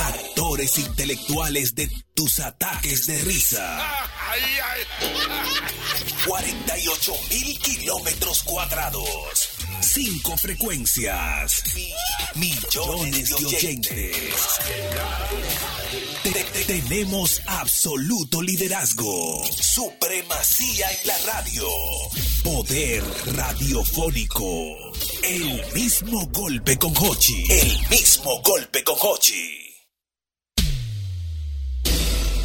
autores intelectuales de tus ataques de risa. 48 mil kilómetros cuadrados. Cinco frecuencias. Millones de oyentes. Te- te- tenemos absoluto liderazgo. Supremacía en la radio. Poder radiofónico. El mismo golpe con Hochi. El mismo golpe con Hochi.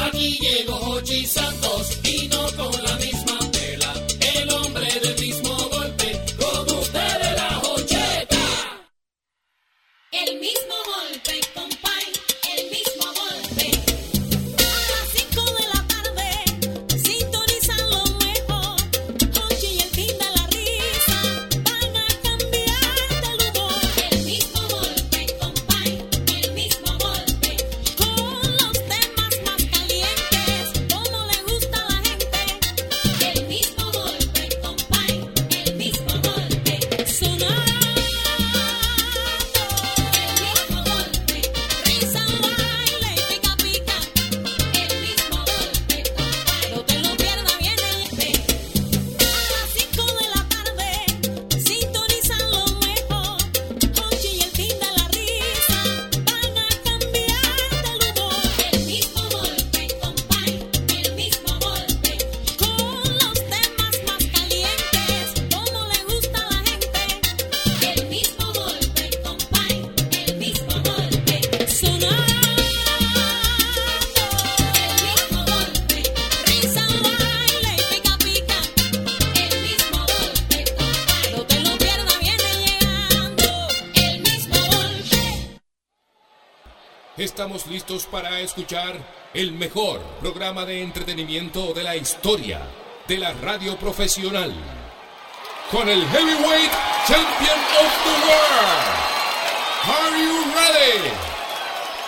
Aquí llegó Hochi Santos y no con la misma tela. El hombre del mismo golpe, con ustedes la Jocheta. El mismo golpe, compay, el mismo golpe. A las 5 de la tarde, sintonizan lo mejor. Hochi y el fin de la risa van a cambiar de humor. El mismo golpe, compay, el mismo golpe. Con los temas más calientes, como le gusta a la gente. El mismo golpe, compay, el mismo golpe. Sonar. El mismo golpe, risa, baile y pica pica. El mismo golpe, no te lo pierdas bien el golpe. A las 5 de la tarde, sintonizan lo mejor. Hochi y el fin de la risa van a cambiar de humor. El mismo golpe, compay, el mismo golpe. Con los temas más calientes, como le gusta a la gente. El mismo golpe, compay, el mismo golpe. Sonar. El mismo golpe, risa, baile y pica pica. El mismo golpe, compay, no te lo pierdas, viene llegando. El mismo golpe. Estamos listos para escuchar el mejor programa de entretenimiento de la historia de la radio profesional. Con el Heavyweight Champion of the World. Are you ready?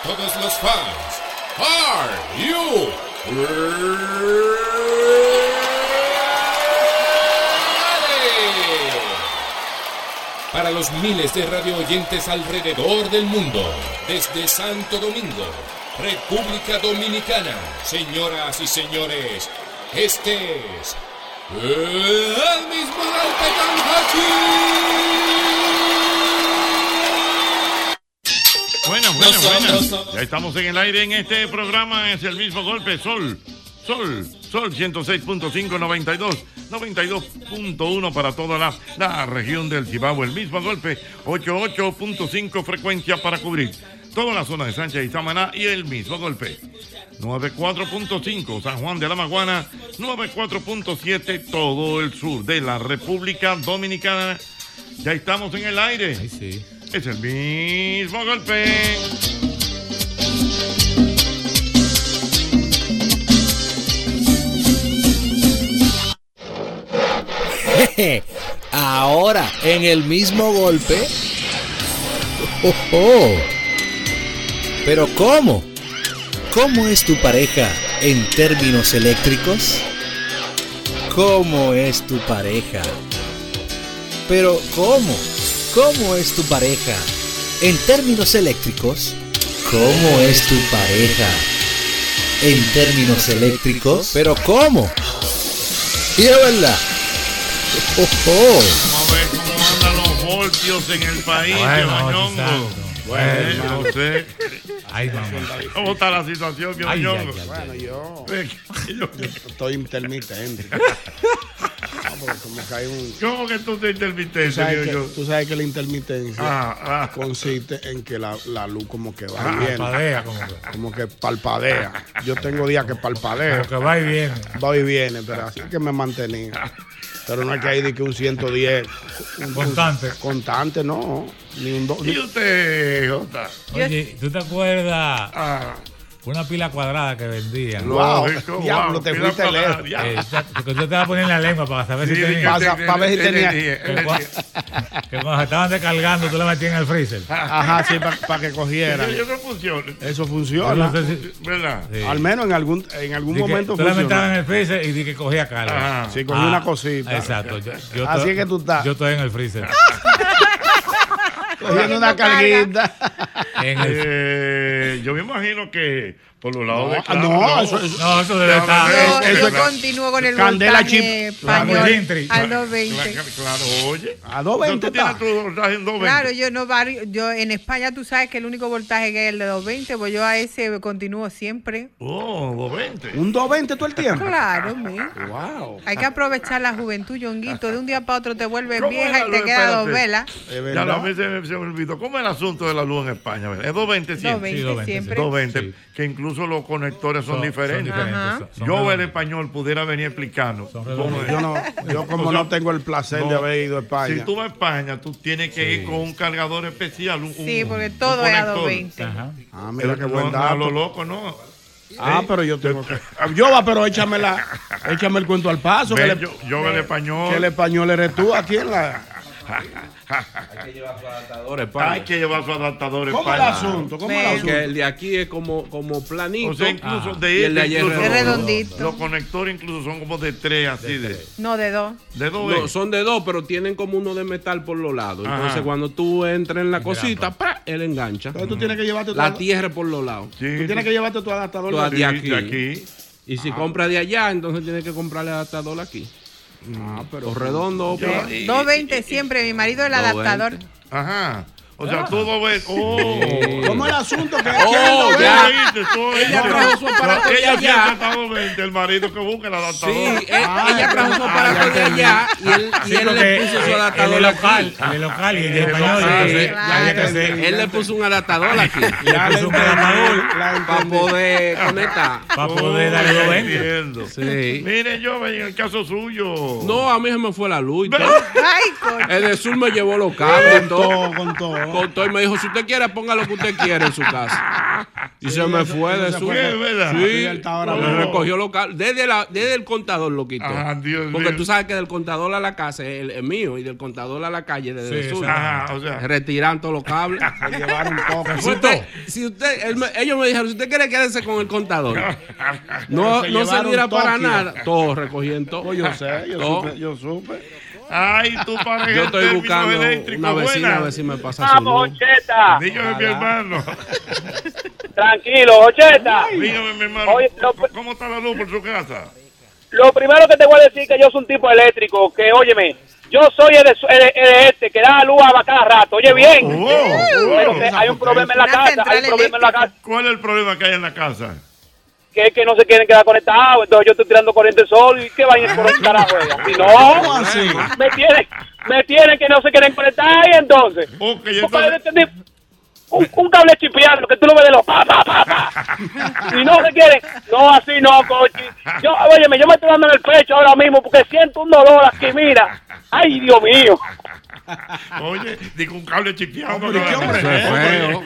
Todos los fans. Are you ready? para los miles de radio oyentes alrededor del mundo, desde Santo Domingo, República Dominicana, señoras y señores, este es el mismo golpe con Hachi. Buenas, buenas, Nosotros buenas. Ya estamos en el aire en este programa. Es el mismo golpe. Sol, sol, sol 106.5, 92, 92.1 para toda la, la región del Cibao. El mismo golpe, 88.5 frecuencia para cubrir toda la zona de Sánchez y Samaná y el mismo golpe. 94.5 San Juan de la Maguana, 94.7 todo el sur de la República Dominicana. Ya estamos en el aire. Es el mismo golpe. Jeje. Ahora, en el mismo golpe. Oh, oh. Pero ¿cómo? ¿Cómo es tu pareja en términos eléctricos? ¿Cómo es tu pareja? Pero ¿cómo? ¿Cómo es tu pareja? En términos eléctricos, ¿cómo es tu pareja? En términos eléctricos, pero ¿cómo? Y es verdad. Oh, oh. Vamos a ver cómo andan los voltios en el país, Ñongo. Bueno. no sé. Ay, mamá. ¿Cómo está la situación, mi Ay, ay, Ñongo? ay, Bueno, yo Yo- estoy intermitente. No, porque como que hay un. ¿Cómo que tú te Tú intermitente, sabes digo que, yo? tú sabes que la intermitencia Ah, ah. consiste en que la, la luz como que va y viene, Ah, Parpadea como que. como que palpadea. Yo tengo días que palpadeo, Como que va y viene. va y viene, pero así que me he mantenido. Pero no es que hay de que un 110 un- Constante. un- constante, no. Ni un do- ¿Y usted, Jota? Oye, ¿tú te acuerdas Ah, Fue una pila cuadrada que vendían. Wow, diablo, te pila fuiste lejos. cuadrada, diablo. Eh, exacto, que yo te voy a poner en la lengua para saber Sí, si di que tenía. Pasa- te- pa' ver si te- tenía- energía, Que energía. cua- que cuando se estaban descargando, tú la metías en el freezer. Ajá, sí, para que cogieran. Eso no funciona, Eso Yo funciona. no sé si- ¿verdad? sí. Al menos en algún, en algún Di que momento tú la metabas funciona. en el freezer y di que cogía carga. Ajá. Sí, cogí Ah, una cosita. Exacto. Yo, yo Así to- es que tú estás. Yo estoy en el freezer. Ah, Cogiendo una carguita. En el- Eh, yo me imagino que por los lados No, de Clara, no, eso- eso- no, eso debe Ya, estar. hombre, Yo, eso yo es verdad. continúo con el Candela voltaje chip. Claro, español Gentry. al Claro, 220. claro, oye. A 220 Tú tienes está. tu voltaje en 220. Claro, yo no vario- yo en España tú sabes que el único voltaje que es el de 220, pues yo a ese continúo siempre. Oh, 220. Un 220 todo el tiempo. Claro, mi. Wow. Hay que aprovechar la juventud, Yonguito. De un día para otro te vuelves ¿Cómo era vieja y lo de- te quedan dos espérate? velas. Es Ya la verdad. vez se me, se me olvidó. ¿Cómo es el asunto de la luz en España? verdad? Es 220 siempre. 220 220, siempre. 220, Sí. que incluso los conectores son, Son- son diferentes. diferentes, Ajá. son- son yo, el redondos. español, pudiera venir explicando. Son cómo redondos. es. Yo, no, yo como O sea, no tengo el placer no. de haber ido a España. Si tú vas a España, tú tienes que ir con un cargador especial. Un, Sí, un- porque un todo es a conector. 220. Ajá. Ah, mira qué No, buen no, a lo dato. loco, no. Ah, pero yo tengo que. Yo va, pero échame, la, échame el cuento al paso. Ve, Que, le- eh, yo, yo el que el español. español eres tú aquí en la. Hay que llevar su adaptador a ¿Cómo el España. asunto? ¿Cómo el Ve. asunto? Porque el de aquí es como, como planito. O sea, incluso Ah. de Y el este, de ayer incluso- Es redondito. Los conectores incluso son como de tres, así de. No, de dos. De dos. eh. No, son de dos, pero tienen como uno de metal por los lados. Ajá. Entonces, cuando tú entras en la cosita, ¡pra! él engancha. Entonces tú tienes que llevarte tu, La ad- tierra por los lados. Sí, tú tienes que llevarte tu adaptador. Tu de- ad- sí, de aquí. de aquí. Ah. Y si compra de allá, entonces tiene que comprarle adaptador aquí. Ah, pero. O redondo o Ya. plano. Y- 220 siempre. Mi marido el adaptador. Este Ajá. O sea, tú dos veces. Oh. ¿Cómo el asunto? Que, Oh, Tú ya. oíste, tú oíste. Ella trajo su aparato de Ella allá. siempre está 220, el marido que busca el Sí, adaptador. eh, él- ella trajo su aparato de allá y él, y Sí, él porque le puso su el- el adaptador local, aquí. Ah, el local y el de El español. local, entonces, sí, había que claro. hacer- Él le puso un adaptador aquí Ya puso un adaptador la para entendí. poder conectar. para poder darle Oh, 220. entiendo. Sí. Miren, yo en el caso suyo. No, a mí se me fue la luz. y todo. Ay, coño. El de sur me llevó los cables y todo. Todo, con todo. Con todo y me dijo, si usted quiere, ponga lo que usted quiere en su casa. Y se me eso- fue eso de se sur. fue. Sí, es verdad. Sí, él Sí, está ahora me mismo. recogió los cables. Desde, la- desde el contador lo quitó. Ah, Dios Porque mío. tú sabes que del contador a la casa es, el, es mío y del contador a la calle desde Sí, el sur. Ajá, o sea. Retiran todos los cables. Se llevaron poco. Si usted, si usted- él me- ellos me dijeron, si usted quiere, quédese con el contador. No, se no llevaron servirá para Tokio. nada. Todo recogiendo. Pues yo sé, yo Todo. supe, yo supe. Ay, tú pareja. Yo estoy buscando una vecina a ver si me pasa su luz. Ocheta, Dígame, mi hermano. tranquilo, Ocheta. Dígame, mi hermano. Oye, no, pues- ¿Cómo está la luz por su casa? Lo primero que te voy a decir que yo soy un tipo eléctrico, que óyeme, yo soy el, de su- el- el de este, que da luz a cada rato, oye Ah, bien. Oh, Pero oh. que hay un problema en la Una casa, central hay un problema en la casa, ¿Cuál es el problema que hay en la casa? que es que no se quieren quedar conectados, entonces yo estoy tirando corriente sol y que vayan por el carajo. oiga. Si ¿Cómo no, así? me tienen, me tienen que no se quieren conectar y entonces. Ok, Tú puedes entonces. entender, un, un cable chipeado que tú lo ves de los pa, pa, pa, pa. Y no se quiere. No, así no, coche. Yo, óyeme, yo me estoy dando en el pecho ahora mismo porque siento un dolor aquí, mira. Ay, Dios mío. Oye, digo un cable chipeado. Hombre, ¿qué hombre Eso es feo.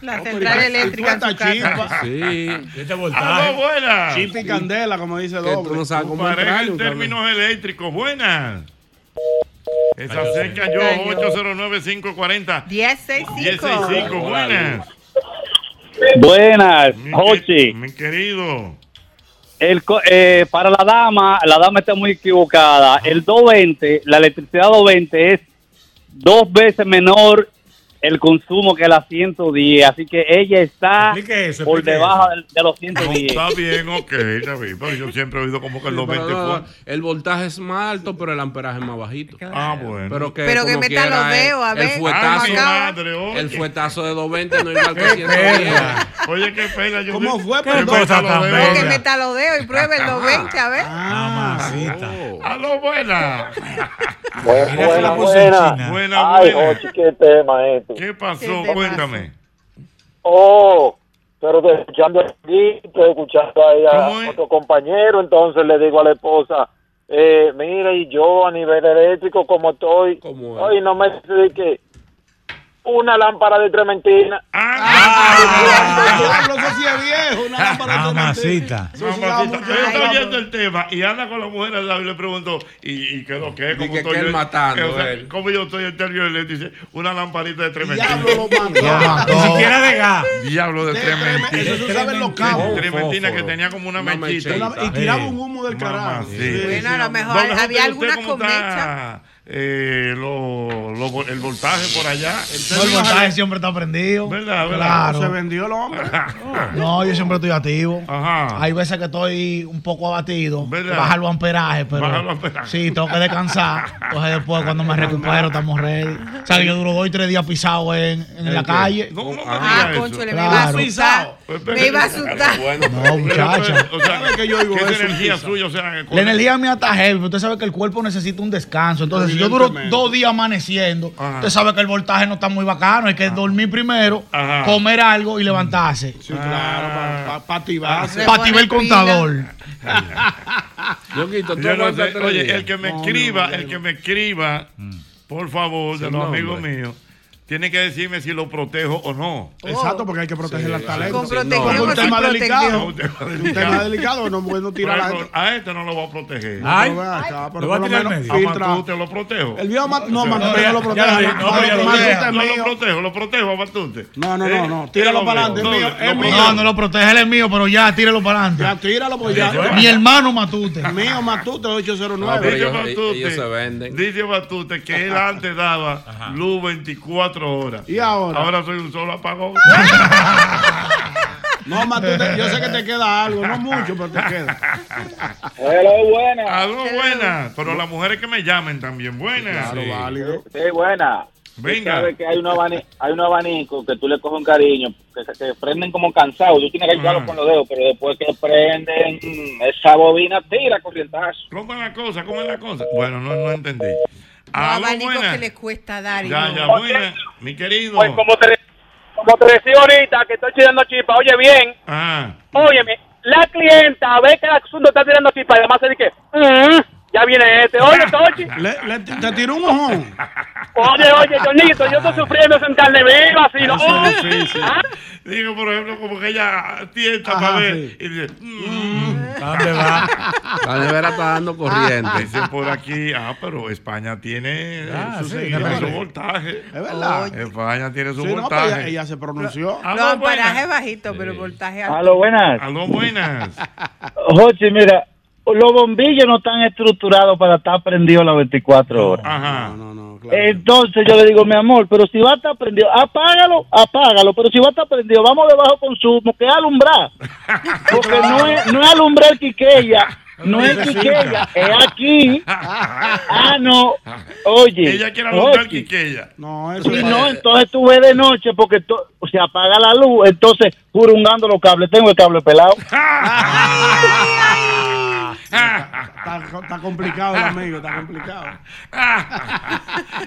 La central eléctrica en su Cuánta casa. chispa. Sí. Este Ah, no, voltaje. buena. Chispa y candela, como dice Que tú doble. no sabes cómo Pareja entrar. en cabrón. términos eléctricos. Buenas. Esa Ay, seca yo, Ay, Dios. 809-540. 1065. 1065, buenas. Buenas, Mi que- Jochi. Mi querido. El, co- eh, para la dama, la dama está muy equivocada. El 220, la electricidad 220 es dos veces menor el consumo que la 110. Así que ella está Explique eso, por explique debajo eso. del- de los No, 110. está bien, ok, está bien. Pero yo siempre he oído como que el 220 Pero no, fue. no, el voltaje es más alto, pero el amperaje es más bajito. Ah, bueno. Pero que, Pero que como metan quiera, los el- dedos, a el ver, Ah, mi fuetazo, acá. madre, oye. el fuetazo de 220 no es igual que Perra. 110. Oye, qué pena. Yo ¿Cómo fue, Qué perdón? cosa tan Porque Porque bella. Ah. me talodeo y pruebe el 220, a ver. Ah. Mamacita. Oh. A lo buena. Mira que la puso en China. Buena, buena. qué tema este. ¿Qué Qué pasó? temazo. Cuéntame. Oh, pero te escuchando aquí, te escuchando ahí ¿Cómo es? a otro compañero, entonces le digo a la esposa, eh, mira, y yo a nivel eléctrico como estoy, ¿Cómo es? hoy no me dice que una lámpara de trementina. Ah, Ah, Mamacita. Mamacita, Yo estaba oyendo el tema y anda con la mujer al lado y le pregunto, ¿y, y qué lo que es? ¿Cómo que estoy que él yo? matando, Eh, o sea, él. ¿Cómo yo estoy entero? Y le dice, una lamparita de trementina. Diablo lo mandó. Ya. Ni siquiera de gas. Diablo de, De trementina. treme- eso tú sabes los De Oh, cabos. Trementina que tenía como una Una mechita. mechita. Y tiraba un humo del carajo. Mamacita. Sí. Bueno, a lo mejor Don Jorge, había ¿usted alguna cómo está, eh, lo- lo- el voltaje por allá. El No, el voltaje siempre está prendido. ¿Verdad, verdad? Claro. Se vendió el hombre. Oh. No, yo siempre estoy activo. Ajá. Hay veces que estoy un poco abatido. ¿Verdad? Bajar los amperajes, pero. Bajar los amperajes. Sí, tengo que descansar. Entonces, después, cuando me recupero, estamos ready. O sea, que yo duro dos y tres días pisado en, en la calle. No, no me Ah, diga eso. conchole, me Claro. iba a asustar. Me iba a asustar. No, muchacha. O sea, que yo oigo que esa eso, energía quizá. suya, o sea, con- La energía mía está heavy. pero Usted sabe que el cuerpo necesita un descanso. Entonces, si yo duro Evidentemente. dos días amaneciendo, Ajá. usted sabe que el voltaje no está muy bacano. Hay que dormir primero, Ajá. comer algo y levantarse. Sí, claro, para pa, pa activarse. Le Para activar el pone pila. contador. Yo quito Yo todo no no sé, oye, el que me escriba, el que me escriba, por favor, de Sin los nombre. amigos míos, tiene que decirme si lo protejo o no. Exacto, porque hay que proteger las Con talentos. protección Es o un sin tema delicado. protección. Un tema Un tema delicado. delicado, no puedo Por tirar a la ejemplo, gente. a este no lo voy a proteger. Ah, Ay, Pero ve acá, pero lo va a por tirar al menos medio. A filtra. Matute lo protejo. El viejo Mat- no, Matute ya, no lo ya, ya, no, protege. ya, Matute- ya, Matute ya. es No lo mío. protejo, lo protejo a Matute. No, no, Eh, no, no, tíralo eh, para adelante, no, es mío, no, es no, mío. No, no lo protege, él es mío, pero ya, tírelo para Ya adelante. tíralo, pues ya. Mi hermano Matute. Mío, Matute 809. Ah, pero- Dice ellos- eh, ellos Matute, se venden. dice Matute que él antes daba luz 24 horas. ¿Y ahora? Ahora soy un solo apagón. No, Matute, yo sé que te queda algo, no mucho, pero te queda. Hello, buena. Algo buena, pero las mujeres que me llamen también buenas. Claro, Sí. válido. Sí, buena. Venga. Tú sabes que hay un, abanico, hay un abanico que tú le coges un cariño, que se que prenden como cansados. Tú tienes que ayudarlo Ah. con los dedos, pero después que prenden mm, esa bobina, tira corrientazo. ¿Cómo es la cosa? ¿Cómo es la cosa? Bueno, no, no entendí. Los Algo abanicos buena. que les cuesta dar. y Ya, no. ya, buena. Mi querido. Pues como te, como te decía ahorita, que estoy tirando chispa, oye bien, Ah, óyeme, la clienta ve que el asunto está tirando chispa y además se dice, "Mm, ya viene este, oye, Tochi, Le, le- te tiró un ojón. oye, oye, Jonito, yo estoy sufriendo sin carne viva, si no, Ah, Sí, sí, sí. Ah. digo, por ejemplo, como que ella tienta Ajá, para ver. sí. Y dice, mm, ¿Dónde va? La nevera está dando corriente. Ah, dice por aquí, ah, pero España tiene eh, Ah, su, sí, seguidor, claro. su voltaje. Es verdad. Oye. España tiene su Sí, no, pero voltaje. ella, ella se pronunció. Aló, Los buenas. amperajes bajitos, pero el voltaje alto. Aló, buenas. Aló, buenas. Jochi, mira, los bombillos no están estructurados para estar prendidos las 24 horas. Ajá. No, no, claro. Entonces yo le digo, mi amor, pero si va a estar prendido, apágalo, apágalo, pero si va a estar prendido, vamos de bajo consumo, que es alumbrar. Porque no es, no es alumbrar Quiqueya, no es Quiqueya, es aquí. Ah, no, oye. Ella quiere alumbrar Jochi. Quiqueya. No, eso Y es. no, entonces tú ves de noche porque to- se apaga la luz, entonces jurungando los cables, tengo el cable pelado. Está, está complicado el amigo, está complicado.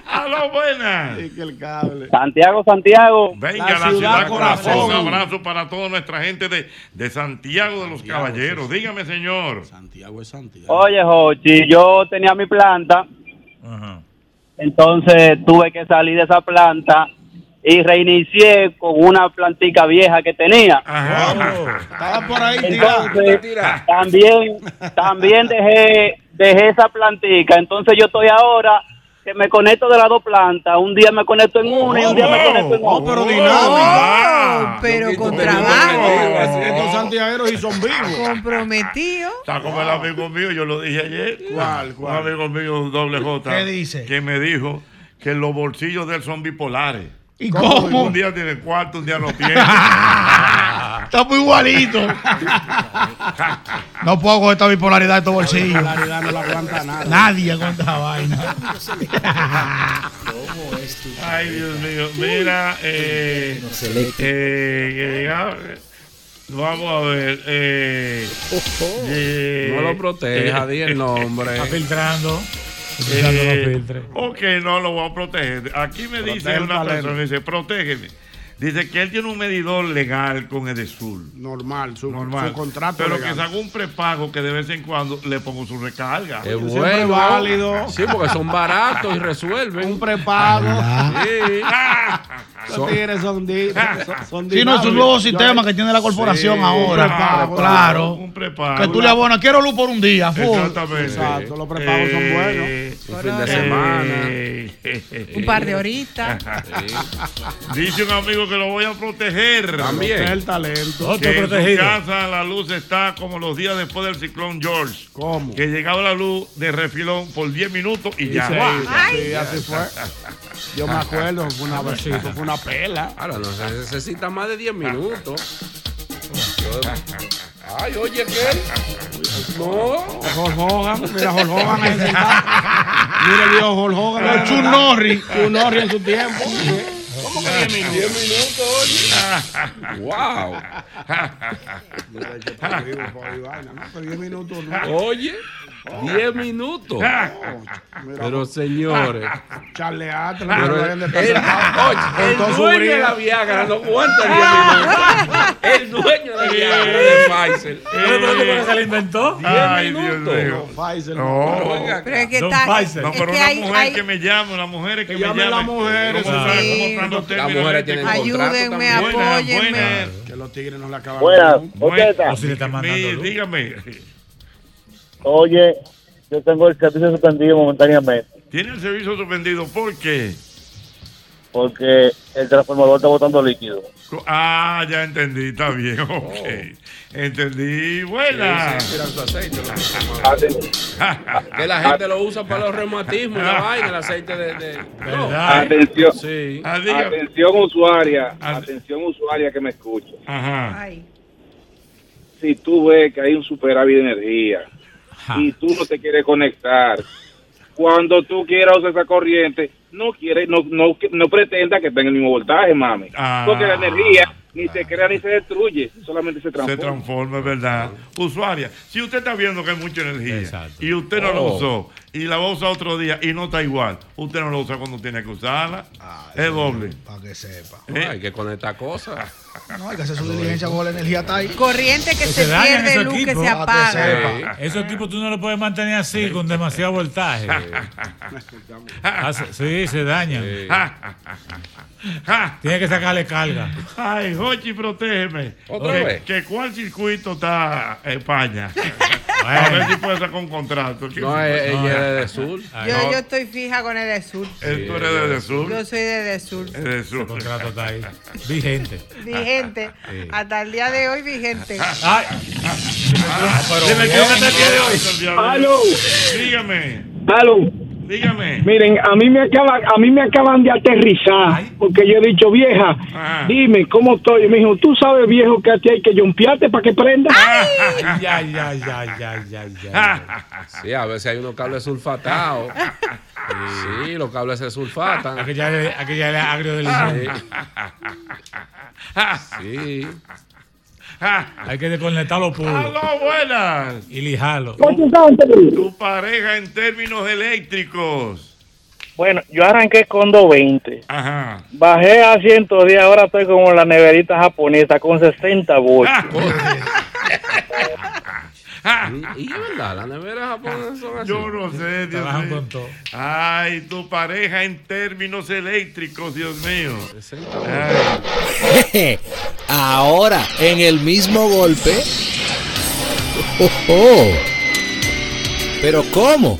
Aló, buenas. Sí, que el cable. Santiago, Santiago. Venga, la, La ciudad, ciudad corazón. Un corazón. abrazo para toda nuestra gente de, de Santiago de los Caballeros. Dígame, señor. Santiago es Santiago. Oye, Jochi, yo tenía mi planta, Ajá. entonces tuve que salir de esa planta y reinicié con una plantica vieja que tenía. Ajá. Estaba por ahí tirado. Entonces, también, también dejé, dejé esa plantica. Entonces yo estoy ahora que me conecto de las dos plantas. Un día me conecto en una y un día me conecto en Oh, otra. pero Oh, Ah, pero quito con el trabajo, bombillo. Oh. Estos santiagueros y son vivos. comprometido. Está como el amigo mío, yo lo dije ayer. ¿Cuál, cuál? Un amigo mío, un doble J. ¿Qué dice? Que me dijo que los bolsillos de él son bipolares. ¿Y cómo? Un día tiene cuarto, un día no tiene. Está muy igualito. No puedo con esta bipolaridad de estos bolsillos. La realidad no la aguanta nada. Nadie con esta vaina. Ay, Dios mío. Mira, eh, eh, eh, ah, vamos a ver. Eh, eh, No lo proteja, di el nombre. Está filtrando. Está filtrando los Eh, filtres. ok, no lo voy a proteger. Aquí me dice Protege el una palero. persona, dice, protégeme. Dice que él tiene un medidor legal con Edesur. Normal, su, Normal. su contrato. Pero legal. que se haga un prepago que de vez en cuando le pongo su recarga. Qué Siempre bueno. válido. Sí, porque son baratos y resuelven. Un prepago. Eh. Sí. Esos tigres son di- son- son Sí, no, es un diablos. nuevo Yo- sistema que tiene la corporación Sí, ahora. un prepago, claro. un Que tú le abonas, quiero luz por un día. full. Exactamente. Eh, Exacto, los prepagos son buenos. Eh, son fin de semana. Un par de horitas. Dice un amigo que lo voy a proteger. También. Es el talento. Que Otro en su protegido. casa la luz está como los días después del ciclón George. ¿Cómo? Que llegaba la luz de refilón por 10 minutos y Y ya. se iba. Sí, Ya. así fue. Yo me acuerdo, fue una vez, eso fue una pela. Ahora no se necesita más de 10 minutos. Ay, oye, ¿qué? No. Jorge Hogan, mira Jorge Hogan ahí sentado. Mira el viejo Jorge Hogan. El Chun Norris. Chun Norris en su tiempo. ¿Cómo que 10 minutos? 10 minutos, Wow. Pero 10 minutos no. Oye, 10 minutos. Pero pues, señores. Charle Pero Atlas. el- el- oye, el dueño de la Viagra no aguanta 10 Ah, minutos. El dueño de la Eh, Viagra de Pfizer. se la inventó? Ay, Dios mío. Pero es que está- No, es pero que una hay- mujer hay- que me llame, una mujer que, me llamen llame. las mujeres, ¿Cómo sabe sí. cómo están los Las términos mujeres de este tienen contrato Ayúdenme, también? Buenas, apóyenme. buenas. Que los tigres no le acaban. Buenas, Buenas. Ocheta. Sí, Dígame, Oye, yo tengo el servicio suspendido momentáneamente ¿tiene el servicio suspendido por qué? porque el transformador está botando líquido. Oh. Co- Ah, ya entendí, está bien, ok. Entendí, buena. Sí, sí, tiran su aceite, lo Ah, Que Que la gente lo usa para los reumatismos, la vaina, el aceite de. de- No. Atención, Sí. atención usuaria, atención usuaria que me escucha. Ah. Si tú ves que hay un superávit de energía y tú no te quieres conectar, cuando tú quieras usar esa corriente, no quieres, no, no, no pretenda que tenga el mismo voltaje, mami. Ah. Porque la energía ni se crea ni se destruye, solamente se transforma. Se transforma, es verdad. Usuaria, si usted está viendo que hay mucha energía y usted no la Oh. usó y la va a usar otro día y no está igual, usted no la usa cuando tiene que usarla. es doble. Eh. Para que sepa. Ah, No, hay que conectar cosas. No, hay que hacer su diligencia con la energía está ahí. Corriente que se pierde, luz que se Ah, Ah, apaga. Esos equipos tú no los puedes mantener así con demasiado voltaje. Ah, se- Sí, se dañan. Tiene que sacarle carga. Ay, Jochi, protégeme. ¿Otra que, vez? que cuál circuito está España? A ver si puede sacar un contrato. ¿Qué No, circuito? eh, ella es de sur. Ah, Yo, yo estoy fija con el de sur. Eh, tú eres de de sur. Yo soy de de sur. De sur. El contrato está ahí. Vigente. Ah, Vigente. Sí. Hasta el día de hoy vigente. Ay. Ah, Dime, ¿qué bueno. usted tiene hoy, Santiago? Aló. Dígame. Aló. Dígame. Miren, a mí me acaban, a mí me acaban de aterrizar porque yo he dicho vieja, Ajá. dime cómo estoy. Y me dijo, tú sabes viejo que a ti hay que jumpearte para que prenda. Ah. Ya, ya, ya, ya, ya, ya. Sí, a veces hay unos cables sulfatados. Sí, los cables se sulfatan. Aquella, aquella era agrio del limón. Sí. Hay que desconectarlo puro Aló, buenas. y lijarlo. Pues, Tu pareja en términos eléctricos. Bueno, yo arranqué con 220. Ajá. Bajé a 110, ahora estoy como la neverita japonesa con 60 volts. Y y es verdad, las neveras japonesas son así. Yo no sé, Dios Trabajan mío. con todo. Ay, tu pareja en términos eléctricos, Dios mío. Jeje. Ah. Ahora, en el mismo golpe. Oh, oh. Pero ¿cómo?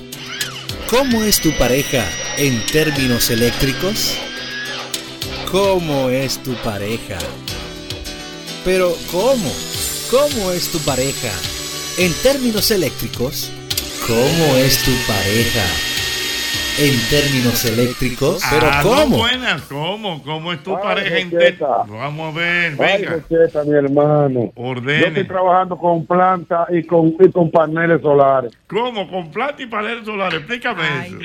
¿Cómo es tu pareja en términos eléctricos? ¿Cómo es tu pareja? Pero ¿cómo? ¿Cómo es tu pareja? En términos eléctricos, ¿cómo es tu pareja? En términos eléctricos, pero Ah, no, ¿cómo? buenas, ¿cómo? ¿Cómo es tu Ay, pareja en Jocheta. términos? Vamos a ver, Ay, venga. Jocheta, mi hermano. Yo Ordene. estoy trabajando con plantas y con, y con paneles solares. ¿Cómo? Con plata y paneles solares. Explícame eso.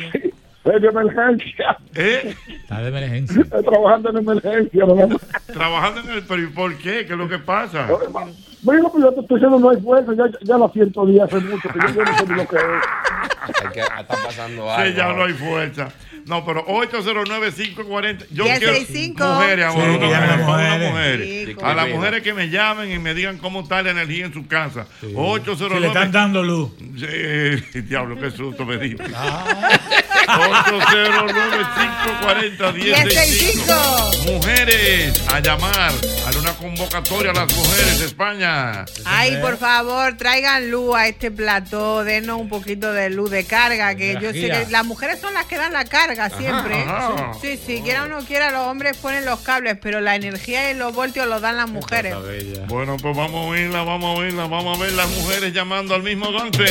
Es de emergencia. ¿Eh? Está de emergencia. Estoy trabajando en emergencia. ¿no? Trabajando en el... ¿Pero y por qué? ¿Qué es lo que pasa? pues, Me dijo, pero yo te estoy diciendo no hay fuerza. Ya, ya la 110 hace mucho. Que yo, yo no sé ni lo que es. Hay que, ah, está pasando algo. Sí, ya no hay fuerza. No, pero 809-540. Yo quiero 1065. mujeres, Sí, amor, no, llame no, no, a mujeres. mujeres. Sí, A las cuida. mujeres que me llamen y me digan cómo está la energía en su casa. 809. Si le están dando luz. Ah. Sí, diablo, qué susto me diste. 809-540-1065. Mujeres, a llamar. Haré una convocatoria a las mujeres de España. Ay, por favor, traigan luz a este plató, denos un poquito de luz de carga, que yo sé Energía. que las mujeres son las que dan la carga siempre. ajá. Sí, sí, quiera o no quiera, los hombres ponen los cables, pero la energía y los voltios los dan las mujeres. Bueno, pues vamos a oírla, vamos a oírla, vamos a ver las mujeres llamando al mismo golpe.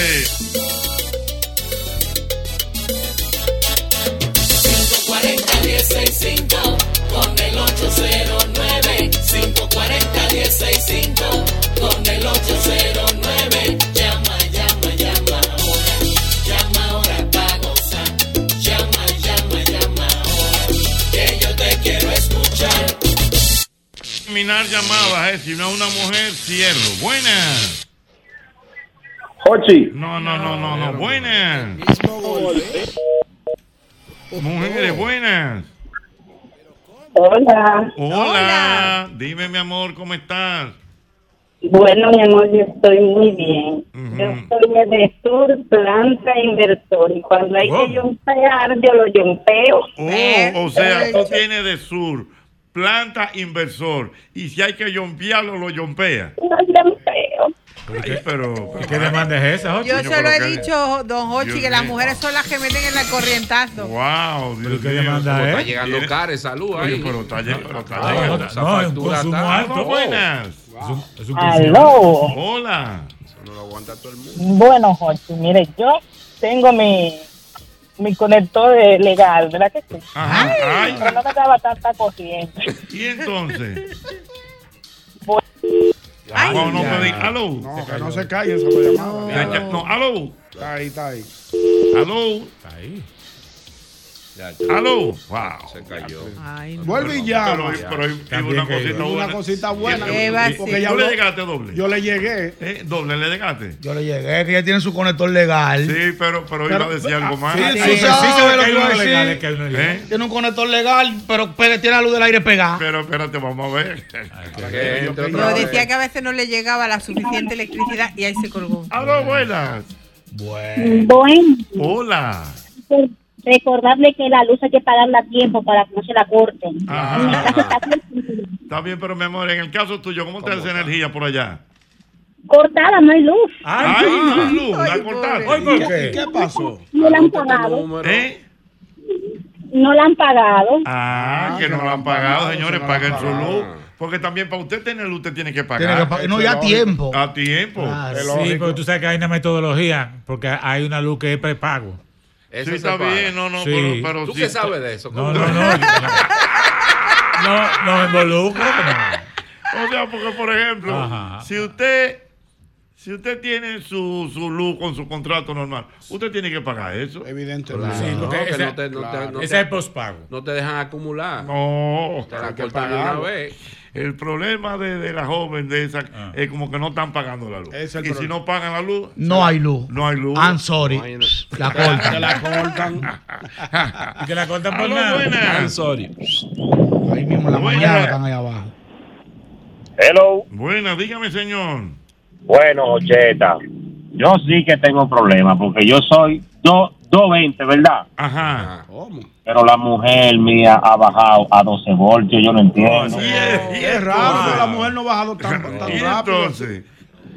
con el 809 540 165 con el 809 llama llama llama ahora llama ahora pa gozar llama llama llama ahora que yo te quiero escuchar Terminar llamadas, eh. Si no es una mujer, cierro. Buenas. Jochi. No, no, no, no, no. Buenas. Mujeres, buenas. Hola. Hola. Dime, mi amor, ¿cómo estás? Bueno, mi amor, yo estoy muy bien. Yo soy de Sur, planta inversor. Y cuando hay que jumpear, yo lo jumpeo. Oh, o sea, tú tienes de sur, planta inversor. Y si hay que yompearlo, lo yompea. Ay, pero. ¿Qué demanda es esa, Jochi? Yo se lo he pero qué- dicho, don Hochi, Dios que las mío. mujeres son las que meten en el corrientazo. Wow, Dios qué mío, demanda ¿cómo es? está Llegando Tiene- cara, salud ahí. Oye, pero está llegando. Pero está Ah, llegando. no, Esa es un factura consumo está- alto. pues. Algo Buenas. Es un consumo. Aló. Hola. Bueno, Jorge, mire, yo tengo mi, mi conector eh, legal, ¿verdad que sí? Ay, Pero no me daba tanta corriente. ¿Y entonces? Bueno, no, no me digas. Aló. No, que no se calle esa llamada. Ya, ya, No, aló. Está ahí, está ahí. Aló. Aló. Wow. Se cayó. Vuelve y llama. Pero, pero hay- hay También una que- cosita una buena. cosita buena. Y- Qué vacío. Porque ya Yo ¿Tú le- le llegaste doble? Yo le llegué. Eh, ¿Doble le llegaste? Yo le llegué, que ya tiene su conector legal. Sí, pero, pero iba a decir algo más. ¿Eh? Sí, sí, sí, sabe lo que iba a decir. Tiene un conector legal, pero pe- tiene la luz del aire pegada. Pero espérate, vamos a ver. Pero decía que a veces no le llegaba la suficiente electricidad y ahí se colgó. Aló, buenas. Bueno, Hola. recordarle que la luz hay que pagarla a tiempo para que no se la corten. Ajá. Está bien, pero mi amor, en el caso tuyo, ¿cómo está esa energía por allá? Cortada, no hay luz. Ay, no hay luz, la cortaste. Ay, ¿por qué? ¿Qué pasó? No la han pagado. ¿Eh? No la han pagado. Ah, que no la han pagado, señores, paguen su luz. Porque también para usted tener luz, usted tiene que pagar. Tiene que pagar. No, y a tiempo. A tiempo. Ah, sí, porque tú sabes que hay una metodología, porque hay una luz que es prepago. Eso Sí, está se paga. bien, no, no, pero- pero ¿Tú sí. qué sabes de eso? No, no, no. yo- no, no me involucro. no. O sea, porque por ejemplo, Ajá. si usted si usted tiene su, su luz con su contrato normal, usted tiene que pagar eso. Evidentemente. Sí, no, que no te- no te- no te- pospago. No te dejan acumular. No, Te la hay que cortan de pagarlo. una vez. El problema de, de la joven de esa Ah. es como que no están pagando la luz. y si no pagan la luz, No hay luz. No hay luz. I'm sorry. La corta. Y que la cortan por Aló, nada. buenas. I'm sorry. Ahí mismo, en la mañana están ahí abajo. Hello. Buena, dígame, señor. Bueno, Cheta, yo sí que tengo problemas porque yo soy do- 220, ¿verdad? Ajá. Pero la mujer mía ha bajado a 12 voltios, yo no Ah, Oh, entiendo. Es raro, pero la mujer no ha bajado tan, tan rápido.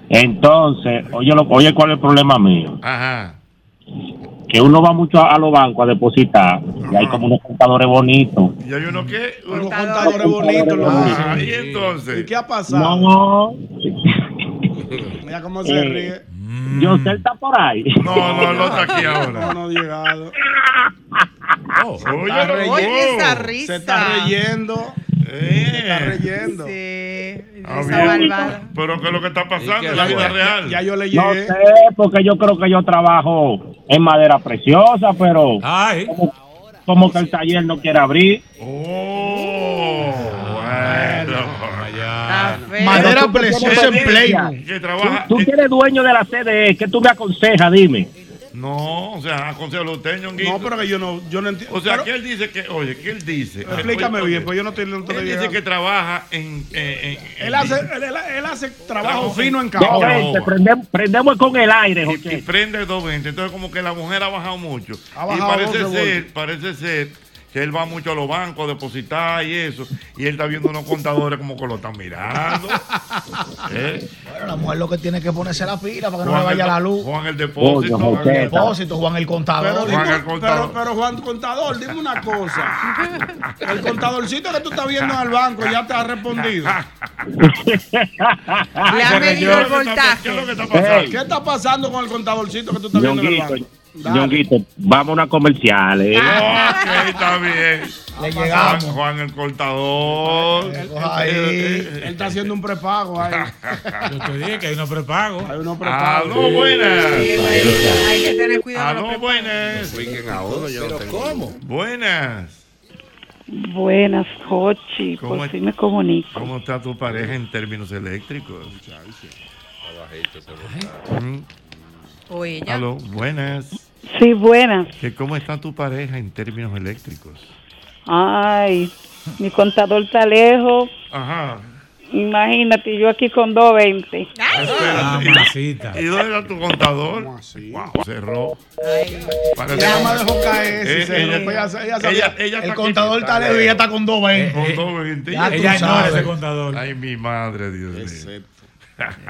Entonces, oye, lo- oye, ¿cuál es el problema mío? Ajá. Que uno va mucho a, a los bancos a depositar y hay como unos contadores bonitos. Y hay uno que. Los contadores bonitos. los- Ajá, y entonces. ¿Y qué ha pasado? No, Mira cómo se Eh, ríe. yo usted está por ahí. No, no, no está aquí ahora. Oh. No, no ha llegado. Oye, está no, reyendo. oye, esa Se risa. está reyendo. Se está reyendo. Eh. Ah, esa bien. bárbara. Pero que lo que está pasando qué en la vida raro. real. Ya yo le No llegué. sé, porque yo creo que yo trabajo en madera preciosa, pero como, como que el taller no quiere abrir. Oh, Madera Pero tú preciosa en E, tienes- Playboy. Que trabaja. E, Tú que eres dueño de la CDE, ¿qué tú me aconsejas? Dime. No, o sea, aconsejalo usted, Ñonguito. No, pero que yo no, yo no entiendo. O sea, Pero- que él dice que, oye, que él dice. Explícame Oye, bien, pues yo no estoy no estoy Él dice llegando. que trabaja en. eh, en- en- Él hace, él, él- él hace trabajo Trabajo fino en- en caoba. No, gente, prendemos, con el aire, y, y prende 220. Entonces, como que la mujer ha bajado mucho. y bajado parece 12 ser, parece ser que él va mucho a los bancos a depositar y eso. Y él está viendo unos contadores como que lo están mirando. ¿Eh? Bueno, la mujer lo que tiene que ponerse la pila para que no Juan le vaya el- la luz. Juan el depósito. Juan el depósito, Juan el Pero, contador. dime- pero, pero Juan Contador, dime una cosa. El contadorcito que tú estás viendo en el banco ya te ha respondido. Le ha medido el voltaje. pasando? ¿Qué está pasando con el contadorcito que tú estás viendo en el banco? Dale. Ñonguito, vámonos a Eh. comerciales. Ok, está bien. Le llegamos. Juan, Juan el cortador. Ahí, él está haciendo un prepago ahí. Yo te dije que hay unos prepagos. Hay unos prepagos. Aló, buenas. Hay que tener cuidado. Aló, buenas. ¿Pero cómo? Buenas. Buenas, Jochi. ¿Cómo Por es- fin me comunico. ¿Cómo está tu pareja en términos eléctricos? Mm, O ella. Aló, buenas. Sí, buenas. ¿Que ¿Cómo está tu pareja en términos eléctricos? Ay, mi contador está lejos. Ajá. Imagínate, yo aquí con 220. Ah, ¿Y dónde era tu contador? Wow, cerró. Parece- Ya me dejó caer, Eh, si se ella- rompe, ya sa- ya sabía. ella- ella el está Eh, contador quitada. está lejos y ya está con dos veinte. Con dos veinte. Eh, Ya tú sabes. contador. Ay, mi madre, Dios mío.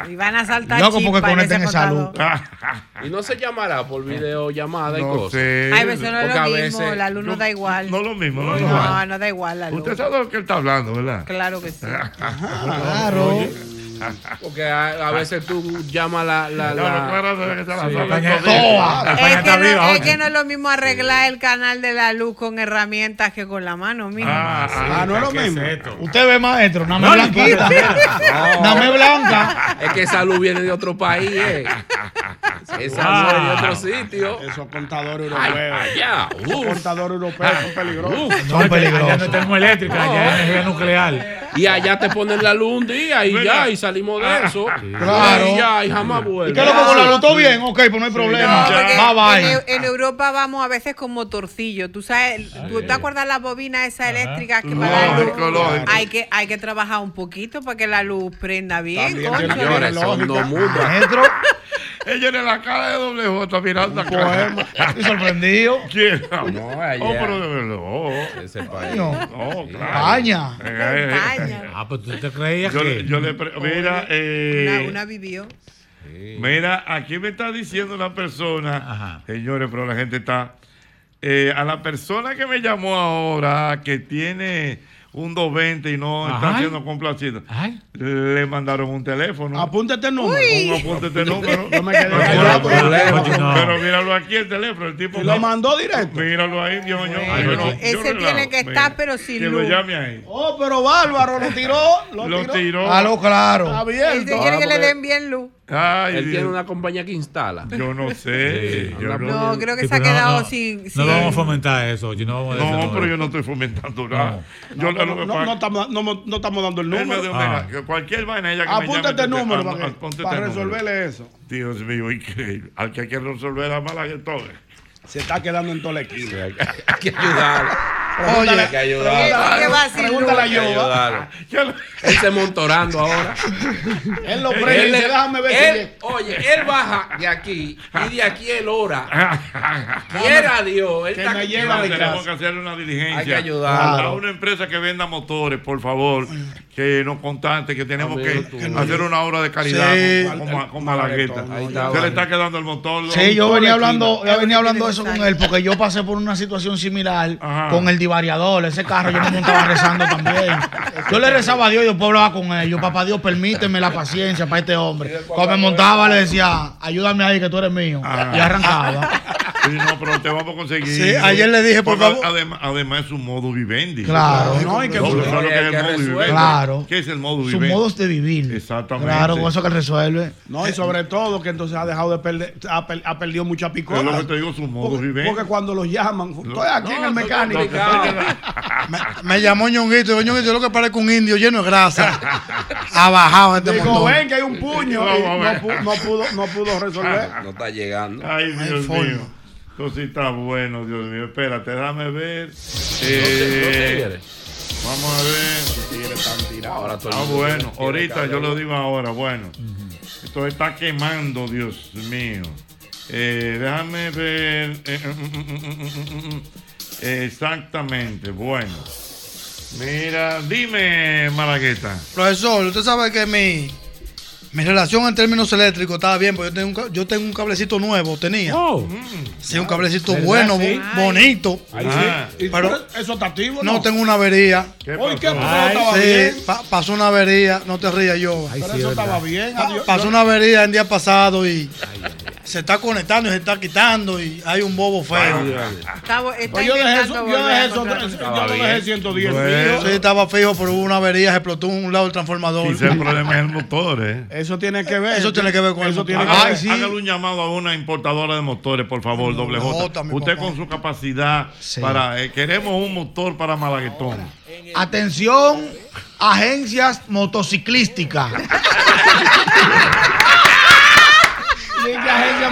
Y van a saltar Loco, porque chispa en conecten ese esa contador. luz. Y no se llamará por videollamada y No cosas. sé. Ay, pero eso no es Porque lo a mismo, veces- la luz no, da igual. No lo mismo, no, No, lo mismo. Ah, no da igual la luz. Usted sabe de lo que él está hablando, ¿verdad? Claro que sí. Claro. Porque a, a veces tú llamas la. la, No, la- no, claro, no, que está la- Sí. la- la- España- Toa. La España Es que, está no, viva, es oye. que no es lo mismo arreglar el canal de la luz con herramientas que con la mano, mijo. Ah, Ah, no es lo ¿qué es mismo. Usted ve maestro, nada más No, blanquita. No. Nada más blanca. Es que esa luz viene de otro país, eh. Esa luz es de otro sitio. Esos contadores Ay, europeos. allá, Esos uf. contadores europeos son peligrosos. No, allá- Allá no es termoeléctrica, allá es energía nuclear. Y allá te ponen la luz un día y Mira. ya, y salimos de eso. Ah, Claro. Y ya, y jamás vuelve. ¿Y qué loco con la luz? ¿Todo bien? Ok, pues no hay No, problema. porque bye En, bye. Ah. en Europa vamos a veces con motorcillo. Tú sabes, ¿tú te acuerdas la bobina esa eléctrica que para la luz? Lógico, lógico. Hay que, hay que trabajar un poquito para que la luz prenda bien. También concho. tiene- Señores, son dos mundos. Maestro, Ella en la cara de doble J mirando acá. estoy sorprendido. ¿Quién? No, allá. Oh, pero de verdad. oh. No, claro. España. Eh, eh. Ah, pues tú te creías Yo, que. yo le pre- mira, eh, Una, una vivió. mira, aquí me está diciendo una persona, señores, pero la gente está. eh, a la persona que me llamó ahora, que tiene un 220 y no está Ajá. siendo complacido, le mandaron un teléfono. Apúntate el número. Un apunte este número. Yo me quedé Pero callado. mira, Problema. Pero míralo aquí el teléfono, el tipo. ¿Y lo mandó directo? Míralo ahí, Dios mío. Bueno, Yo no- yo Ese relajo. tiene que estar, pero sin Que lo luz. llame ahí. Oh, pero bárbaro, lo tiró. Lo, Lo tiró. A lo claro. Él Abierto. quiere que le porque- den bien luz. Ay, Él Dios. tiene una compañía que instala. Yo no sé. yo No, creo que Sí, se ha pero no, quedado no. sin. No sin- vamos a fomentar eso, Ochi, No, vamos a No, eso, pero yo no estoy Ah. fomentando nada. Yo No, la- no, lo que no, pasa- no estamos, no, no estamos dando el Él me número. dio, Ah. mira, que cualquier vaina ella que me llame, Apúntate el yo te- número ah, para, que- apúntate para el número. resolverle eso. Dios mío, increíble. Al que hay que resolver a mala que todo. Se está quedando en toda la esquina. Hay que ayudar. Oye, hay que ayudar. ¿qué- qué va sin Pregúntale a Hay que Yoba. ayudarlo. Él se montorando ahora. Él lo prende y Él- dice, déjame ver si él- llega". Oye, él baja de aquí y de aquí él ora. Quiera Dios. Él Que está me aquí. lleva de Tenemos que casa. hacer una diligencia. Hay que ayudar. A una empresa que venda motores, por favor, que nos contacte, que tenemos que hacer una obra de caridad Sí. con, con- con Malagueta. Se le está quedando el motor. Sí, yo venía hablando, yo venía hablando eso con él porque yo pasé por una situación similar con el divariador, ese carro yo me montaba rezando también. Yo le rezaba a Dios, yo puedo hablar con él. Yo, papá Dios, permíteme la paciencia para este hombre. Cuando me montaba le decía, ayúdame ahí que tú eres mío. Y arrancaba. Sí, no, pero te vamos a conseguir. Sí, ayer le dije, por Porque favor. Además, además es un modo vivendi. Claro. No, hay que No, no, que es el hay que modo resuelve. vivendi. Claro. ¿Qué es el modo Sus vivendi? modos de vivir. Exactamente. Claro, con eso que él resuelve. No, y sobre todo que entonces ha dejado de perder, ha, per- ha perdido mucha Es lo picota. que te digo, su modo Porque, vivendi. porque cuando los llaman, estoy aquí en el mecánico. Me llamó Ñonguito, digo, Ñonguito, yo lo que parezco un indio lleno de grasa. Ha bajado este Digo, montón. ven que hay un puño y Vamos a no, ver. pu- no pudo, no pudo resolver. No está llegando. Ay, Dios forma. mío. Esto sí está bueno, Dios mío. Espérate, déjame ver. te- Eh, no te vamos a ver. Ahora todo el Ah, mundo bueno. tiene Ahorita carga, yo lo ¿no? digo ahora. Bueno. Esto está quemando, Dios mío. Eh, déjame ver. Eh, mm, mm, mm, mm, mm, mm, mm. Exactamente. Bueno. Mira, dime, Malagueta. Profesor, usted sabe que mi, mi relación en términos eléctricos estaba bien, porque yo tengo un, ca- yo tengo un cablecito nuevo, tenía. Sí, un cablecito Oh. Ah. ¿Verdad? bueno, Sí. bo- bonito. Ahí Ah. sí. ¿Y Pero tú- eso está activo? no tengo una avería. Hoy qué pasó? Ay, estaba sí, bien. pa- pasó una avería, no te rías yo. Pero eso estaba bien. Pa- adiós. pasó Yo- una avería el día pasado y se está conectando y se está quitando y hay un bobo feo. Está, bo- está Pues yo dejé intentando eso, yo volver a dejé eso, encontrar. yo lo dejé 110 Bueno. Sí, estaba fijo, pero hubo una avería, se explotó un lado del transformador. Quizá el problema es el motor, ¿eh? Eso tiene que ver. Eso tiene que ver con el eso motor. tiene que Hágale, ver. hágale un llamado a una importadora de motores, por favor, doble J. Usted con su capacidad para eh, queremos un motor para Malaguetón. Atención, agencias motociclísticas.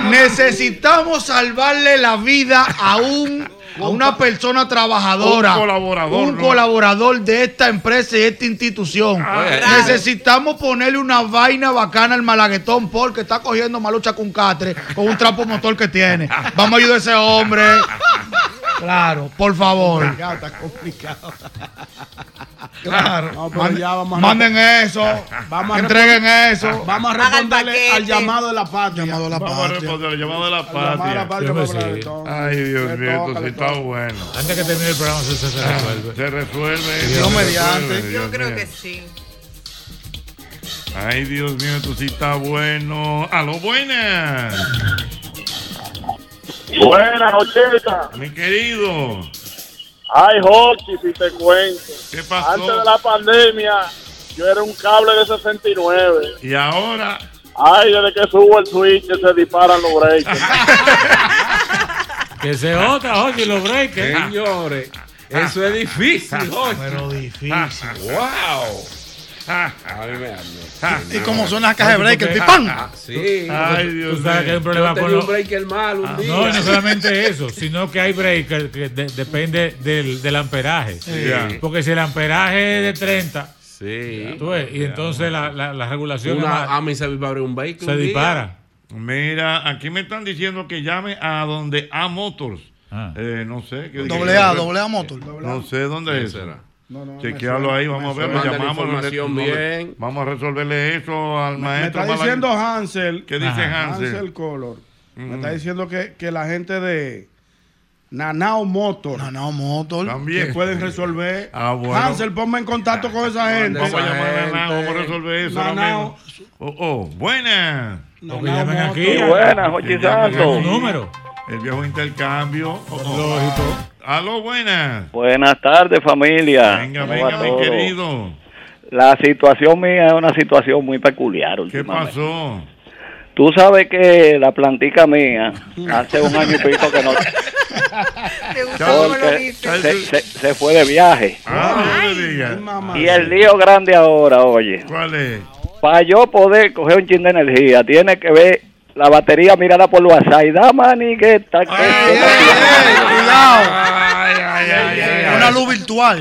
Necesitamos salvarle la vida a un a una persona trabajadora, Un colaborador, un ¿no? colaborador de esta empresa y esta institución. Ah, Claro. Necesitamos ponerle una vaina bacana al malaguetón porque está cogiendo malucha con catre con un trapo motor que tiene. Vamos a ayudar a ese hombre. Claro, por favor. Complicado, Está complicado. Claro. No, pero Manden, ya vamos a- manden eso. Vamos a entreguen responder- eso. Vamos a responderle al llamado de la patria. Llamado de la Vamos a responder el llamado de la patria. Déjame patria para seguir. Malaguetón. Ay, Dios Le mío, esto toca, sí le está bueno. Antes que termine el programa, eso se resuelve. Se resuelve. Dios se mío. resuelve, Yo Dios creo mío. Que sí. Ay, Dios mío, esto sí está bueno. A lo buenas. Buenas, Ocheta. Mi querido. Ay, Jorge, si te cuento. ¿Qué pasó? Antes de la pandemia, yo era un cable de 69. Y ahora. Ay, desde que subo el switch se disparan los breakers. Que se otra, oye, los breakers. Señores, eso es difícil, Jorge. Pero difícil. ¡Wow! A mí me ¿Y cómo son las cajas de breaker? ¡Pipán! Ah, sí. Ay, Dios Tú sabes mío. que hay un problema Yo tenía con los- un breaker mal un Ah, día. No, y no solamente eso, sino que hay breakers que de- depende del, del amperaje. Sí. Ya. Porque si el amperaje es de 30, Sí. tú ves, y entonces la, la, la regulación es más- Una, a mí se disparó un vehículo. Se un día. dispara. Mira, aquí me están diciendo que llame a donde A Motors. Ah. Eh, no sé. ¿qué- Doble qué- A, doble A motor. No sé dónde es. será? No, no, Chequealo ahí, vamos a ver, suena. lo Manda la llamamos. le- información le- bien. Vamos a resolverle eso al Me maestro. está Malagueta. diciendo Hansel. ¿Qué dice Ajá. Hansel? Color. Mm. Me está diciendo que, que la gente de Nanao Motor. Nanao Motor. También. Que pueden resolver. Ah, bueno. Hansel, ponme en contacto con esa gente. Vamos a llamar a Nanao, vamos a resolver eso. ahora Nanao. mismo. Oh, oh, buenas. Lo que llamen Nanao aquí. Que Motor. llamen Buenas, Jochi aquí. Santos. El número. El viejo intercambio. Oh, oh. Aló, buenas. Buenas tardes, familia. Venga, ¿Cómo venga, va mi todo? querido. La situación mía es una situación muy peculiar ¿Qué últimamente. pasó? Tú sabes que la plantica mía hace un año y pico que no... eh, Porque se, se- se fue de viaje. Ah, Y el lío grande ahora, oye. ¿Cuál es? Para yo poder coger un chin de energía, tiene que ver la batería mirada por WhatsApp. Y da manigueta. que esto no Una luz virtual.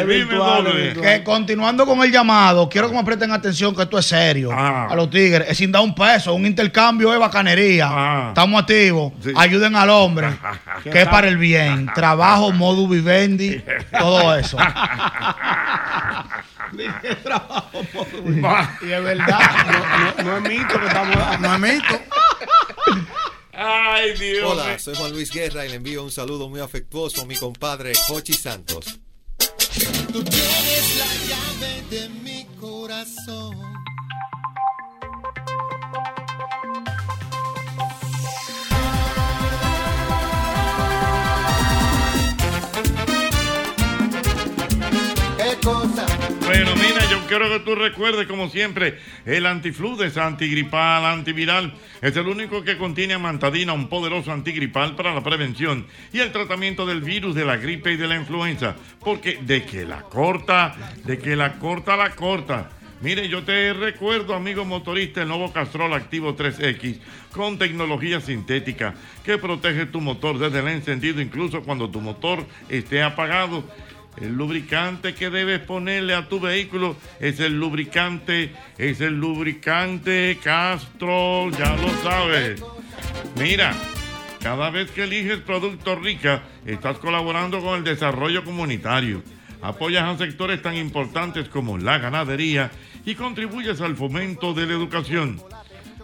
Dime, doble. Que continuando con el llamado, quiero que me presten atención que esto es serio. Ah. A los tigres, es sin dar un peso, un intercambio de bacanería. Ah. Estamos activos, ayuden al hombre, que es para el bien. Trabajo, modus vivendi, todo eso. Y es verdad. No, no- no es mito que estamos. No es mito. Ay, Dios. Hola, soy Juan Luis Guerra y le envío un saludo muy afectuoso a mi compadre Jochi Santos. Eres la llave de mi corazón. ¿Qué cosa? Bueno, mira, yo quiero que tú recuerdes, como siempre, el antifludes, antigripal, antiviral. Es el único que contiene amantadina, un poderoso antigripal para la prevención y el tratamiento del virus de la gripe y de la influenza. Porque de que la corta, de que la corta, la corta. Mire, yo te recuerdo, amigo motorista, el nuevo Castrol Activo 3X con tecnología sintética que protege tu motor desde el encendido, incluso cuando tu motor esté apagado. El lubricante que debes ponerle a tu vehículo es el lubricante, es el lubricante Castrol, ya lo sabes. Mira, cada vez que eliges Producto Rica, estás colaborando con el desarrollo comunitario. Apoyas a sectores tan importantes como la ganadería y contribuyes al fomento de la educación.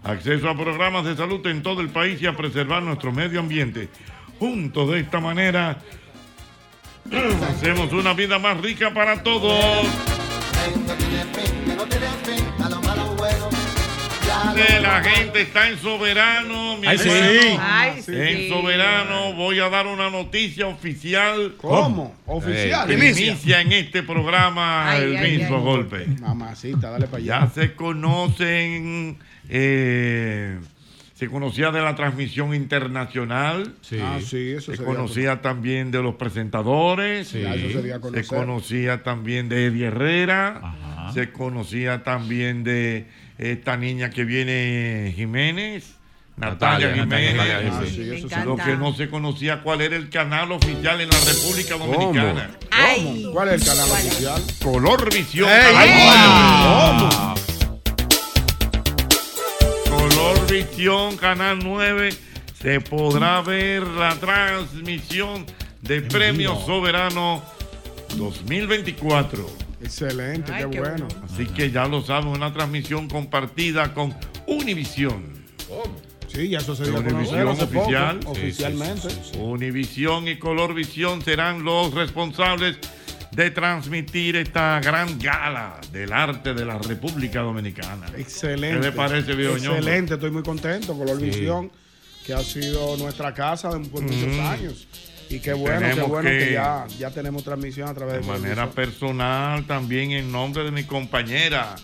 Acceso a programas de salud en todo el país y a preservar nuestro medio ambiente. Juntos de esta manera hacemos una vida más rica para todos. De la gente está en soberano, mi Ay, sí. hermano. Ay, sí. En soberano voy a dar una noticia oficial. ¿Cómo? Oficial. Eh, Primicia. primicia en este programa Ay, el ay, mismo ay. golpe. Mamacita, dale para allá. Ya se conocen, eh, se conocía de la transmisión internacional. Ah, sí, eso se sería- conocía también de los presentadores. Sí. Ya, eso sería se conocer. conocía también de Eddie Herrera. Se conocía también de esta niña que viene Jiménez. Natalia, Natalia, Jiménez. Natalia Jiménez. Ah, sí, Lo eso sí. Lo que no se conocía cuál era el canal oficial en la República Dominicana. ¿Cómo? ¿Cuál es el canal oficial? Color Visión. ¡Ey! Ay, ¡Wow! coño. Color Visión, Canal 9, se podrá ver la transmisión de Premio Soberano 2024. Excelente, qué, bueno. Así que ya lo saben, una transmisión compartida con Univisión. Sí, ya eso se dio a conocer Univisión hace poco, oficial. oficialmente. Univisión y Color Visión serán los responsables de transmitir esta gran gala del arte de la República Dominicana. Excelente. ¿Qué le parece, viejo ñongo? Excelente, estoy muy contento. Color Sí. Visión, que ha sido nuestra casa de- por muchos Ujú. años. Y qué bueno, qué Mm. Tenemos bueno que, que- ya, ya tenemos transmisión a través de De manera personal, también en nombre de mi compañera,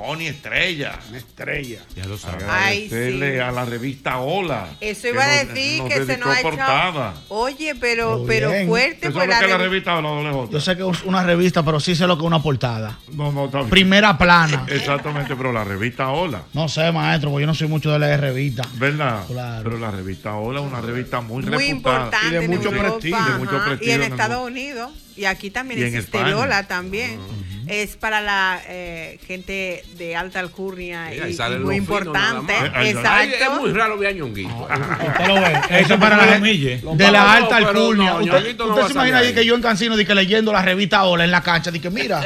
Joni Estrella. Estrella. Ya lo sabes. Ay, sí. Eh. Agradecerle a la revista Hola. Eso iba a nos- decir nos que se dedicó nos ha portada. echado. Oye, pero, Muy pero bien. fuerte, ¿Tú pues sabes lo la que es la revi- revista Hola doble J? Yo sé que es una revista, pero sí sé lo que es una portada. No, no, está bien. Primera plana. Exactamente, pero la revista Hola. No sé, maestro, porque yo no soy mucho de leer revistas. ¿Verdad? Pero la revista Hola es una revista muy, muy reputada. importante en Europa, De ajá, mucho prestigio y en el mundo. Estados Unidos y aquí también Y en existe España. Lola también es para la eh, gente de alta alcurnia Ahí y, sale y lo muy fino nada importante más. Ahí sale. Ay, exacto es muy raro ver a Ñonguito. Ah, Usted lo ve. Eso es para la gente de la alta alcurnia. usted usted se imagina ahí que yo en Cancino di que leyendo la revista Ola en la cancha, di que mira,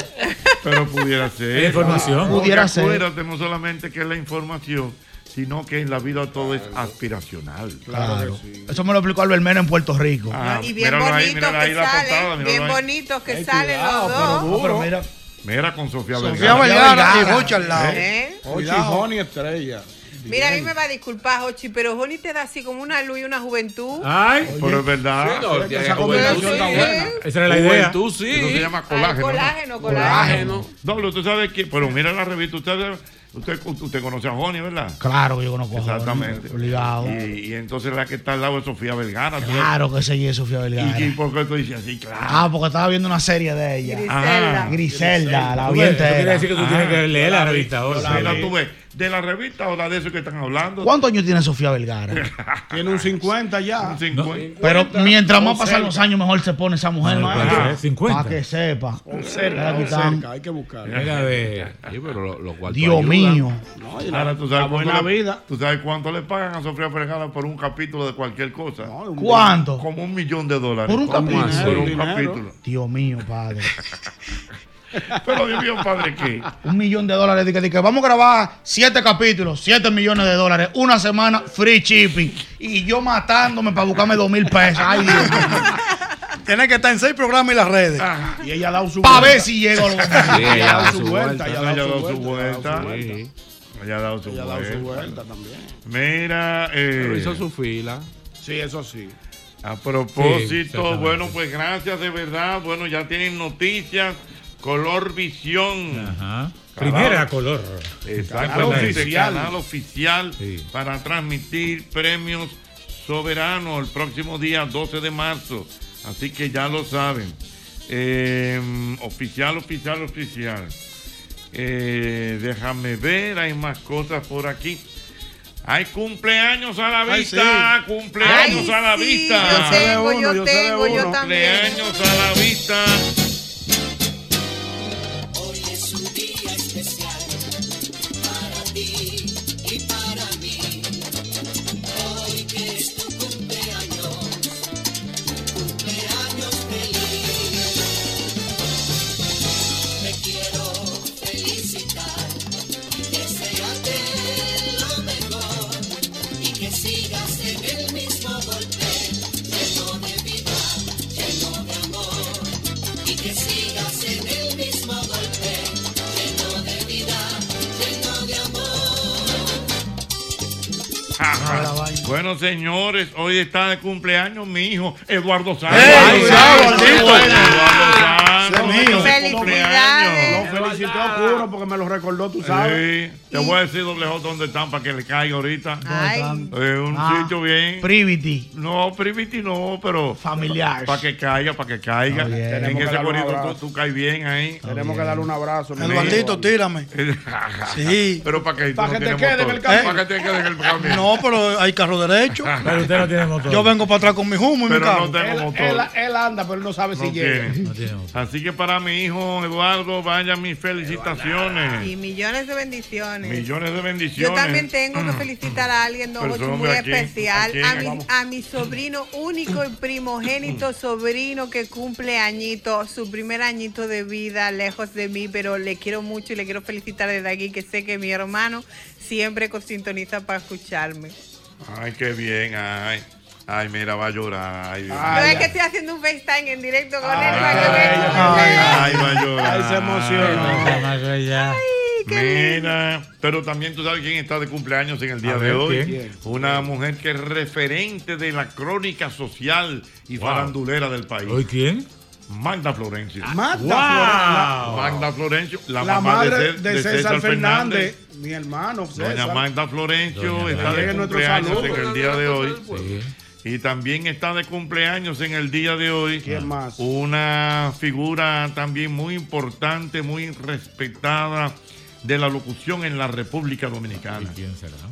Pero pudiera ser. Es información. Porque Pudiera ser. Acuérdate, no solamente que es la información, sino que en la vida todo es aspiracional. Claro. eso me lo explicó Albert Mena en Puerto Rico. Ah, y bien míralo ahí, bonitos míralo ahí que la salen portada, míralo bien ahí. bonitos que salen los pero dos duro. Ah, pero mira, Mira con Sofía, Sofía Vergara y Jochi al lado. ¿Eh? Ocho y Cuidado. Joni Estrella. mira a mí me va a disculpar Jochi pero Johnny te da así como una luz y una juventud Ay, pero es verdad. Sí, no, tiene Esa juventud, combinación sí. está buena. Esa era la idea. Juventud, sí. Eso se llama Ay, colágeno. colágeno, colágeno. Doble, usted sabe que, pero mira la revista, usted, sabe- usted, usted conoce a Joni, ¿verdad? Claro que yo conozco a Johnny, Exactamente. obligado. Y, y entonces la que está al lado es Sofía Vergara. ¿tú ves? Claro que seguí Sofía Vergara. ¿Y, y por qué tú dices así? Claro. Ah, porque estaba viendo una serie de ella. Griselda. Ajá. Griselda, la Tú oyente ves, eso quiere era. decir que tú tienes que leer la revista Ahora, Hola. mira, tú ves, de la revista o la de eso que están hablando. Ah. ¿Cuántos años tiene Sofía Vergara? Tiene un 50 ya. Un 50. Pero mientras más O pasan cerca. los años, mejor se pone esa mujer, No, puede maestro. ser, 50. Para que sepa. O cerca, Ya o quitamos. cerca, hay que buscar. Mira, ve. Sí, pero lo, lo cual Dios mío. No, y la- Ahora tú la sabes, buena cuánto le- vida. tú sabes cuánto le pagan a Sofía Vergara por un capítulo de cualquier cosa. ¿Cuánto? Como un millón de dólares. Por un ¿Cómo capítulo. así? Por un Dinero. capítulo. Dios mío, padre. Pero Dios mío, padre, ¿qué? Un millón de dólares. Dije, dije, vamos a grabar siete capítulos, siete millones de dólares, una semana free shipping. Y yo matándome para buscarme dos mil pesos. Ay, Dios Tiene que estar en seis programas y las redes. Ah, Y ella ha dado su Para ver vuelta. si llego. a los- Sí, ella ha dado su vuelta, Ella ella ha dado su vuelta. Ella ha dado su Ella ha dado vuelta. su vuelta también. Mira. Pero Eh, hizo su fila. Sí, eso sí. pues A propósito, bueno, pues gracias de verdad. Bueno, ya tienen noticias. Color Visión. Ajá. Primera color. Exactamente, Canal oficial. oficial. canal oficial para transmitir premios soberanos el próximo día 12 de marzo. Así que ya lo saben. Eh, oficial, oficial, oficial. Eh, déjame ver, hay más cosas por aquí. Hay cumpleaños a la Ay, sí. vista, cumpleaños Ay, a la sí, vista. yo tengo, Yo sé de yo uno, yo sé de tengo, yo uno. también. Cumpleaños a la vista. Hoy es un día especial para ti y para mí. Hoy que es tu cumpleaños, cumpleaños feliz. Te quiero felicitar, desearte lo mejor y que sigas en el mismo golpe, lleno de vida, lleno de amor y que sigas en el mismo golpe, lleno de vida, lleno de amor. Ajá. Bueno, señores, hoy está de cumpleaños mi hijo Eduardo Santos. ¡Ey, bravo, Eduardo Eduardo! Santos, Ese es mío. de cumpleaños. Lo felicité a Curo porque me lo recordó, tú Sí, sabes. te voy a decir doble J dónde están para que le caiga ahorita. Ay. Eh, un Ah, sitio bien. Privity. No, Privity no, pero. Familiar. Para que caiga, para que caiga. En Tenemos que ese darle un cuerito tú, abrazo. tú caes bien ahí. Tenemos que darle un abrazo. mi Eduardito, amigo. tírame. sí. Pero para que, tú Pa' no que te tienes quede en motor. el camión. Pa' que te quede en el Eh, camión. No, pero hay carro derecho. Pero usted no tiene motor. Yo vengo para atrás con mi humo y mi Pero no carro. tengo Él, motor. él- él anda, pero él no sabe si Eh, No llega. tiene. Así que para mi hijo Eduardo, vaya mis Y felicitaciones. millones de bendiciones. Millones de bendiciones. Yo también tengo que felicitar a alguien, don Pero Jochi, hombre, muy ¿a quién? especial. ¿A quién? A, mi, Vamos. a mi sobrino único y primogénito sobrino que cumple añito, su primer añito de vida, lejos de mí, pero le quiero mucho y le quiero felicitar desde aquí, que sé que mi hermano siempre con sintoniza para escucharme. Ay, qué bien, ay. Ay, mira, va a llorar. Ay, Dios Pero mío. es que estoy haciendo un FaceTime en directo con él. Ay, va a llorar. Ay, se emocionó. Mira, pero también tú sabes quién está de cumpleaños en el día A de ver, hoy. ¿quién? Una mujer que es referente de la crónica social y Wow. farandulera del país. ¿Hoy quién? Magda Florencio. Magda Wow. Florencio. Magda Florencio, la, La, mamá madre de, de, Ce- César, Fernández, mi hermano César. Doña Magda Florencio Doña está de Magda. Nuestro cumpleaños saludo. en el día de hoy. Y también está de cumpleaños en el día de hoy. Una figura también muy importante, muy respetada de la locución en la República Dominicana.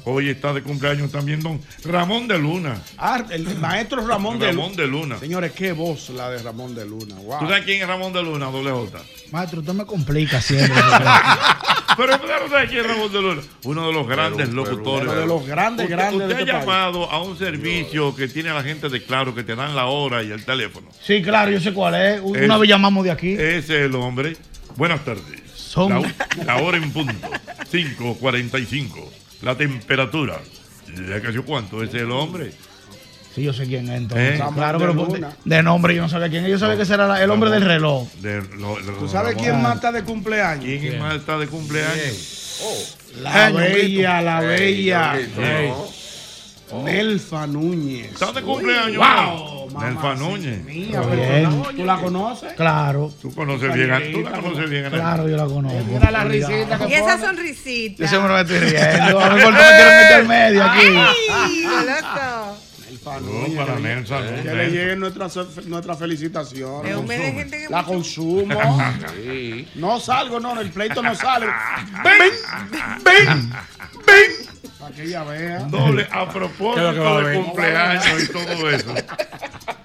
Hoy está de cumpleaños también don Ramón de Luna. Ah, el maestro Ramón, de Ramón de Luna. Señores, qué voz la de Ramón de Luna. Wow. ¿Tú sabes quién es Ramón de Luna, doble J? Maestro, usted me complica siempre. Pero claro, ¿sabes quién es Ramón de Luna? Uno de los grandes locutores. uno de los grandes, Usted- grandes de Usted este ha país. llamado a un servicio que tiene a la gente de Claro, que te dan la hora y el teléfono. sí, claro, yo sé cuál es. Una Es- vez llamamos de aquí. Ese es el hombre. Buenas tardes. Son- La, la hora en punto. 5.45. La temperatura. ¿De qué sé cuánto? Ese es el hombre. Sí, yo sé quién es entonces. Eh. Claro, pero Ramón de de, Luna. de nombre yo no sabía quién es. Yo sabía que ese era la- el hombre del reloj. De lo- lo- ¿Tú sabes lo- quién más está de cumpleaños? ¿Quién más está de cumpleaños? La Ay, bella, Ñonguito. la Ey, bella. Ñonguito, Ey. no. Nelfa Núñez. ¿Está de cumpleaños? ¡Wow! Nelfa Núñez. Mía, pero ¿Tú la conoces? Claro. Tú conoces bien a- tú la conoces bien a Claro, yo la conozco. Mira la risita que Y esa pone. sonrisita. Yo siempre me estoy riendo. A mí por qué me quieren meter medio aquí. Ay, loco. Saludos para Nelsa. Que Nelsa. le lleguen nuestras nuestra felicitaciones. Es un mes de gente que La consumo. No salgo, no, el pleito no sale. ¡Ven! ¡Ven! ¡Ven! Para que ella vea. Doble, a ¿Qué es lo que va propósito a de ver? cumpleaños y todo eso.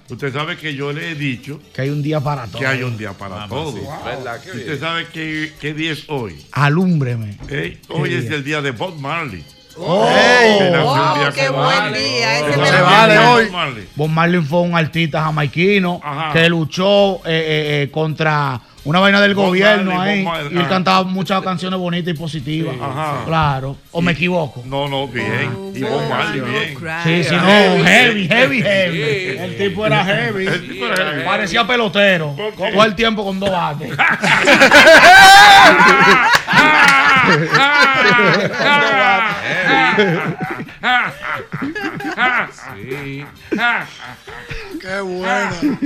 Usted sabe que yo le he dicho Que hay un día para todo. que hay un día para todo. ¿Verdad? Qué Y bien. Usted sabe qué, qué día es hoy. Alúmbreme. Eh, hoy es el día de Bob Marley. ¡Oh! Que nació ¡Oh, el día qué que buen vale. día! Ese es Ese el me lo día de vale Bob hoy. Marley. Bob Marley fue un artista jamaiquino Ajá. que luchó eh, eh, eh, contra una vaina del Bob gobierno Marley, ahí. Bob Marley, y él ajá. cantaba muchas canciones bonitas y positivas. Ajá. Claro. ¿O me equivoco? No, no, bien. Y Bob Marley, bien. Oh, Sí, sí, no. Heavy, heavy, heavy. El tipo era heavy. Parecía pelotero. Todo el tiempo con dos bates. Sí. Qué bueno.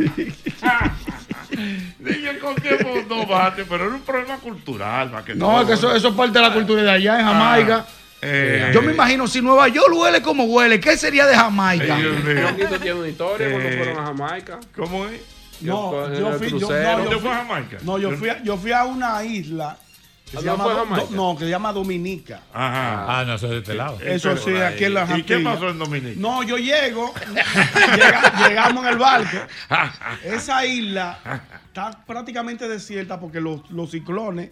Dije, ¿con qué no bate? Pero era un problema cultural. más que No, es que eso, eso es parte de la cultura de allá en Ah, Jamaica. Eh, Yo me imagino si Nueva York huele como huele, ¿qué sería de Jamaica? Juanito tiene una historia cuando Eh. fueron a Jamaica. ¿Cómo es? Yo, No, yo fui, yo, no, yo fui- No, yo fui, a, yo fui a una isla. Que Ah, se no llama, fue Do- Jamaica. no, que se llama Dominica. Ah, no, eso es de este lado. Eso sí, aquí en la ¿Y qué Antillas. pasó en Dominica? No, yo llego, llega- llegamos en el barco. Esa isla está prácticamente desierta porque los, los ciclones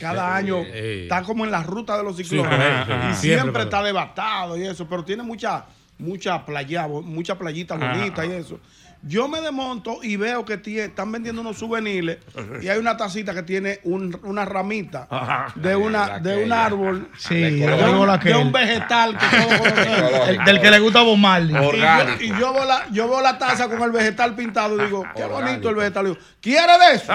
cada Sí, año eh. están como en la ruta de los ciclones correcto. y Ajá. siempre, Siempre, está devastado y eso, pero tiene mucha mucha playa, mucha playita Ajá. bonita y eso. Yo me desmonto y veo que tie- están vendiendo unos souvenirs y hay una tacita que tiene un- una ramita Ajá. de una de un árbol Sí, de, el árbol un, aquel. de un vegetal que todos conocemos. El- del que le gusta Bob Marley. Y yo, y yo veo la, yo veo la taza con el vegetal pintado y digo, qué bonito el vegetal. Digo, ¿quiere de eso?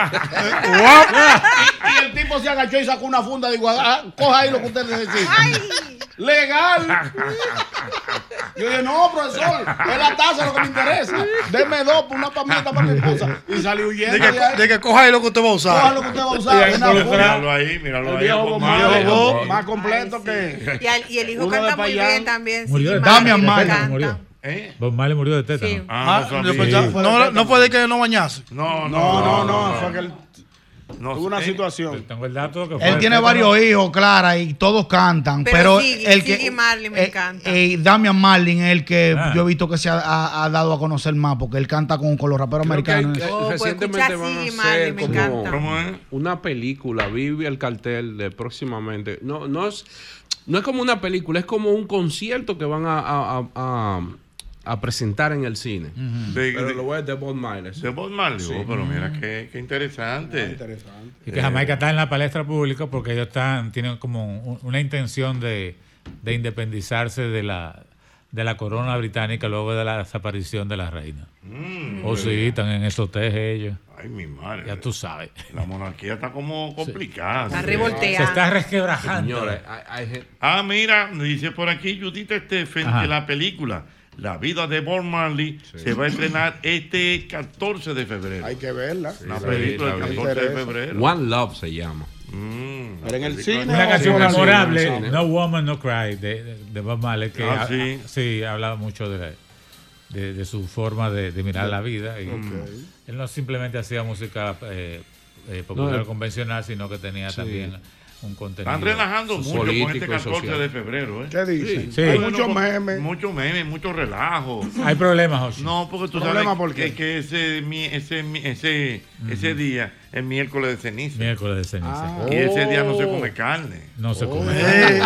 y, y el tipo se agachó y sacó una funda. Digo, "Ah, coja ahí lo que usted necesita. ¡Legal! Yo dije, no, profesor, es la taza lo que me interesa. Deme dos, por una para mí, otra para mi esposa. Y salí huyendo. De que- de que coja ahí lo que usted va a usar. Coja lo que usted va a usar. Míralo una funda. míralo ahí, míralo El ahí. viejo Bob Bob Marley. Marley, Bob Bob, Marley. Más completo que. Y, al- y el hijo Uno de canta muy payán. bien también. Murió de sí, tétano. Marley, Bob Marley canta. murió. Bob Marley murió de tétano. Sí. Ah, ¿Eh? no yo sabía. pensaba- Sí. no, no fue de que no bañase. No, No, no, no, no. fue que él tuvo una situación. Tengo el dato que fue Él de tiene tétano. varios hijos, Clara, y todos cantan. Pero Pero, Ziggy, el que. Ziggy Marley me encanta. eh, Damian Marlin es el que Ah. yo he visto que se ha, ha- ha dado a conocer más porque él canta con, con los raperos americanos. Que, que Eso. recientemente van a así, hacer Marley, me como encanta. una película, vive el cartel de próximamente. No, no es, no es como una película, es como un concierto que van a, a- a- a- a presentar en el cine. De- Pero de- lo voy a de Bob Marley. De Bob Marley. Sí. Oh, pero mira, qué, qué interesante. Y que Jamaica está en la palestra pública porque ellos están, tienen como un- una intención de, de independizarse de la, de la corona británica luego de la desaparición de la reina. Mm. O Oh, sí, están en esos test ellos. Ay, mi madre. Ya tú sabes. La monarquía está como complicada. Está Sí. revolteada. Se está resquebrajando. Señores, hay- hay gente- Ah, mira, dice por aquí Judith Steffen Ajá. que la película La vida de Bob Marley se va a estrenar este 14 de febrero. Hay que verla. Una Sí, película la del vi. 14 de febrero. One Love se llama. Pero en el película- cine. Sí, Una canción en el cine, en el memorable, cine. No Woman No Cry, de, de Bob Marley, que Ah, ha- sí. ha- sí, hablaba mucho de, la- de, de su forma de, de mirar la vida. Y Ok. Él no simplemente hacía música eh, eh, No, popular eh, convencional, sino que tenía sí. también un contenido. Están relajando mucho con político este y 14 social. de febrero. ¿eh? ¿Qué dicen? Sí, sí. Hay Hay muchos memes. Muchos memes, mucho relajo. Hay problemas, José. No, porque tú ¿Problema sabes por que, que ese, mi- ese, mi- ese, ese día es miércoles de ceniza. Miércoles de ceniza. Y ese día no se Oh. come carne. No se come. Eh.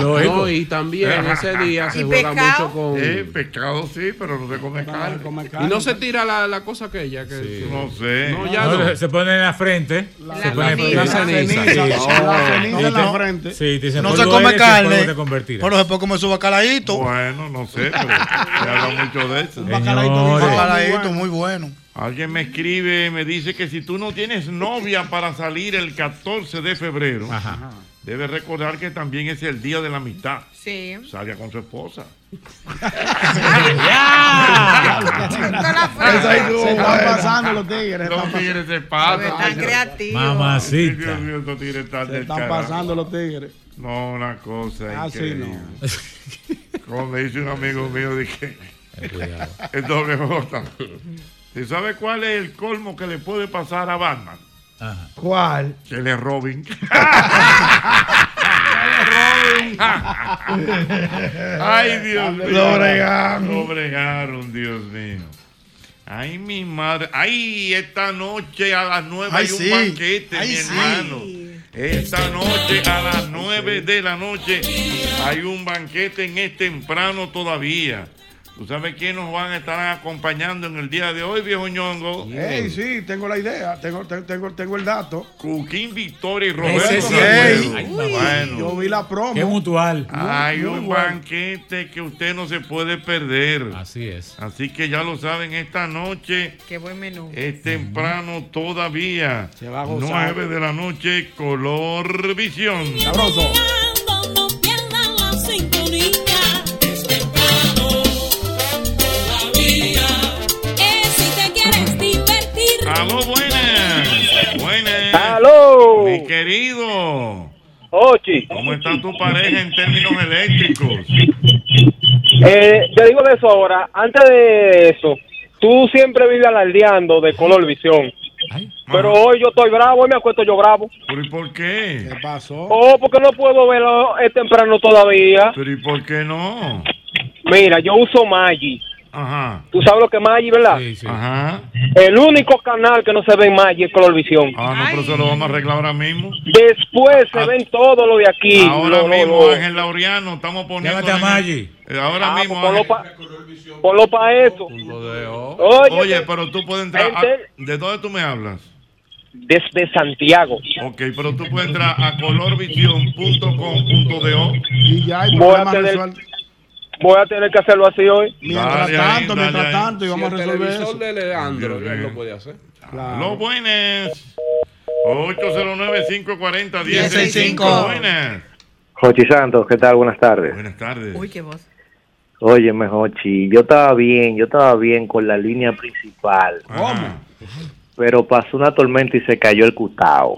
Lo oigo. No, y también ese día se juega mucho con. Eh, Oh, pescado sí, pero no se come carne. Y no se tira la, la cosa aquella que. que- No sé. No, ya No, no. Se pone en la frente. se pone en ceniza. La ceniza. La ceniza en la frente. Sí, te dicen, No "Polvo se come eres y polvo carne. te convertirás". Pero después come su bacalaíto. Bueno, no sé, pero se habla mucho de eso. Un bacalaíto muy bueno. Alguien me escribe, me dice que si tú no tienes novia para salir el 14 de febrero, debes recordar que también es el día de la amistad. Sí. Salga con su esposa. Esa Ah, es eh. como- Se están pasando los tigres. Los tigres se pasan. Están creativos. Mamacita. Dios mío, estos tigres están Se del están carajo. pasando los tigres. No, una cosa Ah, sí, increíble. Como me dice un amigo mío, dije. El doble J. ¿Y sabe cuál es el colmo que le puede pasar a Batman? ¿Cuál? Que le roben. Ay, Dios mío. Lo bregaron. Lo bregaron, Dios mío. Ay, mi madre. Ay, esta noche a las nueve Ay, hay un sí. banquete, Ay, mi sí. hermano. Esta noche a las nueve de la noche hay un banquete en este temprano todavía. ¿Tú sabes quién nos van a estar acompañando en el día de hoy, viejo ñongo? Ey, sí, tengo la idea, tengo, te- tengo, tengo el dato. Cuquín Victoria y Roberto. Ese sí Samuel. es. Ay, Bueno. Yo vi la promo. Qué mutual. Hay Muy un bueno. banquete que usted no se puede perder. Así es. Así que ya lo saben, esta noche Qué buen menú. es temprano todavía. Se va a gozar. 9 de la noche, color visión. Sabroso. No pierdan la sintonía. Es temprano. Todavía. Eh, si te quieres divertir. Aló, buenas. Ochi. ¿Cómo está tu pareja en términos eléctricos? Eh, yo digo de eso ahora. Antes de eso, tú siempre vives alardeando de color visión. Pero hoy yo estoy bravo, hoy me acuesto yo bravo. ¿Pero y por qué? ¿Qué pasó? Oh, porque no puedo verlo es temprano todavía. ¿Pero y por qué no? Mira, yo uso Maggi. Ajá. Tú sabes lo que es Maggi, ¿verdad? Ajá. El único canal que no se ve en Maggi es Color Visión. Ah, no, pero eso lo vamos a arreglar ahora mismo. Después se ven todo lo de aquí. Ahora Lo- lo- mismo, lo- Ángel Laureano, estamos poniendo. Llévate a Maggi. Eh, Ahora Ah, mismo. pues ponlo Ángel. pa- Ponlo para eso. Oye, Oye, pero tú puedes entrar. a- Enter. ¿De dónde tú me hablas? Desde Santiago. Ok, pero tú puedes entrar a colorvision.com.do. Y ya hay voy a, problema tener, resuelto. voy a tener que hacerlo así hoy. Mientras Dale ahí, tanto, dale mientras ahí. tanto, y Si el televisor de Leandro él lo podía hacer. Los buenos. 809-540-1065. Buenas. Jochi Santos, ¿qué tal? Buenas tardes. Buenas tardes. Uy, qué voz. Óyeme, Jochi, yo estaba bien, yo estaba bien con la línea principal. ¿Cómo? Pero pasó una tormenta y se cayó el cutao.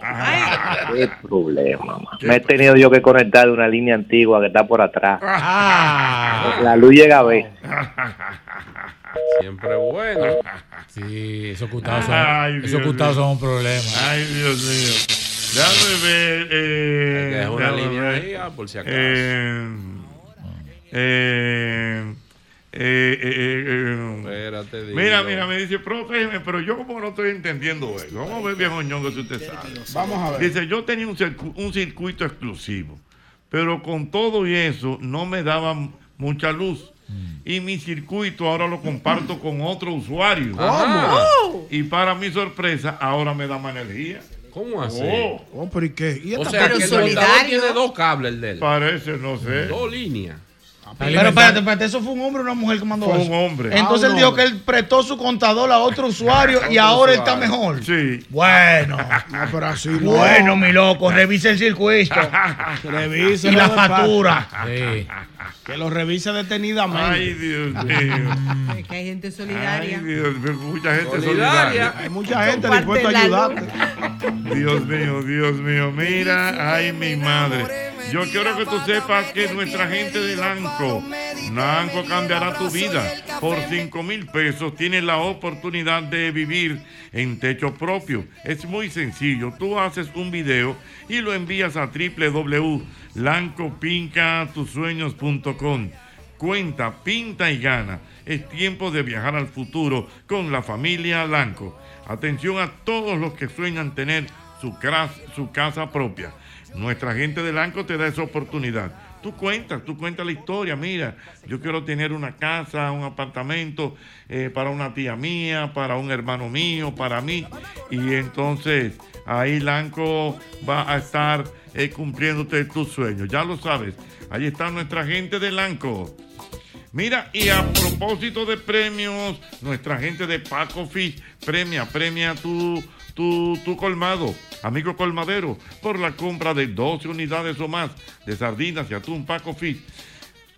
Qué problema, ma. Me he tenido yo que conectar de una línea antigua que está por atrás. Ah. La luz llega a ver. Siempre bueno. Sí, esos cutados son, Ay, esos Dios cutados mío. son un problema. Ay, Dios mío. Déjame ver. Eh, Hay que dejar una déjame línea ver. ahí, ah, por si acaso. Eh, eh, eh, eh, eh, Espérate, dilo. mira, mira, me dice, protégeme, pero yo como no estoy entendiendo eso. Vamos a ver, viejo ñongo, si usted sabe. Vamos a ver. Dice, yo tenía un, circu- un circuito exclusivo, pero con todo y eso no me daba m- mucha luz. Mm. Y mi circuito ahora lo comparto con otro usuario. ¿Cómo? Oh. Y para mi sorpresa, ahora me da más energía. ¿Cómo así? Oh. Oh, pero ¿y qué? ¿Y O este esta sea, persona? que el soldador tiene dos cables el de él. Parece, no sé. Dos líneas. Pero espérate, espérate, ¿eso fue un hombre o una mujer que mandó Fue eso? un hombre. Entonces Ah, él un dijo que hombre. él prestó su contador a otro usuario y Otro ahora él está usuario. mejor. Sí. Bueno. pero así no. Bueno, mi loco, revise el circuito. Ah, Revise Y la lo de pa- factura. Que lo revise detenidamente. Ay, Dios mío. Es que hay gente solidaria. Ay, Dios mío, mucha gente Solidaria. solidaria. Hay mucha gente Comparte dispuesta a la luz. ayudarte. Dios mío, Dios mío, mira, ay mi madre. Yo quiero que tú sepas que nuestra gente de Lanco, Lanco cambiará tu vida. Por 5 mil pesos tienes la oportunidad de vivir en techo propio. Es muy sencillo, tú haces un video y lo envías a www.lancopincatusueños.com. Cuenta, pinta y gana. Es tiempo de viajar al futuro con la familia Lanco. Atención a todos los que sueñan tener su, cras- su casa propia. Nuestra gente de Lanco te da esa oportunidad. Tú cuentas, tú cuentas la historia. Mira, yo quiero tener una casa, un apartamento eh, para una tía mía, para un hermano mío, para mí. Y entonces ahí Lanco va a estar eh, cumpliéndote tus sueños. Ya lo sabes. Ahí está nuestra gente de Lanco. Mira, y a propósito de premios, nuestra gente de Paco Fish premia, premia tu, tu, tu colmado, amigo colmadero, por la compra de 12 unidades o más de sardinas y atún Paco Fish.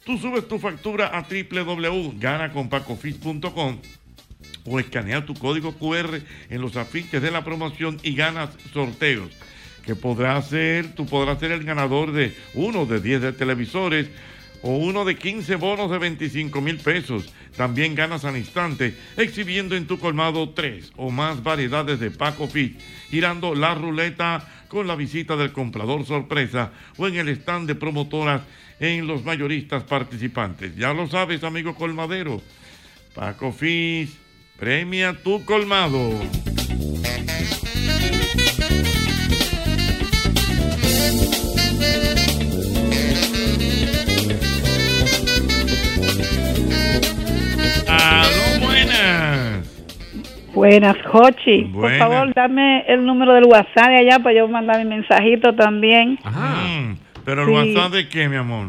Tú subes tu factura a www.ganaconpacofish.com o escanea tu código QR en los afiches de la promoción y ganas sorteos que podrás ser, tú podrás ser el ganador de uno de 10 de televisores o uno de 15 bonos de 25 mil pesos. También ganas al instante exhibiendo en tu colmado tres o más variedades de Paco Fit, girando la ruleta con la visita del comprador sorpresa o en el stand de promotoras en los mayoristas participantes. Ya lo sabes, amigo colmadero. Paco Fish, premia tu colmado. Aló, buenas. Buenas, Jochi. Por Buenas. favor, dame el número del WhatsApp de allá para yo mandar mi mensajito también. Mm, pero el Sí. WhatsApp de qué, mi amor?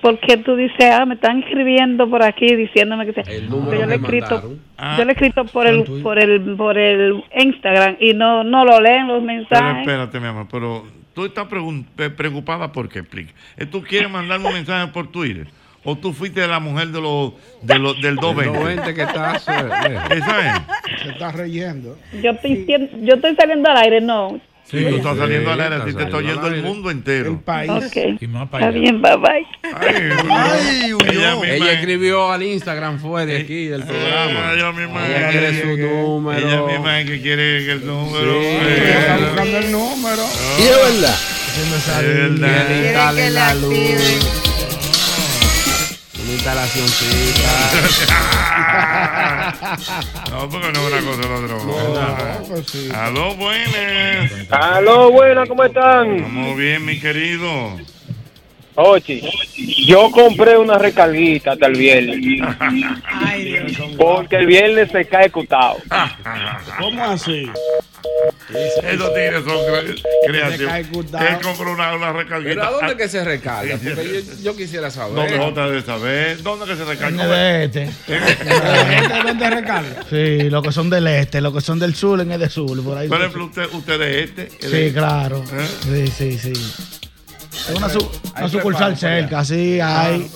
Porque tú dices, ah, me están escribiendo por aquí diciéndome que se... Pero yo le he escrito, yo le he escrito por el, por el, por el Instagram y no, no lo leen los Pero mensajes. espérate, mi amor, pero tú estás pregun- pe- preocupada porque explica. Eh, ¿Tú quieres mandarme un mensaje por Twitter? ¿O tú fuiste la mujer de los de los del 220? 220 que está eh. hace- Esa es. Se está reyendo. Yo estoy, sien- yo estoy saliendo al aire, no. Sí, tú estás Sí, saliendo al aire, estás a ti te está saliendo oyendo al el aire. mundo entero. El país. Ok. Y más para Está allá. bien, bye bye. ella, escribió al Instagram fuera de aquí del programa. Ella misma Ella quiere su número. Ella misma es que quiere que el número. Está buscando el número. Y es verdad. Es verdad. Quiere instalarle la luz. Una instalacioncita. No, porque no es una cosa la droga. ¿verdad? pues Aló, buenas. Aló, buenas, ¿cómo están? Muy bien, mi querido. Ochi, yo compré una recarguita hasta el viernes. Porque el viernes se cae cutado. ¿Cómo así? Esos tigres son cre- creativos. cae gustado. Él compró una, una recarguita. Pero ¿a dónde Ah, que se recarga? Porque yo, yo quisiera saber. No me jodas de saber. ¿Dónde que se recarga? de este. ¿Dónde recarga? Sí, los que son del este, los que son del sur en el de sur, por ahí. Por ejemplo, usted, usted es este. él Sí, es- claro. ¿Eh? Sí, sí, sí. Es una, su- una hay sucursal prepago para allá. Ah, cerca, sí, hay.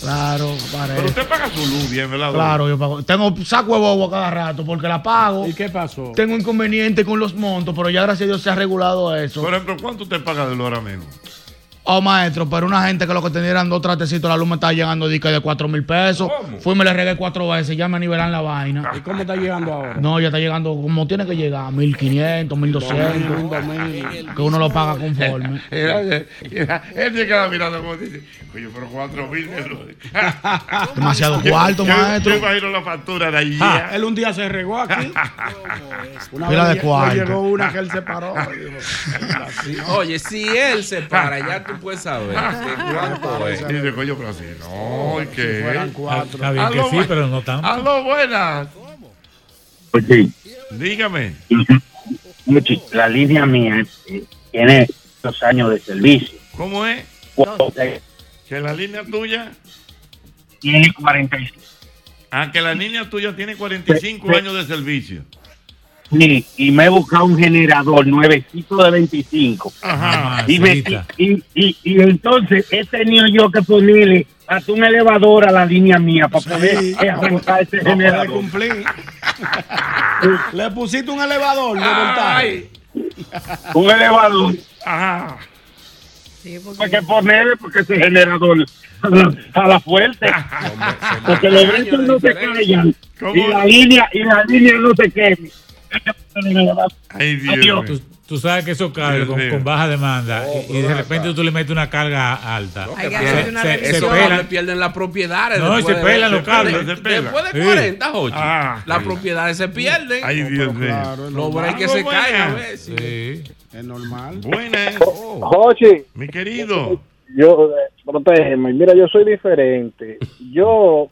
Claro, Pero parece. usted paga su luz bien, ¿verdad? don? Claro, yo pago. Tengo saco de bobo cada rato porque la pago. ¿Y qué pasó? Tengo inconveniente con los montos, pero ya gracias a Dios se ha regulado eso. Por ejemplo, ¿cuánto usted paga de luz ahora mismo? Oh, maestro, pero una gente que lo que tenía eran dos tratecitos, la luz me estaba llegando de, que de 4 mil pesos. Fui y me le regué cuatro veces, ya me nivelan la vaina. ¿Y cómo está llegando ahora? No, ya está llegando como tiene que llegar, 1500, 1200, que uno lo paga conforme. Era, era- él se queda mirando como dice, oye, pero cuatro mil de luz. Demasiado Yo- cuarto, yo- maestro. Yo imagino la factura de allí. ¿eh? Ah, él un día se regó aquí. Una Pila vez de lle- cuarto. Llegó una que él se paró. y dijo, Sí, Oye, si él se para, ya tú puedes saber que cuánto es. Dice, coño, pero así, no, ¿y ¿qué? fueran cuatro. Está bien que sí, pero no tanto. Aló, buenas. Oye, Dígame. mucho, la línea mía eh, tiene dos años de servicio. ¿Cómo es? Que la línea tuya. Tiene 45. Ah, que la línea tuya tiene 45 Ve- ve- años de servicio. Sí, y me he buscado un generador nuevecito de 25. Ajá. Y, me- y, y- y entonces he tenido yo que ponerle hasta un elevador a la línea mía para poder Sí. eh, arrancar ese No puede generador. cumplir. Le pusiste un elevador de voltaje. Un elevador. Ajá. Hay que ponerle porque ese generador a la- a la fuerte. Porque los gritos no se callan. ¿Cómo? Y la línea, y la línea no se queme. Ay, Adiós. Tú, tú sabes que eso carga con, con baja demanda y- y, de repente tú le metes una carga alta. Hay que Se- hacer una se- se revisión, pelan. le pierden las propiedades. No, y después se de- pelan los después de- cables, se pelan. Después de Sí. 40, Jochi, Ah, las sí. propiedades se pierden. Ay, Dios mío. Los breaks que Aló, se caen a buenas. veces. Es normal. Buenas. Oh. Jochi, Mi querido. yo, eh, protégeme. Mira, yo soy diferente. Yo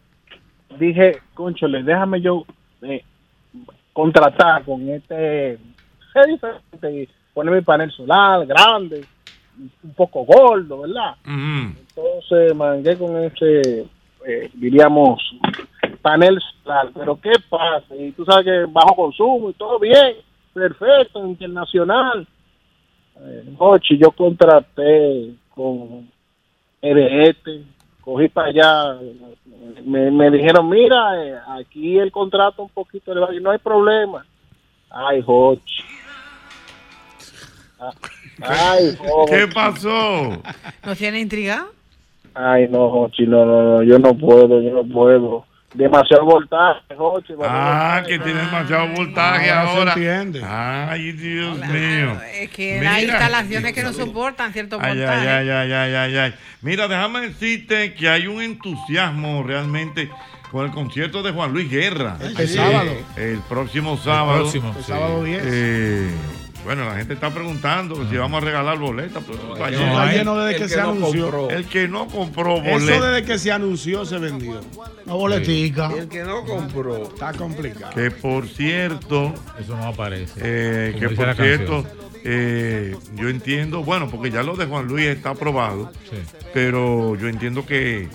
dije, conchole, déjame yo eh, contratar con este. ser diferente y poner mi panel solar grande, un poco gordo, ¿verdad? Entonces mangué con ese, eh, diríamos, panel solar. Pero ¿qué pasa? Y tú sabes que bajo consumo y todo bien, perfecto, internacional. Eh, Ochi, yo contraté con EDET, cogí para allá, me, me dijeron, mira, eh, aquí el contrato un poquito elevado, y no hay problema. Ay, Jochi. Ah, Ay, Jochi. ¿Qué pasó? ¿Nos tiene intrigado? Ay, no, Jochi, no, no, no, yo no puedo, yo no puedo. Demasiado voltaje, Jochi. Ah, que tiene demasiado voltaje Ah, ahora se ahora. Ay, Dios mío. Es que Mira. hay instalaciones que no soportan cierto Ay, voltaje. ay, ay, ay, ay, ay, ay. Mira, déjame decirte que hay un entusiasmo realmente con el concierto de Juan Luis Guerra. El sábado. El próximo sábado. próximo, El sí. sábado 10. Eh, bueno, la gente está preguntando Ah. si vamos a regalar boletas. pero eso está Eso lleno. está lleno desde que se anunció. El que no compró boletas. Eso desde que se anunció se vendió. Una boletica. El que no compró. Está complicado. Que por cierto. Eso no aparece. Eh, Como que dice por la cierto, eh, yo entiendo, bueno, porque ya lo de Juan Luis está aprobado, pero yo entiendo que eh,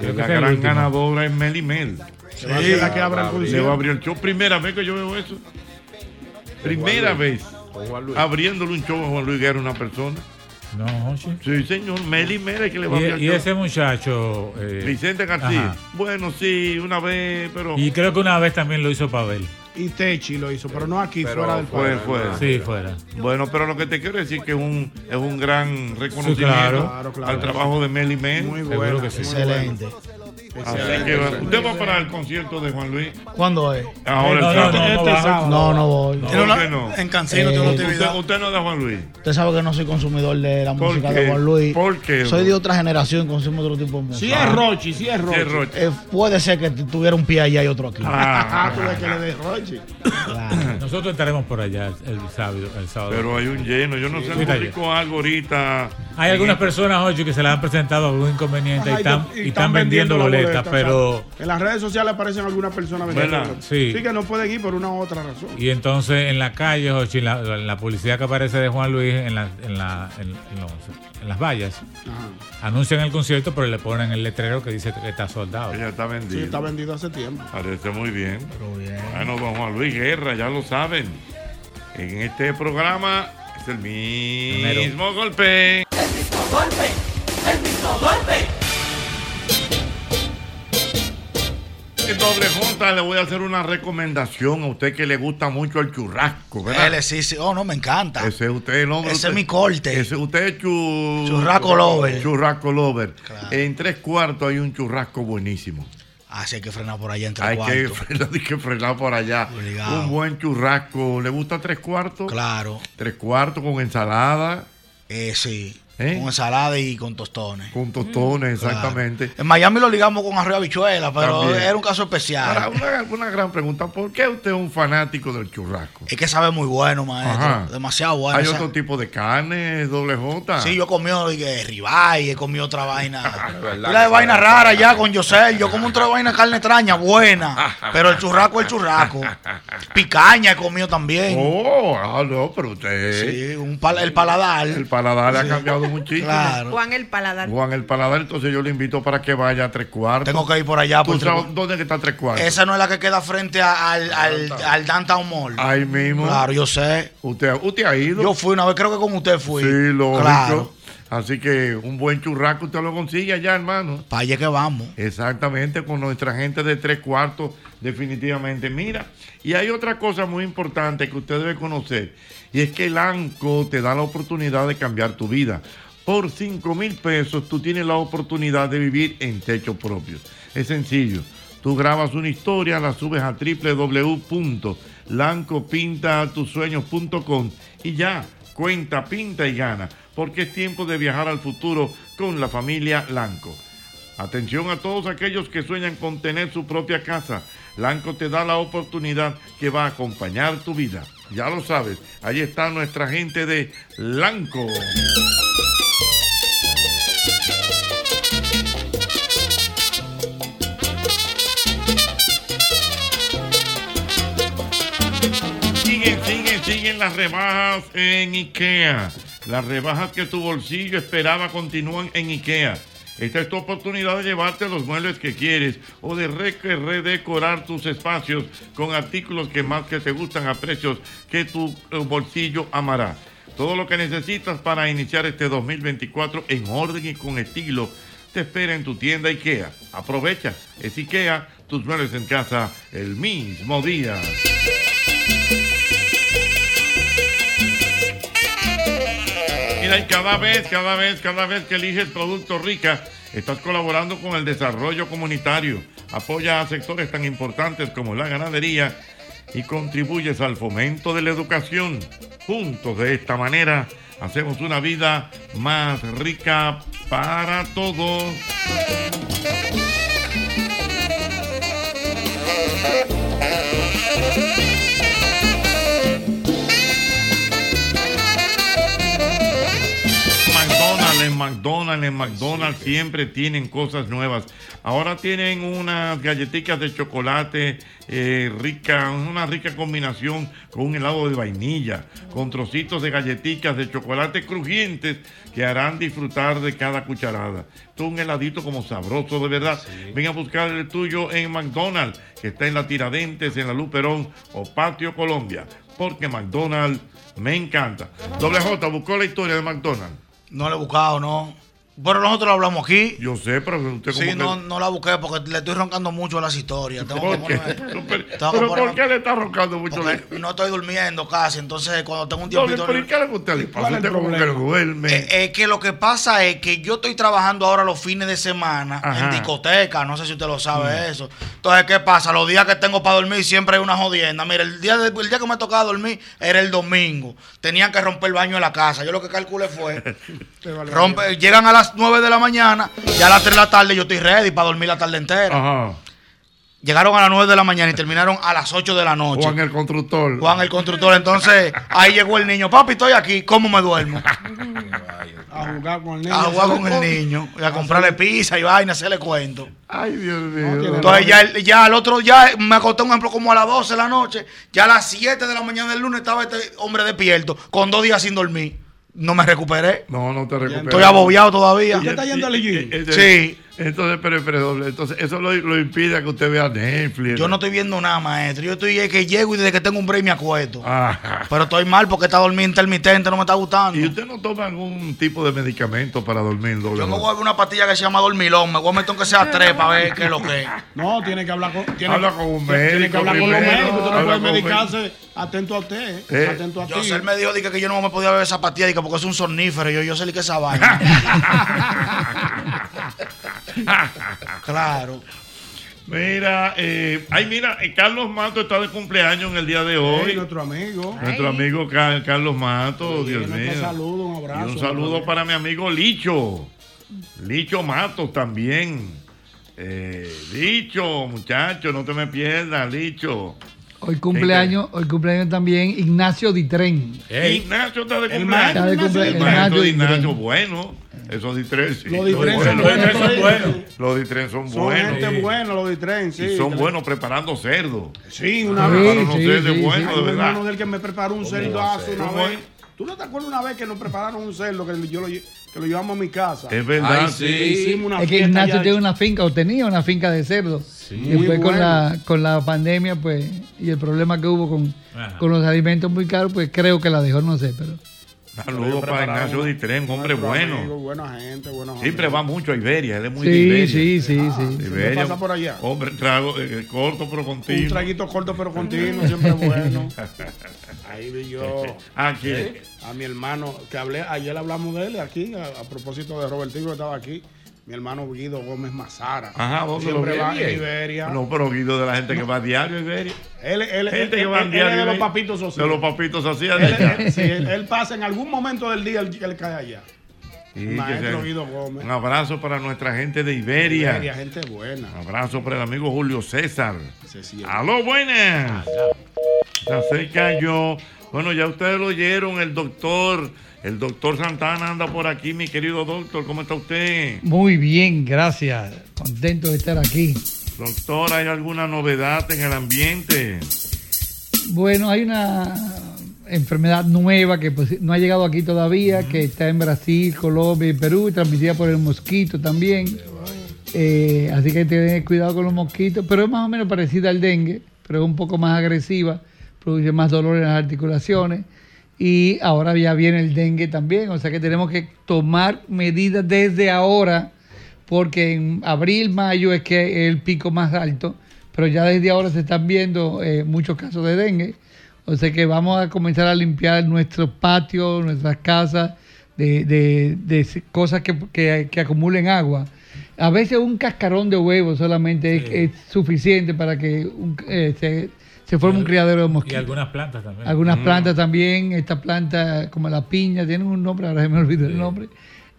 Creo que la sea el gran último. ganadora es Meli Mel. Se va a hacer la que abra el le concierto. va a abrir el show. Primera vez que yo veo eso. Primera vez abriéndole un show a Juan Luis Guerra, una persona. No, Jochi. Sí, señor, Meli Mel es que le va a abrir el Y, y show. ese muchacho. eh, Vicente García. ajá. Bueno, sí, una vez, pero. Y creo que una vez también lo hizo Pavel. y Techi lo hizo, pero no aquí, Pero fuera del fue, país. fuera. Sí, fuera. Bueno, pero lo que te quiero decir es que es un, es un gran reconocimiento claro. Claro, claro. al trabajo de Meli Mel. Muy Seguro buena, que sí. muy Excelente. Así que va- usted va para el concierto de Juan Luis. ¿Cuándo es? Ahora el sábado. No, no voy. ¿Por qué no? Eh, Usted, usted no es de Juan Luis. Usted sabe que no soy consumidor de la ¿Por música qué? de Juan Luis. ¿Por qué? Soy de otra generación, consumo otro tipo de música. Si es Rochi, si es Rochi. es Rochi. Eh, puede ser que t- tuviera un pie allá y otro aquí. Ah, tú ves que le de Rochi. Nosotros estaremos por allá el sábado. El sábado. Pero hay un lleno. Yo no Sí, sé, sí, está publicó algo ahorita. Hay algunas personas hoy que se las han presentado algún inconveniente Ajá, y están, y están vendiendo la boletas, boleta, pero... o sea, en las redes sociales aparecen algunas personas ¿Verdad? vendiendo. Sí. que no pueden ir por una u otra razón. Y entonces en la calle, Jochi, la, la- la publicidad que aparece de Juan Luis en, la- en la- en- en los- en las vallas, anuncian el concierto, pero le ponen el letrero que dice que está soldado. Ya está vendido. Sí, está vendido hace tiempo. Parece muy bien. Bueno, don Juan Luis Guerra, ya lo saben. En este programa es el mismo golpe. Eh, Doble J, le voy a hacer una recomendación a usted que le gusta mucho el churrasco, ¿verdad? Él sí, sí. Oh, no, me encanta. Ese es usted, no, Ese es mi corte. Ese usted es chu- Churrasco lover. Churrasco lover. En tres cuartos hay un churrasco buenísimo. Así hay que frenar por allá entre Hay que, cuartos. frenar, hay que frenar por allá. Obligado. Un buen churrasco. ¿Le gusta tres cuartos? Claro. Tres cuartos con ensalada. Eh, sí. ¿Eh? Con ensalada y con tostones. Con tostones, Claro. exactamente. En Miami lo ligamos con arroz y habichuela, pero También. era un caso especial. Ahora, una, una gran pregunta. ¿Por qué usted es un fanático del churrasco? Es que sabe muy bueno, maestro. Ajá. Demasiado bueno. ¿Hay Esa- otro tipo de carne, doble J? Sí, yo comí dije, ribeye, he comido otra vaina. ¿Verdad? Una de vaina rara ya con José. Yo como otra vaina de carne extraña, buena. Pero el churraco es el churraco. Picaña he comido también. Oh, ah, no, pero usted... Sí, un pal- el paladar. El paladar Sí. ha cambiado muchísimo. Juan el paladar. Juan, el paladar, entonces yo le invito para que vaya a tres cuartos. Tengo que ir por allá, ¿Tú por sabes tres cu- dónde que está tres cuartos? Esa no es la que queda frente a- al, al, al Downtown Mall. Ahí mismo. Claro, yo sé. Usted, usted ha ido. Yo fui una vez, creo que con usted fui. Sí, lo Claro. Así que un buen churrasco usted lo consigue allá, hermano. Para allá que vamos. Exactamente, con nuestra gente de tres cuartos, definitivamente. Mira, y hay otra cosa muy importante que usted debe conocer, y es que el ANCO te da la oportunidad de cambiar tu vida. Por 5 mil pesos tú tienes la oportunidad de vivir en techo propio. Es sencillo. Tú grabas una historia, la subes a www.lancopintatusueños.com y ya, cuenta, pinta y gana, porque es tiempo de viajar al futuro con la familia Lanco. Atención a todos aquellos que sueñan con tener su propia casa. Lanco te da la oportunidad que va a acompañar tu vida. Ya lo sabes, ahí está nuestra gente de Lanco. Siguen, siguen, siguen las rebajas en IKEA. Las rebajas que tu bolsillo esperaba continúan en IKEA. Esta es tu oportunidad de llevarte los muebles que quieres o de re- redecorar tus espacios con artículos que más que te gustan a precios que tu eh, bolsillo amará. Todo lo que necesitas para iniciar este 2024 en orden y con estilo te espera en tu tienda IKEA. Aprovecha, es IKEA, tus muebles en casa el mismo día. Mira, y cada vez, cada vez, cada vez que eliges Producto Rica, estás colaborando con el desarrollo comunitario, apoya a sectores tan importantes como la ganadería y contribuyes al fomento de la educación. Juntos de esta manera hacemos una vida más rica para todos. McDonald's, en McDonald's, en McDonald's siempre tienen cosas nuevas. Ahora tienen unas galletitas de chocolate eh, rica, una rica combinación con un helado de vainilla, con trocitos de galletitas de chocolate crujientes que harán disfrutar de cada cucharada. Esto es un heladito como sabroso de verdad. Ven a buscar el tuyo en McDonald's, que está en la Tiradentes, en la Luperón o Patio Colombia. Porque McDonald's me encanta. Doble J buscó la historia de McDonald's. No lo he buscado, no. Pero nosotros lo hablamos aquí. Yo sé, pero usted como Sí, que- no, no la busqué porque le estoy roncando mucho a las historias. Tengo que ¿Por qué? ponerme- No, pero- tengo que pero ¿por ponerme- qué le está roncando mucho? la- No estoy durmiendo casi, entonces cuando tengo un No, tiempito... pero ¿y ¿qué le gusta? ¿Le pasa? ¿Cuál es el Usted como que problema? duerme. Eh, Es que lo que pasa es que yo estoy trabajando ahora los fines de semana Ajá. en discoteca, no sé si usted lo sabe Mm. eso. Entonces, ¿qué pasa? Los días que tengo para dormir siempre hay una jodienda. Mira, el día, de- el día que me tocaba dormir era el domingo. Tenían que romper el baño de la casa. Yo lo que calculé fue, rompe, llegan a las 9 de la mañana, ya a las 3 de la tarde yo estoy ready para dormir la tarde entera. Llegaron a las 9 de la mañana y terminaron a las 8 de la noche. Juan el constructor. Juan el constructor. Entonces, ahí llegó el niño. Papi, estoy aquí. ¿Cómo me duermo? A jugar con el niño. a jugar con el niño y a comprarle pizza y vaina, hacerle cuento. Ay, Dios tiene mío. Entonces ya, el- ya al otro, ya me acosté, un ejemplo, como a las 12 de la noche, ya a las 7 de la mañana del lunes estaba este hombre despierto, con dos días sin dormir. No me recuperé. No, no te recuperas. Estoy abobiado todavía. ¿Usted está yendo al allí? Sí. Entonces, pero, pero doble. Entonces, eso lo, lo impide que usted vea Netflix. Yo no estoy viendo nada, maestro. Yo estoy es que llego y desde que tengo un break me acuesto. Pero estoy mal porque está dormido intermitente, no me está gustando. Ah. ¿Y usted no toma algún tipo de medicamento para dormir doble? Yo me voy a beber una pastilla que se llama dormilón. Me voy a meter aunque sea tres para ver qué es lo que es. No, tiene que hablar con, tiene, Habla con un tiene médico que hablar con los primero, médicos. Usted no habla puede con un medicarse atento a usted. Eh. Atento a ti. Yo sé, él me dijo dije, que yo no me podía beber esa pastilla dije, porque es un somnífero. Yo, yo sé que esa vaina. claro. Mira, eh, ay, mira, eh, Carlos Mato está de cumpleaños en el día de hoy. Sí, nuestro amigo. Nuestro amigo Ca- Carlos Mato, Dios mío. Un saludo, un Y abrazo. un saludo para mi amigo Licho. Licho Matos también. Eh, Licho, muchacho, no te me pierdas, Licho. Hoy cumpleaños, hoy cumpleaños también Ignacio Ditren. Ignacio está de El cumpleaños. maestro Está de Ignacio cumple- El el maestro maestro de Ignacio, Ditren. bueno. Esos di tres. sí, Los Ditren son buenos, sí. Los di tres son Son buenos. gente buena, los de tren, sí. Y son buenos preparando cerdo. Sí, una vez. vez. Preparando cerdo bueno, Hay de un verdad. hermano del que me preparó un cerdo hace una ¿Cómo vez. ¿Tú no te acuerdas una vez que nos prepararon un cerdo que yo lo, lle- que lo llevamos a mi casa? Es verdad, Ay, Hicimos una es que fiesta Ignacio allá. tiene una finca o tenía una finca de cerdo. Muy Después bueno. con, la, con la pandemia pues y el problema que hubo con, con los alimentos muy caros, pues creo que la dejó, no sé, pero... Saludos para prepararon Ignacio Ditren, hombre Nuestro bueno. amigo, buena gente, buena gente. Siempre va mucho a Iberia, él es muy de Sí, Iberia. Ah, sí, sí, sí. Iberia, pasa por allá. Hombre, trago eh, corto pero Un continuo. traguito corto pero continuo, siempre bueno. Ahí vi yo. ¿A quién? ¿eh? A mi hermano, que hablé, ayer hablamos de él aquí, a, a propósito de Robertico que estaba aquí. Mi hermano Guido Gómez Mazara. Ajá, ¿dónde Siempre lo va vi? a Iberia. No, pero Guido de la gente que va a diario a Iberia. Él, él, gente él- que va él- él diario. es de a los Iberia. papitos sociales. De los papitos sociales. Él, de allá. él- sí, él- él pasa en algún momento del día, él, él cae allá. Sí, Maestro que sea- Guido Gómez. Un abrazo para nuestra gente de Iberia. Iberia, gente buena. Un abrazo para el amigo Julio César. Se siente. Aló, buenas. Se cayó. Bueno, ya ustedes lo oyeron, el doctor. El doctor Santana anda por aquí, mi querido doctor. ¿Cómo está usted? Muy bien, gracias. Contento de estar aquí. Doctor, ¿hay alguna novedad en el ambiente? Bueno, hay una enfermedad nueva que pues, no ha llegado aquí todavía, que está en Brasil, Colombia y Perú, transmitida por el mosquito también. Eh, así que hay que tener cuidado con los mosquitos, pero es más o menos parecida al dengue, pero es un poco más agresiva, produce más dolor en las articulaciones. Y ahora ya viene el dengue también, o sea que tenemos que tomar medidas desde ahora, porque en abril, mayo es que es el pico más alto, pero ya desde ahora se están viendo eh, muchos casos de dengue. O sea que vamos a comenzar a limpiar nuestros patios, nuestras casas, de, de- de si- cosas que, que- que acumulen agua. A veces un cascarón de huevo solamente es- es, suficiente para que un- eh, se, se forme un criadero de Y mosquitos. algunas plantas también. Algunas Mm. plantas también, esta planta como la piña, tienen un nombre, ahora se me olvidó el nombre.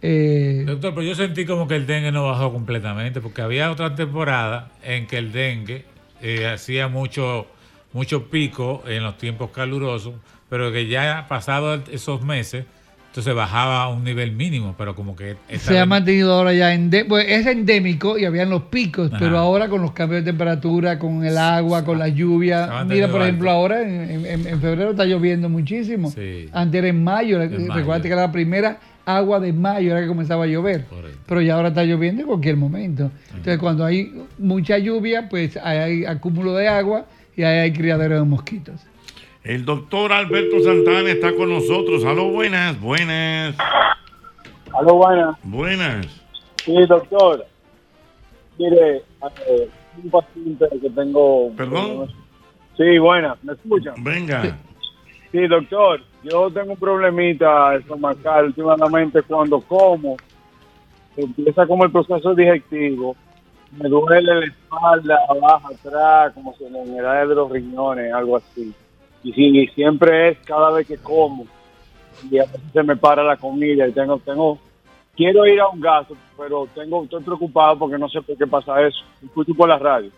Eh, Doctor, pero yo sentí como que el dengue no bajó completamente, porque había otra temporada en que el dengue eh, hacía mucho, mucho pico en los tiempos calurosos, pero que ya pasado esos meses, entonces bajaba a un nivel mínimo, pero como que... esta se ha vez- mantenido ahora ya ende- pues, es endémico y habían los picos, Ajá. pero ahora con los cambios de temperatura, con el agua, con la lluvia. mantenido Mira, por alto. ejemplo, ahora en, en- en febrero está lloviendo muchísimo. Sí. Antes era en mayo, mayo. recuerda que era la primera agua de mayo, era que comenzaba a llover. Pero ya ahora está lloviendo en cualquier momento. Entonces, cuando hay mucha lluvia, pues hay, hay acúmulo de agua y ahí hay criadero de mosquitos. El doctor Alberto Santana está con nosotros. Aló, buenas, buenas. Aló, buenas. Buenas. Sí, doctor. Mire, eh, un paciente que tengo. ¿Perdón? Sí, buena. ¿Me escuchan? Venga. Sí, doctor. Yo tengo un problemita estomacal últimamente cuando como. Empieza como el proceso digestivo. Me duele la espalda, abajo, atrás, como si me da de los riñones, algo así. Y, sí, y siempre es cada vez que como. Y a veces se me para la comida y tengo, tengo, quiero ir a un gasto, pero tengo, estoy preocupado porque no sé por qué pasa eso. Escucho por la radio.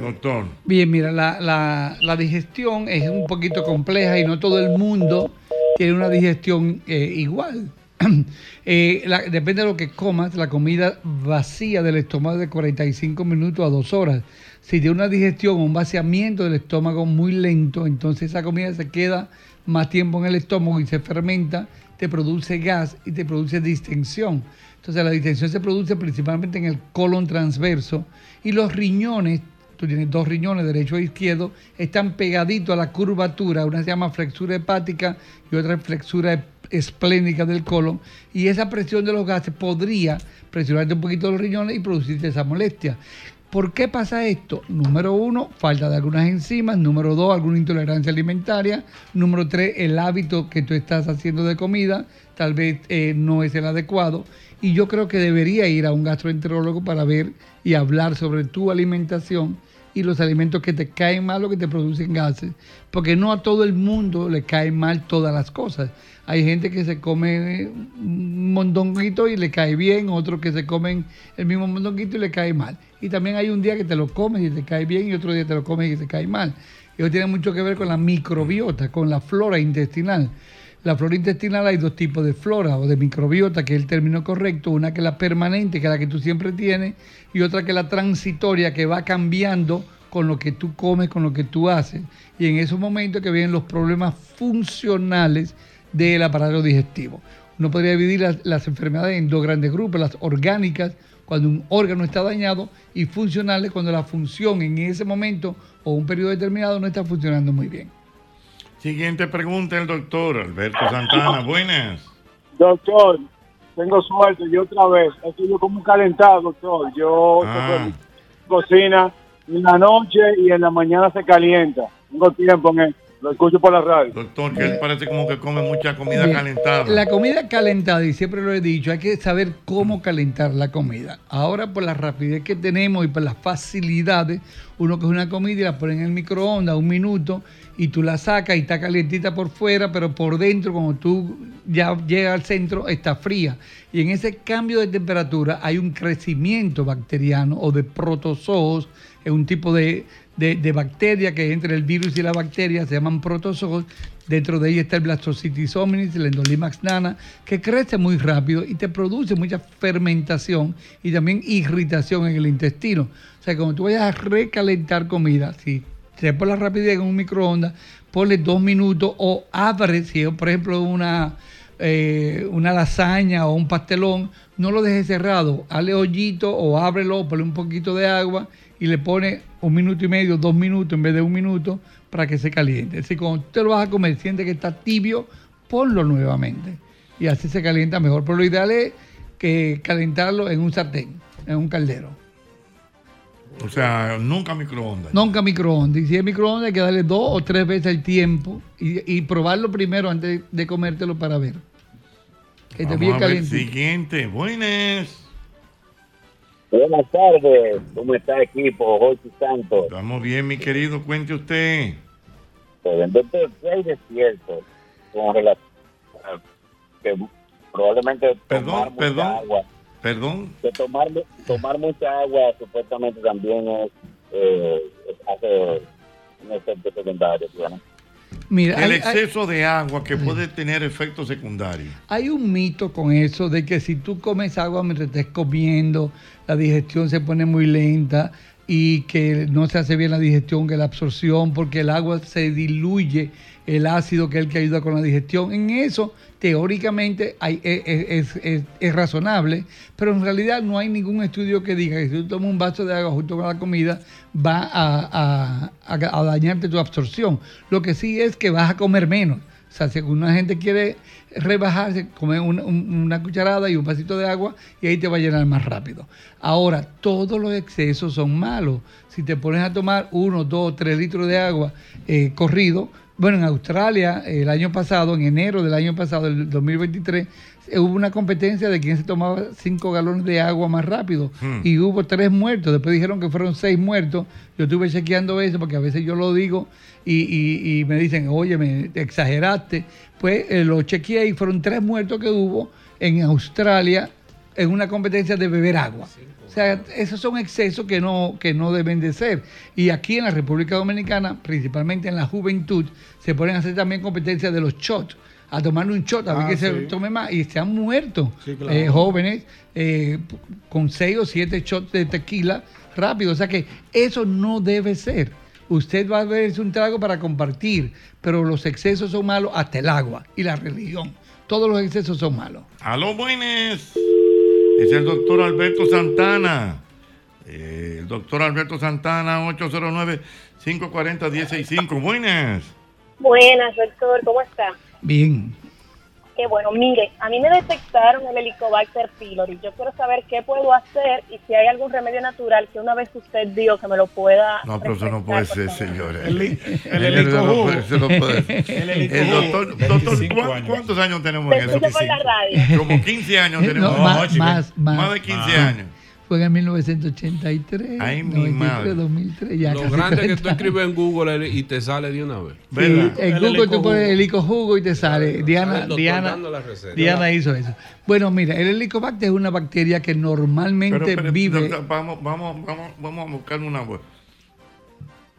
Doctor. Bien, mira, la, la- la digestión es un poquito compleja y no todo el mundo tiene una digestión eh, igual. Eh, la- depende de lo que comas, la comida vacía del estómago de 45 minutos a 2 horas. Si tiene una digestión o un vaciamiento del estómago muy lento, entonces esa comida se queda más tiempo en el estómago y se fermenta, te produce gas y te produce distensión. Entonces la distensión se produce principalmente en el colon transverso y los riñones, tú tienes dos riñones, derecho e izquierdo, están pegaditos a la curvatura, una se llama flexura hepática y otra es flexura hep- esplénica del colon y esa presión de los gases podría presionarte un poquito los riñones y producirte esa molestia. ¿Por qué pasa esto? Número uno, falta de algunas enzimas. Número dos, alguna intolerancia alimentaria. Número tres, el hábito que tú estás haciendo de comida tal vez eh, no es el adecuado. Y yo creo que debería ir a un gastroenterólogo para ver y hablar sobre tu alimentación y los alimentos que te caen mal o que te producen gases. Porque no a todo el mundo le caen mal todas las cosas. Hay gente que se come un mondonguito y le cae bien, otros que se comen el mismo mondonguito y le cae mal. Y también hay un día que te lo comes y te cae bien y otro día te lo comes y te cae mal. Eso tiene mucho que ver con la microbiota, con la flora intestinal. La flora intestinal hay dos tipos de flora o de microbiota, que es el término correcto, una que es la permanente, que es la que tú siempre tienes, y otra que es la transitoria, que va cambiando con lo que tú comes, con lo que tú haces. Y en esos momentos que vienen los problemas funcionales del aparato digestivo. Uno podría dividir las, las enfermedades en dos grandes grupos, las orgánicas, cuando un órgano está dañado, y funcionales, cuando la función en ese momento o un periodo determinado no está funcionando muy bien. Siguiente pregunta, el doctor Alberto Santana. Buenas. Doctor, tengo suerte, yo otra vez, es que yo como un calentado, doctor, yo Ah, cocina en la noche y en la mañana se calienta, tengo tiempo en él, lo escucho por la radio. doctor, que él parece como que come mucha comida Bien. calentada. La comida calentada, y siempre lo he dicho, hay que saber cómo calentar la comida. Ahora, por la rapidez que tenemos y por las facilidades, uno coge una comida y la pone en el microondas un minuto y tú la sacas y está calientita por fuera, pero por dentro, cuando tú ya llegas al centro, está fría. Y en ese cambio de temperatura hay un crecimiento bacteriano o de protozoos, es un tipo de, de, de bacteria que entre el virus y la bacteria, se llaman protozoos. Dentro de ella está el blastocitis hominis, el endolimax nana, que crece muy rápido y te produce mucha fermentación y también irritación en el intestino. O sea, cuando tú vayas a recalentar comida, si te por la rapidez en un microondas, ponle dos minutos o abre, si es, por ejemplo, una, eh, una lasaña o un pastelón, no lo dejes cerrado, hazle hoyito o ábrelo, ponle un poquito de agua y le pone un minuto y medio, dos minutos en vez de un minuto para que se caliente. Si cuando tú te lo vas a comer siente que está tibio, ponlo nuevamente y así se calienta mejor. Pero lo ideal es que calentarlo en un sartén, en un caldero. O sea, nunca microondas. Nunca microondas. Y si es microondas, hay que darle dos o tres veces el tiempo y, y probarlo primero antes de comértelo para ver. Que esté Vamos bien a ver, caliente. Siguiente. Buenas. Buenas tardes, ¿cómo está equipo? Jorge Santos. Estamos bien, mi querido. Cuente usted. Doctor, ¿qué hay de cierto con relación a que probablemente tomar mucha agua? Perdón. Que tomar, mu- tomar mucha agua supuestamente también es, eh, hace un efecto secundario, ¿sí, no? Mira, el hay- hay- exceso de agua que puede tener efectos secundarios. Hay un mito con eso de que si tú comes agua mientras estés comiendo, la digestión se pone muy lenta y que no se hace bien la digestión, que la absorción, porque el agua se diluye el ácido que es el que ayuda con la digestión. En eso, teóricamente, hay- e- e- es, es- es razonable, pero en realidad no hay ningún estudio que diga que si tú tomas un vaso de agua junto con la comida, va a- a- a- a dañarte tu absorción. Lo que sí es que vas a comer menos O sea, si una gente quiere rebajarse, come un- un- una cucharada y un vasito de agua y ahí te va a llenar más rápido. Ahora, todos los excesos son malos. Si te pones a tomar uno, dos, tres litros de agua eh, corrido, bueno, en Australia el año pasado, en enero del año pasado, el 2023, eh, hubo una competencia de quién se tomaba cinco galones de agua más rápido Hmm. y hubo tres muertos. Después dijeron que fueron seis muertos. Yo estuve chequeando eso porque a veces yo lo digo y, y- y me dicen, oye, me te exageraste. Pues eh, lo chequeé y fueron tres muertos que hubo en Australia en una competencia de beber agua. O sea, esos son excesos que no, que no deben de ser. Y aquí en la República Dominicana, principalmente en la juventud, se ponen a hacer también competencias de los shots, a tomar un shot, a ver Ah, que se sí. tome más. Y se han muerto Sí, claro. eh, jóvenes eh, p- con seis o siete shots de tequila rápido. O sea que eso no debe ser. Usted va a verse un trago para compartir, pero los excesos son malos, hasta el agua y la religión. Todos los excesos son malos. Aló, buenas. Es el doctor Alberto Santana. Eh, el doctor Alberto Santana, 809-540-165. Buenas. Buenas, doctor, ¿cómo está? Bien. Qué bueno, mire, a mí me detectaron el Helicobacter pylori. Yo quiero saber qué puedo hacer y si hay algún remedio natural que una vez usted dio que me lo pueda. No, pero eso no puede ser, señores. El, el no helicojugo. puede, eso no puede ser. El El helicojugo. doctor, doctor ¿cuán- ¿cuántos años tenemos en Te escucho eso? por la radio. Como 15 años tenemos. Eh, No, más, chico. más, más. de 15 Ah. años. Fue en el 1983, Ay, mi 93, madre. 2003, ya Lo casi grande que 30. tú escribes en Google y te sale de una vez. Sí, en Google tú pones el jugo y te sale. Diana, doctor Diana, dando la receta. Diana hizo eso. Bueno, mira, el helicobacter es una bacteria que normalmente Pero, pero, vive. doctor, vamos, vamos, vamos, vamos a buscar una buena.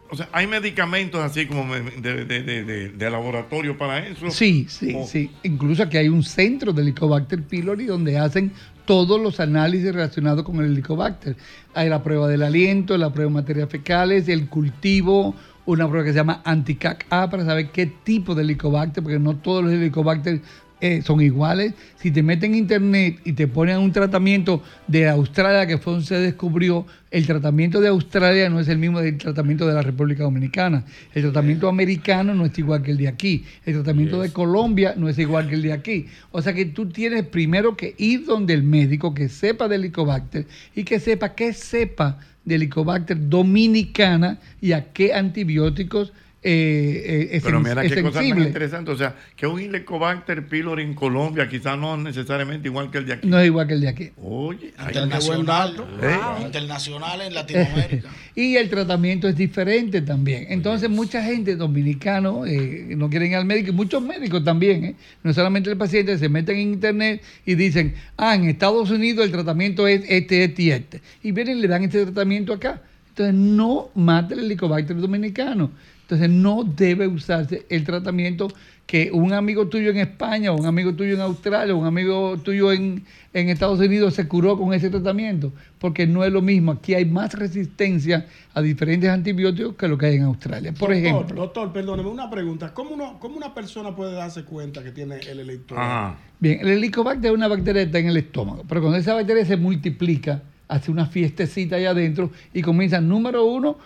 O sea, hay medicamentos así como me- de, de- de- de- de laboratorio para eso. Oh. Sí, sí, O- sí. Incluso aquí hay un centro de Helicobacter pylori donde hacen todos los análisis relacionados con el Helicobacter. Hay la prueba del aliento, la prueba de materias fecales, el cultivo, una prueba que se llama anticac A para saber qué tipo de Helicobacter, porque no todos los Helicobacter eh, son iguales. Si te meten en internet y te ponen un tratamiento de Australia que fue donde se descubrió, el tratamiento de Australia no es el mismo del tratamiento de la República Dominicana. El tratamiento americano no es igual que el de aquí. El tratamiento de Colombia no es igual que el de aquí. O sea que tú tienes primero que ir donde el médico que sepa de Helicobacter y que sepa que sepa de Helicobacter dominicana y a qué antibióticos eh, eh, es, Pero mira es qué cosa tan sensible. interesante. O sea, que un Helicobacter pylori en Colombia quizás no es necesariamente igual que el de aquí. No es igual que el de aquí. Oye, ay, Internacional. qué buen dato. Wow. ¿Eh? Internacional en Latinoamérica. y el tratamiento es diferente también. Entonces, mucha gente dominicano eh, no quieren ir al médico, y muchos médicos también, ¿eh? no solamente el paciente, se meten en internet y dicen, ah, en Estados Unidos el tratamiento es este, este y este. Y vienen y le dan este tratamiento acá. Entonces, no mata el helicobacter dominicano. Entonces, no debe usarse el tratamiento que un amigo tuyo en España, o un amigo tuyo en Australia, o un amigo tuyo en, en Estados Unidos se curó con ese tratamiento, porque no es lo mismo. Aquí hay más resistencia a diferentes antibióticos que lo que hay en Australia. Por Doctor, ejemplo, Doctor, perdóneme una pregunta. ¿Cómo, uno- cómo una persona puede darse cuenta que tiene el elector? bien, el helicobacter es una bacteria que está en el estómago, pero cuando esa bacteria se multiplica, hace una fiestecita ahí adentro y comienza, número uno,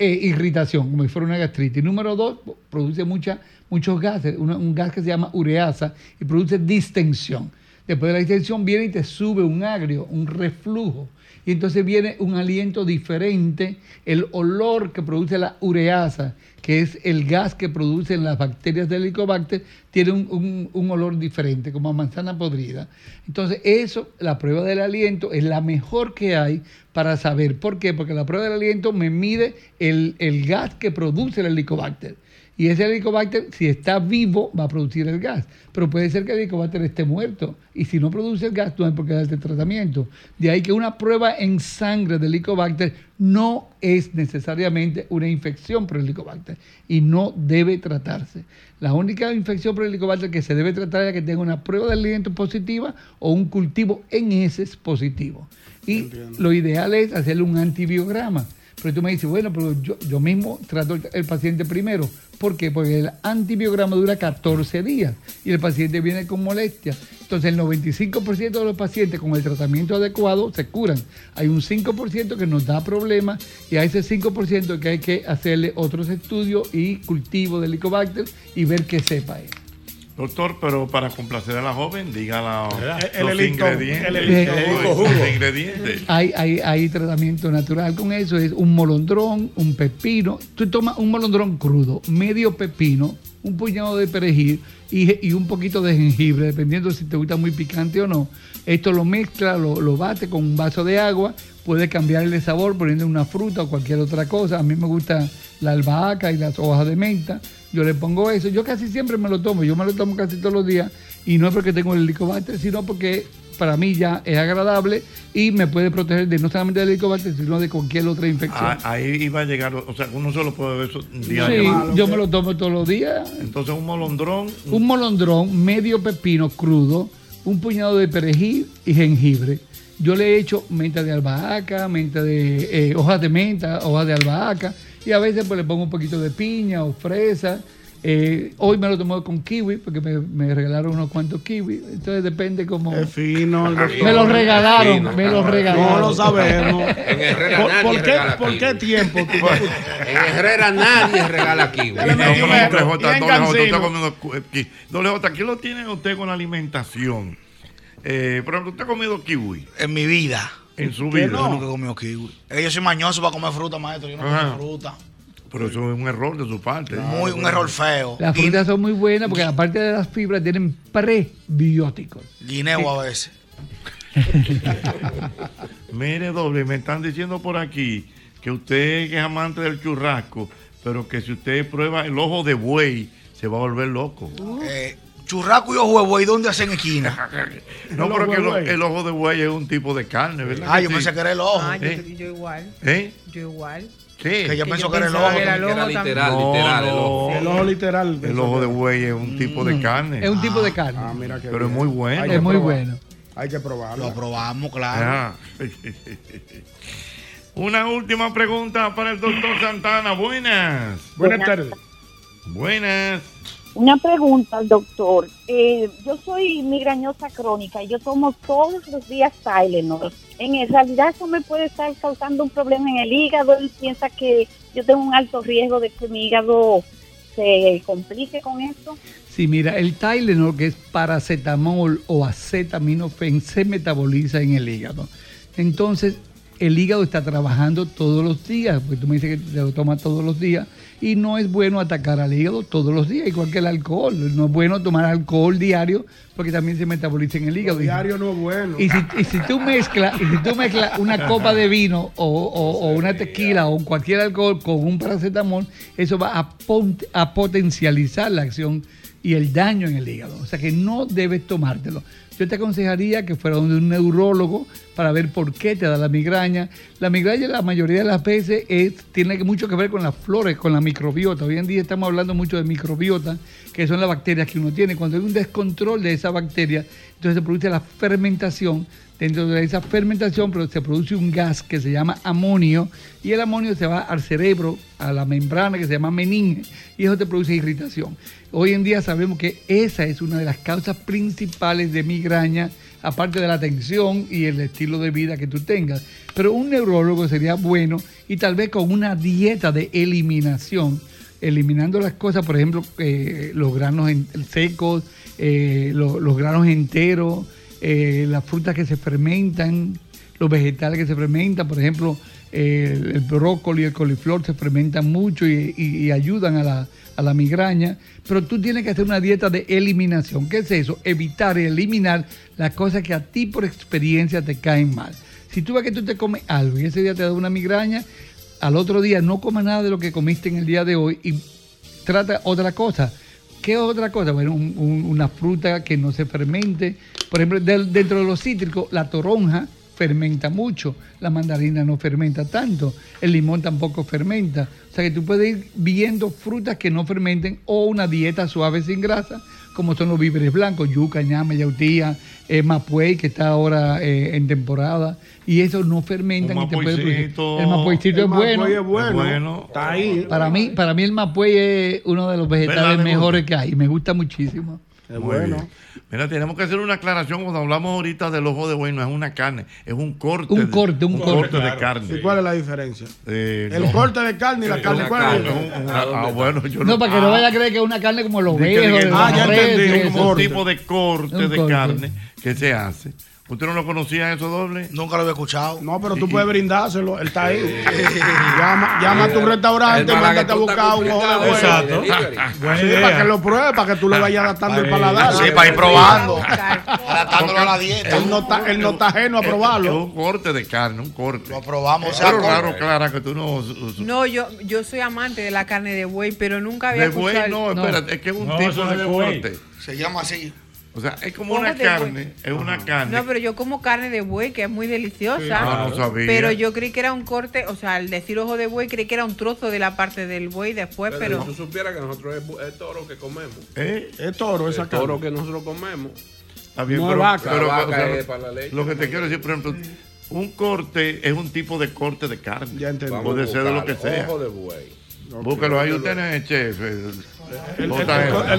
eh, irritación, como si fuera una gastritis. Número dos, produce mucha, muchos gases, una- un gas que se llama ureasa y produce distensión. Después de la distensión viene y te sube un agrio, un reflujo. Y entonces viene un aliento diferente, el olor que produce la ureasa, que es el gas que producen las bacterias del helicobacter, tiene un, un- un olor diferente, como a manzana podrida. Entonces, eso, la prueba del aliento, es la mejor que hay para saber. ¿Por qué? Porque la prueba del aliento me mide el, el gas que produce el helicobacter. Y ese helicobacter, si está vivo, va a producir el gas. Pero puede ser que el helicobacter esté muerto. Y si no produce el gas, no hay por qué darte tratamiento. De ahí que una prueba en sangre del helicobacter no es necesariamente una infección por helicobacter. Y no debe tratarse. La única infección por helicobacter que se debe tratar es la que tenga una prueba de aliento positiva o un cultivo en heces positivo. Y lo ideal es hacerle un antibiograma. Pero tú me dices, bueno, pero yo, yo mismo trato el, el paciente primero. ¿Por qué? Porque el antibiograma dura 14 días y el paciente viene con molestia. Entonces, el 95% de los pacientes con el tratamiento adecuado se curan. Hay un 5% que nos da problemas y a ese 5% que hay que hacerle otros estudios y cultivo de helicobacter y ver qué sepa es. eh. Doctor, pero para complacer a la joven, diga la, El- el los elicto- ingredientes. Eh, el elicto- Los el elicto jugo. ingredientes. Hay, hay, hay tratamiento natural con eso, es un molondrón, un pepino. Tú tomas un molondrón crudo, medio pepino, un puñado de perejil y, je- y un poquito de jengibre, dependiendo si te gusta muy picante o no. Esto lo mezcla, lo, lo bate con un vaso de agua, puedes cambiarle sabor poniendo una fruta o cualquier otra cosa. A mí me gusta la albahaca y las hojas de menta. Yo le pongo eso. Yo casi siempre me lo tomo. Yo me lo tomo casi todos los días. Y no es porque tengo el helicobacter, sino porque para mí ya es agradable y me puede proteger de no solamente del helicobacter, sino de cualquier otra infección. Ah, ahí iba a llegar, o sea, uno solo puede ver eso Sí, diariamente. yo me lo tomo todos los días. Entonces, un molondrón. Un molondrón, medio pepino crudo, un puñado de perejil y jengibre. Yo le he hecho menta de albahaca, menta de eh, hojas de menta, hojas de albahaca y a veces pues le pongo un poquito de piña o fresa. Eh, hoy me lo tomo con kiwi porque me, me regalaron unos cuantos kiwi. Entonces depende como fino. Me lo regalaron, me lo regalaron. No lo sabemos. En Herrera ¿Por, nadie por qué, regala ¿Por qué tiempo? tú- En Herrera nadie regala kiwi. No, no, doble J, Y en doble J, Cancino. está comiendo cu- ki- Doble J, ¿qué lo tiene usted con la alimentación? Eh, por ejemplo, ¿usted ha comido kiwi? En mi vida. En su vida. ¿Qué no? Yo nunca he comido kiwi. Eh, Yo soy mañoso para comer fruta, maestro. Yo no Ajá. como fruta. Pero eso es un error de su parte. Muy, un error feo. Las Gui- frutas son muy buenas porque aparte de las fibras tienen prebióticos. Guineo a veces. Mire, doble, me están diciendo por aquí que usted que es amante del churrasco, pero que si usted prueba el ojo de buey, se va a volver loco. Eh, churraco y ojo de buey, ¿dónde hacen esquina? No, pero que el, o- el ojo de buey es un tipo de carne, ¿verdad? Ah, que yo sí? pensé que era el ojo. Ah, yo, ¿Eh? yo igual. ¿Eh? Yo igual. ¿Qué? Que yo Que pensé yo que era el pensaba ojo. que era el también. ojo No, también. no. El ojo literal. El ojo de buey es un tipo Mm. de carne. Ah, Es un tipo Ah, de carne. Pero es muy bueno. Hay que probar. Hay que probarlo. Lo probamos, Ah. claro. Una última pregunta para el doctor Santana. Buenas. Buenas tardes. Buenas. Una pregunta al doctor. Eh, yo soy migrañosa crónica y yo tomo todos los días Tylenol. En el- realidad eso me puede estar causando un problema en el hígado. Él piensa que yo tengo un alto riesgo de que mi hígado se complique con esto. Sí, mira, el Tylenol, que es paracetamol o acetaminofén, se metaboliza en el hígado. Entonces, el hígado está trabajando todos los días, porque tú me dices que te lo tomas todos los días, y no es bueno atacar al hígado todos los días, igual que el alcohol. No es bueno tomar alcohol diario, porque también se metaboliza en el hígado. Diario no es bueno. Y si, y si tú mezclas y si tú mezclas una copa de vino o, o- o una tequila o cualquier alcohol con un paracetamol, eso va a, pon- a potencializar la acción y el daño en el hígado. O sea que no debes tomártelo. Yo te aconsejaría que fuera donde un neurólogo para ver por qué te da la migraña. La migraña la mayoría de las veces es, tiene mucho que ver con las flores, con la microbiota. Hoy en día estamos hablando mucho de microbiota, que son las bacterias que uno tiene. Cuando hay un descontrol de esa bacteria, entonces se produce la fermentación. Dentro de esa fermentación pero se produce un gas que se llama amonio y el amonio se va al cerebro, a la membrana que se llama meninge y eso te produce irritación. Hoy en día sabemos que esa es una de las causas principales de migraña, aparte de la tensión y el estilo de vida que tú tengas. Pero un neurólogo sería bueno y tal vez con una dieta de eliminación eliminando las cosas, por ejemplo, eh, los granos en- secos, eh, lo- los granos enteros, eh, las frutas que se fermentan, los vegetales que se fermentan, por ejemplo, eh, el, el brócoli, el coliflor se fermentan mucho y, y- y ayudan a la, a la migraña, pero tú tienes que hacer una dieta de eliminación. ¿Qué es eso? Evitar y eliminar las cosas que a ti por experiencia te caen mal. Si tú ves que tú te comes algo y ese día te da una migraña, al otro día no comas nada de lo que comiste en el día de hoy y trata otra cosa. ¿Qué otra cosa? Bueno, un- un- una fruta que no se fermente. Por ejemplo, del- dentro de los cítricos, la toronja fermenta mucho, la mandarina no fermenta tanto, el limón tampoco fermenta. O sea que tú puedes ir viendo frutas que no fermenten o una dieta suave sin grasa, como son los víveres blancos, yuca, ñame, yautía, eh, mapuey, que está ahora eh, en temporada, y eso no fermentan. y te puede producir- mapueycito. el mapueycito El es bueno. mapuey es bueno. Es bueno. Está ahí. Para mí, para mí el mapuey es uno de los vegetales ¿Verdad? Me mejores que hay. Me gusta muchísimo. Muy bien. Mira, tenemos que hacer una aclaración cuando hablamos ahorita del ojo de buey, no es una carne, es un corte. Un de- corte, un corte, de claro. carne. ¿Y cuál es la diferencia? Eh, El no. corte de carne y la Sí, carne. una ¿Cuál es la carne, diferencia? un- un- Ah, bueno, yo No, para que no vaya a creer que es una carne como los Dije, dije, ovejos. de ah, los ya reses, entendí, como un eso. tipo de corte Un de corte. carne que se hace. ¿Usted no lo conocía eso doble? Nunca lo había escuchado. No, pero tú puedes brindárselo, él está ahí. llama, llama a tu restaurante, El mándate a malaguetón está buscar un ojo de complicado, buey. Exacto. Sí, Buena para idea. que lo pruebe, para que tú Ah, le vayas adaptando el paladar. Sí, para ir probando. Adaptándolo a la dieta. Él no está, él no está ajeno a Es probarlo. un corte de carne, un corte. Lo probamos, o sea, Claro, corte. claro, Clara, que tú no. No, yo, yo soy amante de la carne de buey, pero nunca había de buey, escuchado. no, espérate, es que es un No, tipo eso no de es buey. corte. Se llama así. O sea, es como Ojo una de buey. carne, es una carne. No, pero yo como carne de buey, que es muy deliciosa. Sí, ah, no sabía. Pero yo creí que era un corte, o sea, al decir ojo de buey, creí que era un trozo de la parte del buey después, pero... si tú supieras que nosotros es, bu- es toro que comemos. ¿Eh? Es toro esa el toro carne. que nosotros comemos. Está bien, No, pero, vaca. pero- La vaca pero- es para la leche. lo que te quiero decir, por ejemplo, un corte es un tipo de corte de carne. Puede ser de lo que sea. Ojo de buey. Búsquelo ahí, usted no es chef. Ah, El, el-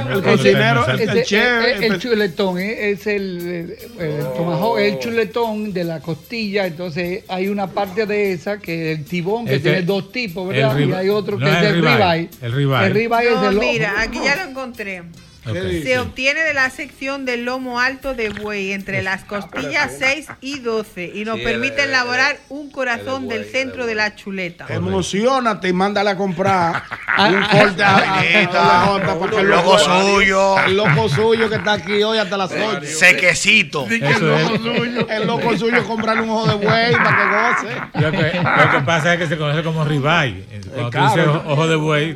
el- el cocinero, Ese- el chef, eh, eh, el pues. el, pe- chuletón eh, es el, eh, el tomahawk, el chuletón de la costilla. Entonces hay una parte de esa que es el tibón, que Este- tiene dos tipos, el ¿verdad? rib- y hay otro no, que es el el ribeye, ribeye. el ribeye. El ribeye es No, el ojo. mira, aquí ya lo encontré. Se obtiene de la sección del lomo alto de buey entre Ah, las costillas 6 y 12 y nos Sí, permite el- el- elaborar un corazón del centro de la chuleta. Emocionate y mándala a comprar un ah, corte a, a- Vainita. a la Jota, porque Loco loco- suyo. El loco suyo que está aquí hoy hasta las Eh, 8. Sequecito. Eso es. El loco suyo comprarle un ojo de buey para que goce. Lo que, lo que pasa es que se conoce como ribeye. Eh, Cuando tú caro, dices ¿no? o- ojo de buey,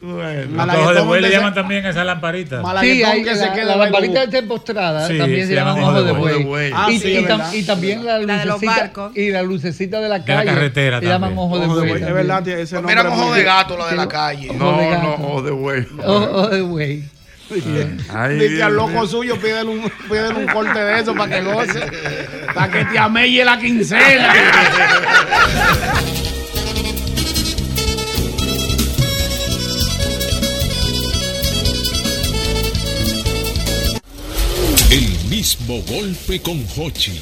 los Malaguetón ojos de buey le donde llaman también a esa lamparita. Sí, hay, que se la, queda la en el lamparita bus. de postrada Sí, también se, llama ojo de buey. Ah, y, sí, y es tam- verdad. y también la La de los lucecita, y la lucecita de la calle carretera se llaman también. ojo de buey. Es también. verdad, tiene ese Pues mira, nombre. ojo muy- de gato, la de la calle. Ojo de No, gato. no, ojo de buey. Ojo- ojo de buey. Ah. Ay, Dice al Dios loco mío. suyo, pídele un, pídele un corte de eso para que goce. Para que te amelle la quincena. El mismo golpe con Hochi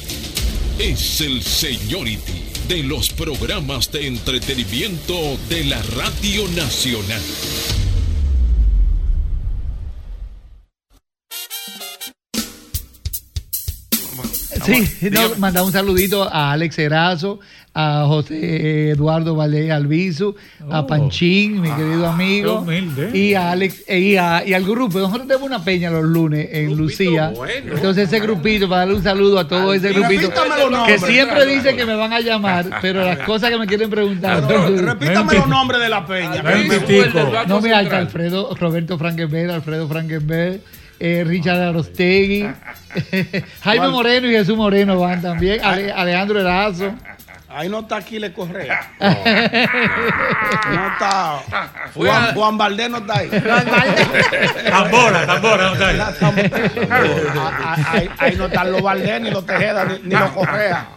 es el seniority de los programas de entretenimiento de la Radio Nacional. Sí, no, mandar un saludito a Alex Erazo, a José Eduardo Valle Alviso, a Panchín, mi querido amigo. qué humilde. Y a Alex, eh, y, a- y al grupo. Nosotros tenemos una peña los lunes en Lucía. bueno. Entonces ese grupito, para darle un saludo a todo ese grupito. repítame los Que nombres. siempre dice que me van a llamar, pero Ah, las cosas que me quieren preguntar. Repítame los nombres de la peña. que me- No me alta Alfredo, Roberto Frankenberg, Alfredo Frankenberg, eh, Richard Arostegui, Jaime ¿Cuál? Moreno y Jesús Moreno van también, Ale- Alejandro Erazo. Ahí no está Aquiles Correa. No, está. Juan, Juan Valdés no está ahí. Tambora, tambora, no está ahí. Ah, ah, Ahí, ahí no están los Valdés, ni los Tejeda, ni, ni los Correa.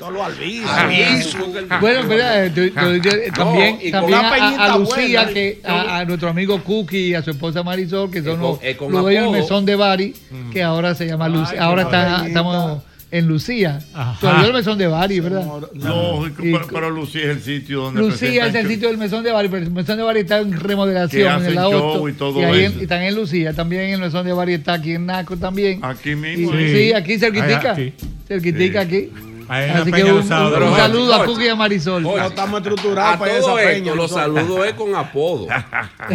Todos los Albizu. Ah, Bueno, mira, eh, tú- tú- yo- eh, No, también, y con también una a- a, peñita Lucía, buena, que, a, a nuestro amigo Cookie y a su esposa Marisol, que son con- los, E, eh, con los dueños del apodo. mesón de Bari, Mm. que ahora se Ah, llama Lucía. ahora con la está- peñita. estamos en Lucía. Ajá. Todavía el mesón de Bari, ¿verdad? Lógico, pero, pero Lucía es el sitio donde. Lucía es presentan el sitio del mesón de Bari, pero el mesón de Bari está en remodelación, Que en hacen el show auto. y todo ahí eso. en- y están en Lucía, también en el mesón de Bari está aquí en Naco también. Aquí Y- mismo. sí. aquí cerquitica. Allá. Cerquitica aquí. Hay una Así que peña un, los sábados. un- un Pero, saludo a Jorge, Cookie y a Marisol. Ah, Jorge, estructurados para a todo esa esto, eh. peña, Los nosotros. saludos es con apodo.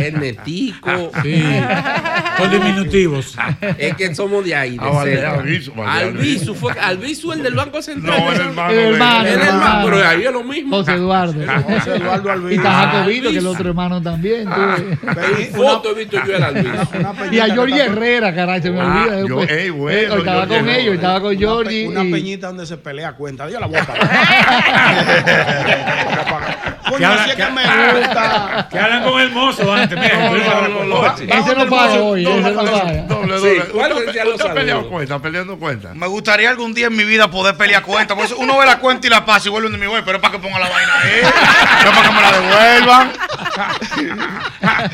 Ernestico. Sí. Con diminutivos. Es que somos de ahí. de Ah, vale, cerca. Albizu, vale, Albizu fue. Albizu, el del Banco Central. No, el hermano El de- hermano, El el hermano, hermano. pero ahí es lo mismo. José Eduardo. José Eduardo Albizu. Y está Jacobito, Albizu. que es el otro hermano también. tú. En foto he visto yo el Albizu. Y a Jorge Herrera, caray, se me Ah, olvida. yo- después. ey, bueno, Eh, estaba Jorge con Herrera. ellos, estaba con Una pe- Jorge. Una y- peñita donde se pelea cuenta. Yo la voy a pagar. Coño, Que hablan- así es que- que me gusta. que hablan con el mozo antes. Mira, No, no, no, no. Ese no Vamos, paga hermoso. hoy, Doble, ese no doble, paga. doble, Sí, doble. ¿cuál Usted- ya lo usted saludo? peleando cuenta, peleando cuenta. Me gustaría algún día en mi vida poder pelear cuentas. Por eso uno ve la cuenta y la pasa y vuelve donde mi güey, pero es para que ponga la vaina ahí. No es para que me la devuelvan. eh, Ah, Eh,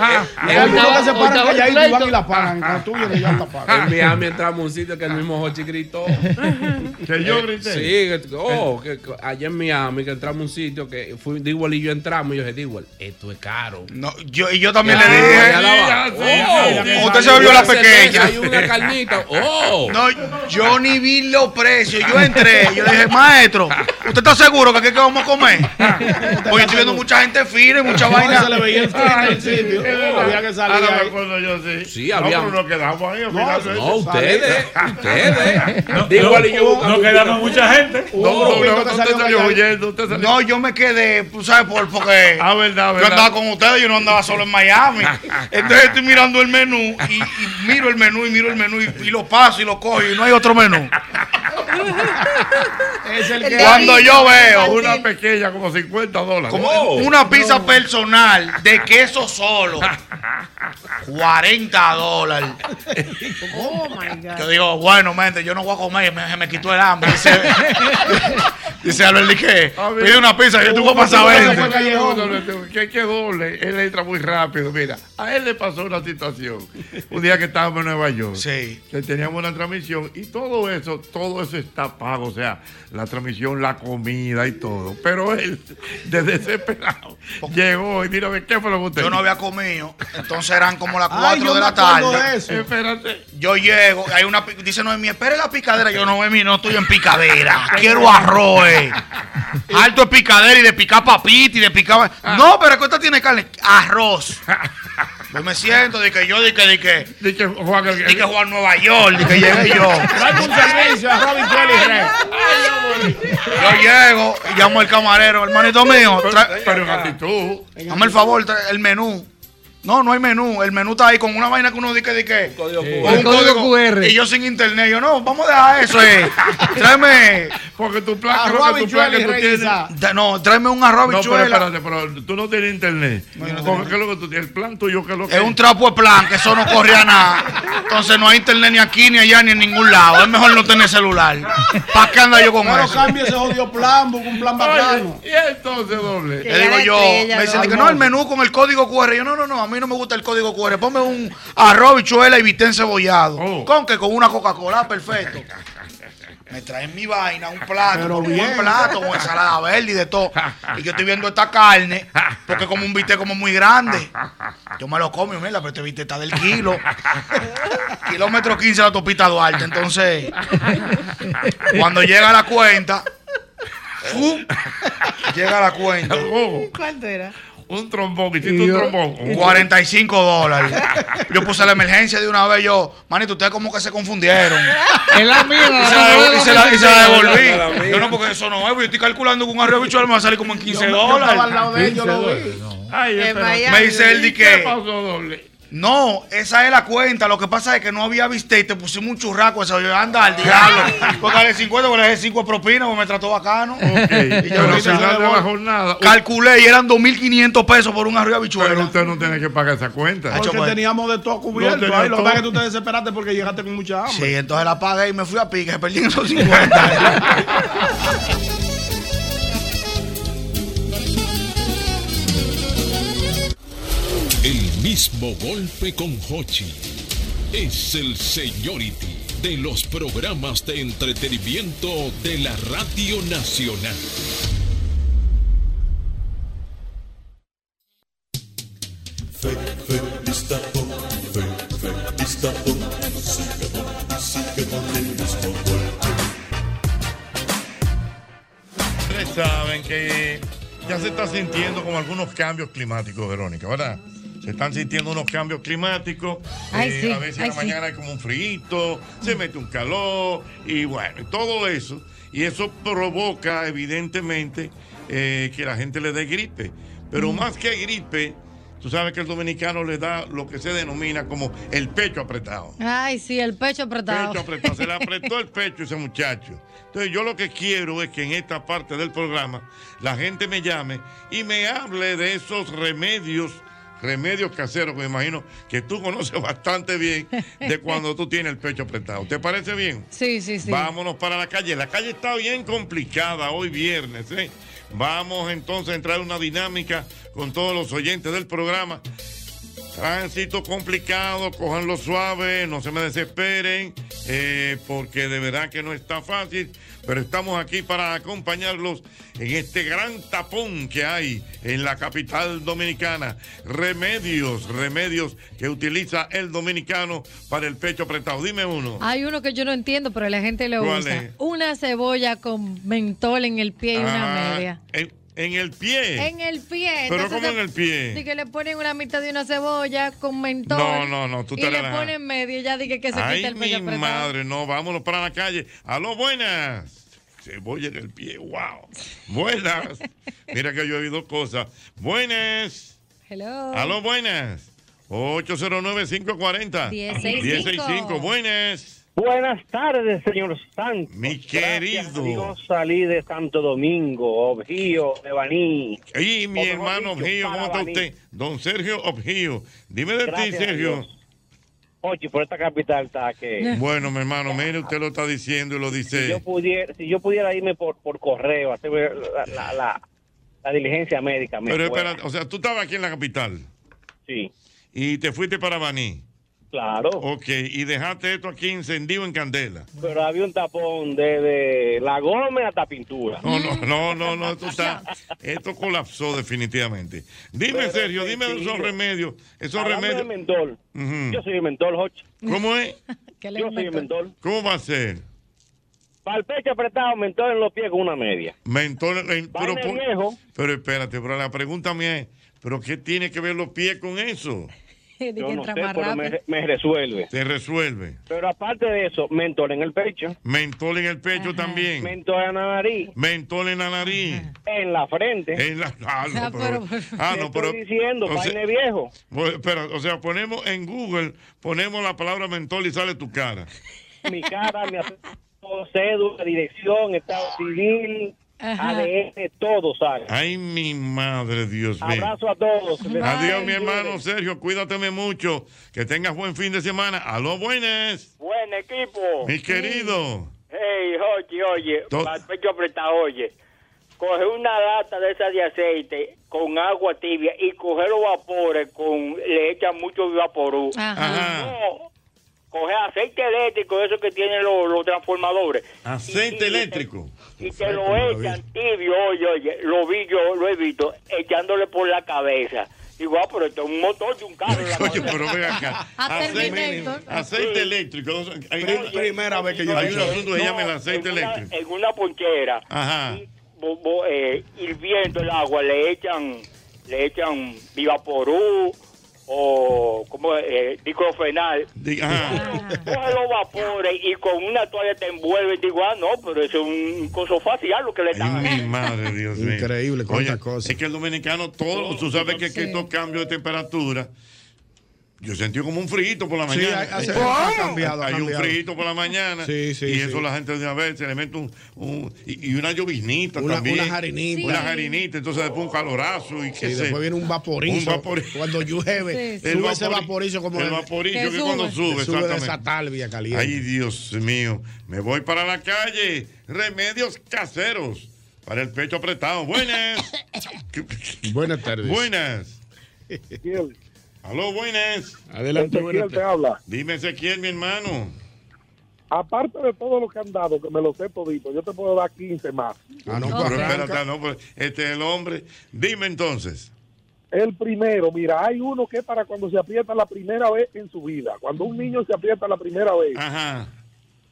ah, eh, Hay algunos que se Oye, paran oye, calladito y van pleito. y la pagan. Cuando tú vienes, ya la Ah, pagan. En Miami entramos a un sitio que el mismo Hochi gritó. ¿Que yo Eh, grité? Sí, que- oh, que, que allá en Miami que entramos a un sitio que fui Dewell y yo entramos y yo dije, Dewell, esto es caro. No, yo, y yo también le Dewell, dije. ya la Sí, va. sí, Oh, sí. Usted se bebió la una cerveza pequeña. y una carnita. Oh. No, yo ni vi los precios. Yo entré, yo le dije, maestro, ¿usted está seguro que aquí es que vamos a comer? Porque estoy viendo mucha gente firme, mucha No, vaina. se le veía el Ah, al sitio. es verdad. Había que salir Ahora me ahí. acuerdo yo, sí. Sí, había- No, pero nos quedamos ahí. al No, final, no, eso. ustedes, ustedes. no, Dewell y yo no quedamos mucha gente. No, no, no, usted salió huyendo, usted salió- No, yo me quedé, tú sabes, por, porque Ah, verdad, yo verdad. andaba con ustedes, yo no andaba solo en Miami. Entonces estoy mirando el menú y, y miro el menú y miro el menú y, y lo paso y lo cojo y no hay otro menú. Es el que Cuando yo veo Una pequeña, como 50 dólares. como una pizza personal de queso solo, 40 dólares. Oh my God. Yo digo, bueno, mente, yo no voy a comer, me, se me quitó el hambre. Dice, dice Albert Lique, Ah, pide una pizza, yo te voy a pasar 20. Que que doble, él entra muy rápido. Mira, a él le pasó una situación. Un día que estábamos en Nueva York, que teníamos una transmisión y todo eso, todo eso está pago. O sea, la transmisión, la comida y todo. Pero él, de desesperado, llegó y mira, ¿qué fue lo que usted Yo no había comido, entonces eran como las Ay, 4 yo de me la acuerdo tarde. de eso. Espérate. Yo llego, hay una pi- dice Noemí, espere la picadera. Yo no, Noemí, no estoy en picadera. Quiero arroz. eh. Alto de picadera y de picar papita y de picar. Ah. No, pero es que esta tiene carne. Arroz. Yo me siento de que yo, de que, de que. De que Juan, Nueva York, de que llegué yo. Dame un servicio a Robin Kelly Red. Yo llego y llamo al camarero, hermanito mío. tra- Pero en actitud. Dame el favor, tra- el menú. No, no hay menú. El menú está ahí con una vaina que uno dice que dice. Un código QR. Un El código código QR. Y yo sin internet. Yo no, vamos a dejar eso. Eh. Tráeme. Porque tu plan, creo que tu plan que tú tienes. Da- No, tráeme un arroz No, pero habichuela. espérate, pero tú no tienes internet. Porque, ¿qué es lo que tú tienes? El plan tuyo, ¿qué es lo que es un trapo de plan, que eso no corría nada. Entonces no hay internet ni aquí, ni allá, ni en ningún lado. Es mejor no tener celular. ¿Para qué Ah, anda yo con Pero eso? cambia ese jodido plan, busca un plan bacano. Y entonces doble. Le digo yo, me dicen de que no, el menú con el código QR. Yo, no, no, no, a mí no me gusta el código QR. Ponme un arroz, bichuela y vistén cebollado. ¿Con que Con una Coca-Cola, ah, perfecto. Me traen mi vaina, un plato, Pero un buen bien. plato, con ensalada verde y de todo. Y yo estoy viendo esta carne, porque como un bistec como muy grande. Yo me lo como, y mira, pero este bistec está del kilo. Kilómetro 15 la topita Duarte. Entonces, cuando llega la cuenta, ¡fu! llega la cuenta. ¿Cuánto era? Un trombón, hiciste un trombón. 45 dólares. Yo puse la emergencia de una vez. Yo, manito, ustedes como que se confundieron. Es la mía, la Y se mía, la, y se la- la y se la mía. La devolví. mía. Yo no, porque eso no es. Yo estoy calculando que un arroz bichuelo me va a salir como en 15 Yo dólares. estaba al lado de él, yo lo vi. Ay, Que espérate. vaya me dice él di bien. que. ¿Qué pasó, doble? No, esa es la cuenta. Lo que pasa es que no había viste y te pusimos un churraco. Eso yo anda al diablo. Porque de 50, porque le dejé 5 propinas, porque me trató bacano. Y yo Pero lo al hice, yo final de le la voy. jornada. Calculé y eran 2.500 pesos por un arroz bichuelo. Pero usted no tiene que pagar esa cuenta. Porque pues, teníamos de todo cubierto. tenía ahí, lo que todo. pasa es que tú te desesperaste porque llegaste con mucha hambre. Sí, entonces la pagué y me fui a pique. se Perdí esos 50. El mismo golpe con Hochi es el seniority de los programas de entretenimiento de la Radio Nacional. Ustedes saben que ya se está sintiendo como algunos cambios climáticos, Verónica, ¿verdad? Se están sintiendo unos cambios climáticos. Eh, Ay, sí, a veces en ay, la sí. Mm. mañana hay como un frío, se mete un calor y bueno, y todo eso. Y eso Mm. provoca, evidentemente, eh, que la gente le dé gripe. Pero más que gripe, Tú sabes que el dominicano le da lo que se denomina como el pecho apretado. Ay, sí, el pecho apretado. Pecho apretado. Se le apretó el pecho a ese muchacho. Entonces, yo lo que quiero es que en esta parte del programa la gente me llame y me hable de esos remedios, remedios caseros que me imagino que tú conoces bastante bien de cuando tú tienes el pecho apretado. ¿Te parece bien? Sí, sí, sí. Vámonos para la calle. La calle está bien complicada hoy viernes. ¿eh? Vamos entonces a entrar en una dinámica con todos los oyentes del programa. Tránsito complicado, cojanlo suave, no se me desesperen, eh, porque de verdad que no está fácil, pero estamos aquí para acompañarlos en este gran tapón que hay en la capital dominicana. Remedios, remedios que utiliza el dominicano para el pecho apretado. Dime uno. Hay uno que yo no entiendo, pero la gente le ¿Cuál usa. es? Una cebolla con mentol en el pie y una Ah, media. En, en el pie. En el pie. Pero entonces ¿cómo se- en el pie? di que le ponen una mitad de una cebolla con mentol. No, no, no, tú te Y le relajas. ponen media y ya dije que se Ay, quita el mi medio apretado. madre, no, vámonos para la calle. Aló, buenas. Cebolla en el pie, wow. Buenas. Mira que yo he oído cosas. Buenas. Hello. Aló, buenas. 809-540. 1065. Buenas. Buenas tardes, señor Santos. Mi querido. Yo salí de Santo Domingo, Objío, de Baní. Y mi O mejor hermano dicho, Objío, para ¿cómo está Baní. usted? Don Sergio Objío. Dime de Gracias ti, a Sergio. Dios. Oye, por esta capital está que... Bueno, mi hermano, mire, usted lo está diciendo y lo dice. Si yo pudiera, si yo pudiera irme por, por correo, hacer la, la- la- la diligencia médica. me Pero fuera. espera, o sea, tú estabas aquí en la capital. Sí. Y te fuiste para Baní. Claro. Ok, y dejaste esto aquí encendido en candela. Pero había un tapón desde La Gómez hasta Pintura. No, no, no, no, no, esto está, esto colapsó definitivamente. Dime, Pero Sergio, dime sencillo. esos remedios, esos Hablando de remedios. mentol. Ujú. Yo soy el mentol, Jochi. ¿Cómo es? Yo soy el mentol. ¿Cómo va a ser? Para el pecho apretado, mentol en los pies con una media. Mentol, eh, pero, Vaina por- viejo. pero espérate, pero la pregunta mía es, ¿pero qué tiene que ver los pies con eso? Dije, Yo no sé, entra más pero rápido. me, me resuelve. Te resuelve. Pero aparte de eso, mentol en el pecho. Mentol en el pecho también. Mentol en la nariz. Mentol en la nariz. En la frente. En la, ah, no, Ah, pero, pero- ah, Te no, estoy pero. diciendo, o sea- vaina de viejo. Bueno, espera, o sea, ponemos en Google, ponemos la palabra mentol y sale tu cara. Mi cara, mi acento, cédula, dirección, estado civil, Ajá. ADN, todo sale. Ay, mi madre, Dios mío. Abrazo a todos. Adiós, mi hermano Sergio. Cuídateme mucho. Que tengas buen fin de semana. Aló, buenas. Buen equipo. Mi querido. Hey, Jochi, oye, To- para el pecho apretado, oye. Coge una lata de esa de aceite con agua tibia y coge los vapores con le echan mucho vaporú. Ajá. No, coge aceite eléctrico, eso que tienen los, los transformadores. Aceite eléctrico. Y te lo echan tibio, oye, oye, lo vi yo, lo he visto, echándole por la cabeza. Digo, ah, pero esto es un motor de un carro. en la Oye, cabeza. pero ven acá. A Aceite, Terminator. aceite eléctrico. O sea, Hay, Pri- primera vez que yo Hay un escucho eso. asunto que se llama el No, aceite en una- eléctrico. en una ponchera. Ajá. bo- bo- eh, hirviendo el agua, le echan, le echan vivaporú o como eh, diclofenal. ah. Coge los vapores y con una toalla te envuelve y digo, ah, no, pero eso es un coso fácil, algo que le están Mi madre, Dios mío. Increíble, cuántas Oye, Es que el dominicano, todo, tú sabes que, que estos cambios de temperatura. Yo sentí como un frito por la Sí, mañana. ha- ha- ¿Cómo? ha cambiado, ha Hay un cambiado. frito por la mañana. Sí, sí, y sí. eso la gente de una vez se le mete un, un- y, y una lloviznita Una- también. unas harinitas. Unas Sí. harinitas, entonces después un calorazo y que Sí, después viene un vaporizo. Un vaporizo. Cuando llueve, Sí, sí. sube El ese vapori- vaporizo como el vaporizo que cuando sube, sube de exactamente. esa talvia caliente. Ay, Dios mío. Me voy para la calle. Remedios caseros para el pecho apretado. Buenas. Buenas tardes. Buenas. Aló, buenas. Adelante, Ezequiel buenas te tardes. habla. Dime, Ezequiel, mi hermano. Aparte de todo lo que han dado, que me lo sé todito, yo te puedo dar 15 más. Ah, no, pero espérate, no, pero este es el hombre. Dime entonces. El primero, mira, hay uno que es para cuando se aprieta la primera vez en su vida. Cuando un niño se aprieta la primera vez,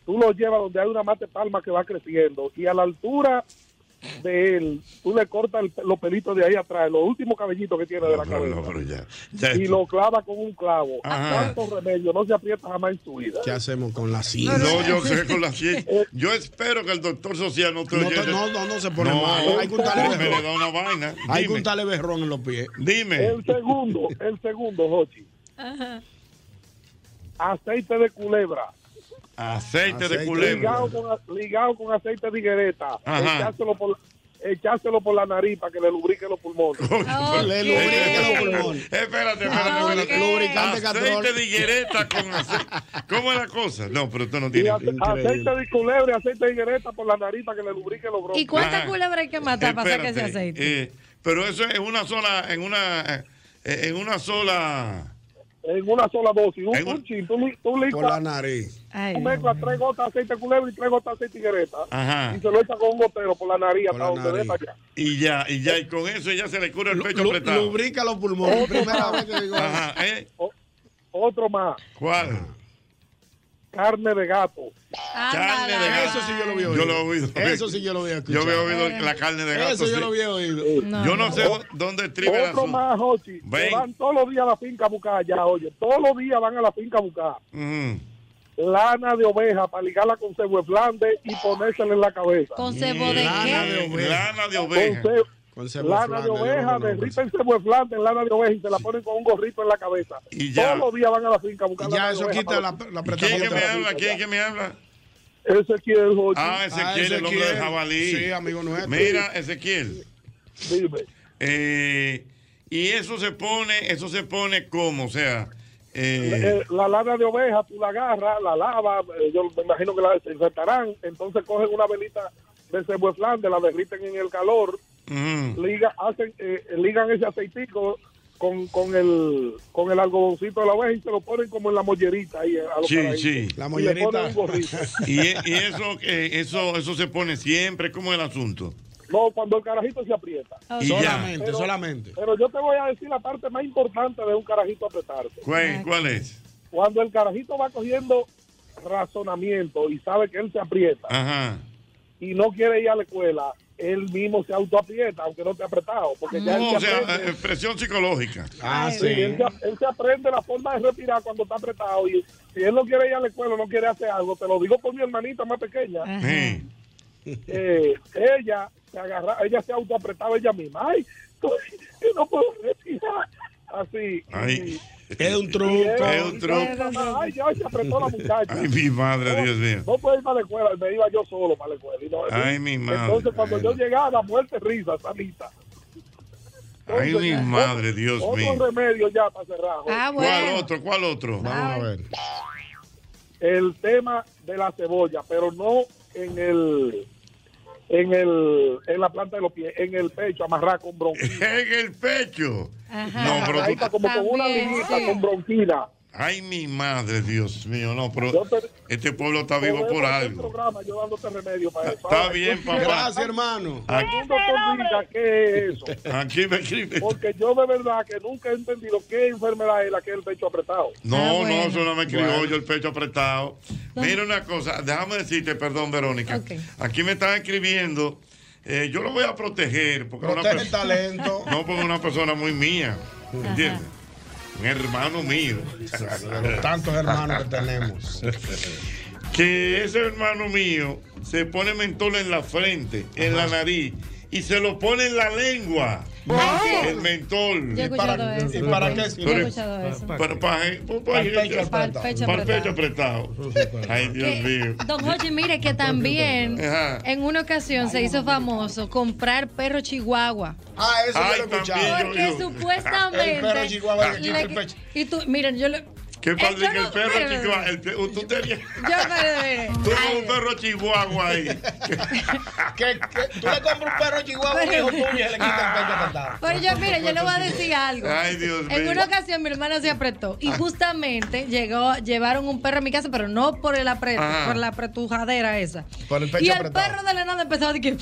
tú lo llevas donde hay una mate palma que va creciendo y a la altura de él, tú le cortas el- los pelitos de ahí atrás, los últimos cabellitos que tiene de la cabeza, y lo clava con un clavo. Ajá. Tanto remedio, no se aprieta jamás en su vida. ¿Qué hacemos con la silla? No, yo sé con la ciencia. Yo espero que el doctor social no te No, oyente- no, no, no se pone No, mal. Hay que untarle me le berrón. da una vaina. Hay que Dime. untarle berrón en los pies. Dime. El segundo, el segundo, Jochi. Aceite de culebra. Aceite, de Ligado culebra. con, ligado con aceite de higuereta. Ajá. Echárselo por, echárselo por la nariz para que le lubrique los pulmones. Le lubrique los pulmones. Ah, Espérate, espérate. espérate. Lubricante Aceite Catrol. de higuereta con aceite. ¿Cómo es la cosa? No, pero esto no Y tiene. ace- aceite de culebra y aceite de higuereta por la nariz para que le lubrique los bronquios. ¿Y cuántas Ah. culebras hay que matar para sacar ese Espérate, aceite? eh, pero eso es una sola, en una, eh, en una sola. En una sola dosis, un, un chin, tú, li- tú licuas- nariz. tú mezclas tres gotas de aceite de culebra y tres gotas de aceite de higuereta. Ajá. Y se lo echa con un gotero por la nariz hasta donde dé para allá. Y ya, y ya, y con eso ya se le cura el pecho apretado. Lubrica los pulmones. Primera vez que digo. Ajá, ¿eh? Otro más. ¿Cuál? Carne de gato. Carne de gato. Eso sí yo lo había Yo oído. lo he oído. Eso sí yo lo había escuchado. Yo había oído la carne de gato. Eso yo sí. lo había oído. Yo no sé dó- dónde estribe el Otro asunto. más, Jochi. que Ven. Van todos los días a la finca a buscar allá, oye. Todos los días van a la finca a buscar. Mm. Lana de oveja para ligarla con cebo de Flandes y ponérsela en la cabeza. ¿Con cebo de oveja. Lana de oveja. Con cebo Lana de Flandes, oveja, yo no conozco. derriten cebo de Flandes en lana de oveja y se la ponen con un gorrito en la cabeza. Y ya. Todos los días van a la finca a buscar Ya, lana de eso oveja quita para la, los- la ¿Quién es que me habla? ¿Quién es que me habla? Ezequiel, Jochi. Ah, Ezequiel, el hombre del jabalí. Sí, amigo nuestro. Mira, Ezequiel. Eh, y eso se pone, eso se pone como, o sea, eh, Eh, la lana de oveja tú la agarras, la lavas, eh, yo me imagino que la desinfectarán, entonces cogen una velita de cebo de Flandes, la derriten en el calor, mm, liga, hacen, eh, ligan ese aceitico con, con el con el algodoncito de la oveja y se lo ponen como en la mollerita ahí eh, a los Sí, carajitos. sí. Y La le mollerita. ponen un gorrito. y, e- y eso, eh, eso, eso se pone siempre, ¿cómo es el asunto? no cuando el carajito se aprieta Y ya. Solamente, Pero- solamente. pero yo te voy a decir la parte más importante de un carajito apretarse ¿Cuál, cuál es? cuando el carajito va cogiendo razonamiento y sabe que él se aprieta Ajá. y no quiere ir a la escuela él mismo se autoaprieta aunque no esté apretado porque ya No, él o se sea, aprende. eh, ah, expresión psicológica. Ah, Sí, Él, se, él se aprende la forma de respirar cuando está apretado. Y si él no quiere ir a la escuela, no quiere hacer algo, te lo digo por mi hermanita más pequeña. Sí. Eh, ella se agarra, ella se autoapretaba ella misma. Ay, estoy- yo no puedo respirar. Así. Ay. Es un Y él- truco. y yo, Ay, ya se apretó la muchacha. Ay, mi madre, Dios mío. No puede ir para la escuela, me iba yo solo para la escuela. y no- eh, Ay, mi madre. Entonces, cuando Ay, yo llegaba, muerte, risa, salita. Ay, mi madre, Dios Otro mío. remedio ya para cerrar. Jorge. ¿Cuál otro? ¿Cuál otro? Vamos a ver. el tema de la cebolla, pero no en el en el en la planta de los pies, en el pecho, amarrar con bronquina. en el pecho. Ajá. No, pero tú- Ahí está como con una También, liguita sí. con bronquina. Ay, mi madre, Dios mío, no, pero este pueblo está vivo Podemos por hacer algo. programa yo dándote remedio para eso. Está Ahora, bien, yo papá. quiero- Gracias, hermano. Que el mundo te diga qué es eso. Aquí me escribe. Porque yo de verdad que nunca he entendido qué enfermedad es la que es el pecho apretado. No, no, eso no me escribió yo el pecho apretado. Mira una cosa, déjame decirte, perdón, Verónica. Aquí me están escribiendo. eh, yo lo voy a proteger porque es una Protege pers- el talento. No, porque es una persona muy mía. ¿Entiendes? Un hermano mío. De los tantos hermanos que tenemos. que ese hermano mío se pone mentol en la frente, en la nariz, y se lo pone en la lengua. El mentol. Yo he ¿Y para- Ah, escuchado eso, y papá. para qué sirve? Yo he escuchado eso. Para, para- para- Para el pecho para el apretado. pecho Para el pecho apretado. Ay, Dios mío. Don Jorge, mire que también Ajá. en una ocasión se hizo famoso comprar perro chihuahua. Ah, eso yo Ay, lo he escuchado. también, Porque supuestamente. El perro chihuahua le quita le- el pecho. Y tú, miren, yo le. ¿Qué pasa? Eh, yo Que el no- perro mire, chihuahua. el pe- Tú tenías. Yo, pero, mire. Tú tenías un perro chihuahua ahí. Tú le compras un perro chihuahua a un hijo tuyo y se le quita el pecho apretado. Pero Pues yo, mire, yo le voy a decir algo. Ay, Dios en mío. una ocasión mi hermana se apretó Ah. y justamente llegó, llevaron un perro a mi casa, pero no por el apretón, Ah. Ajá. por la apretujadera esa. Por el y pecho el apretado. perro de la nada empezó a decir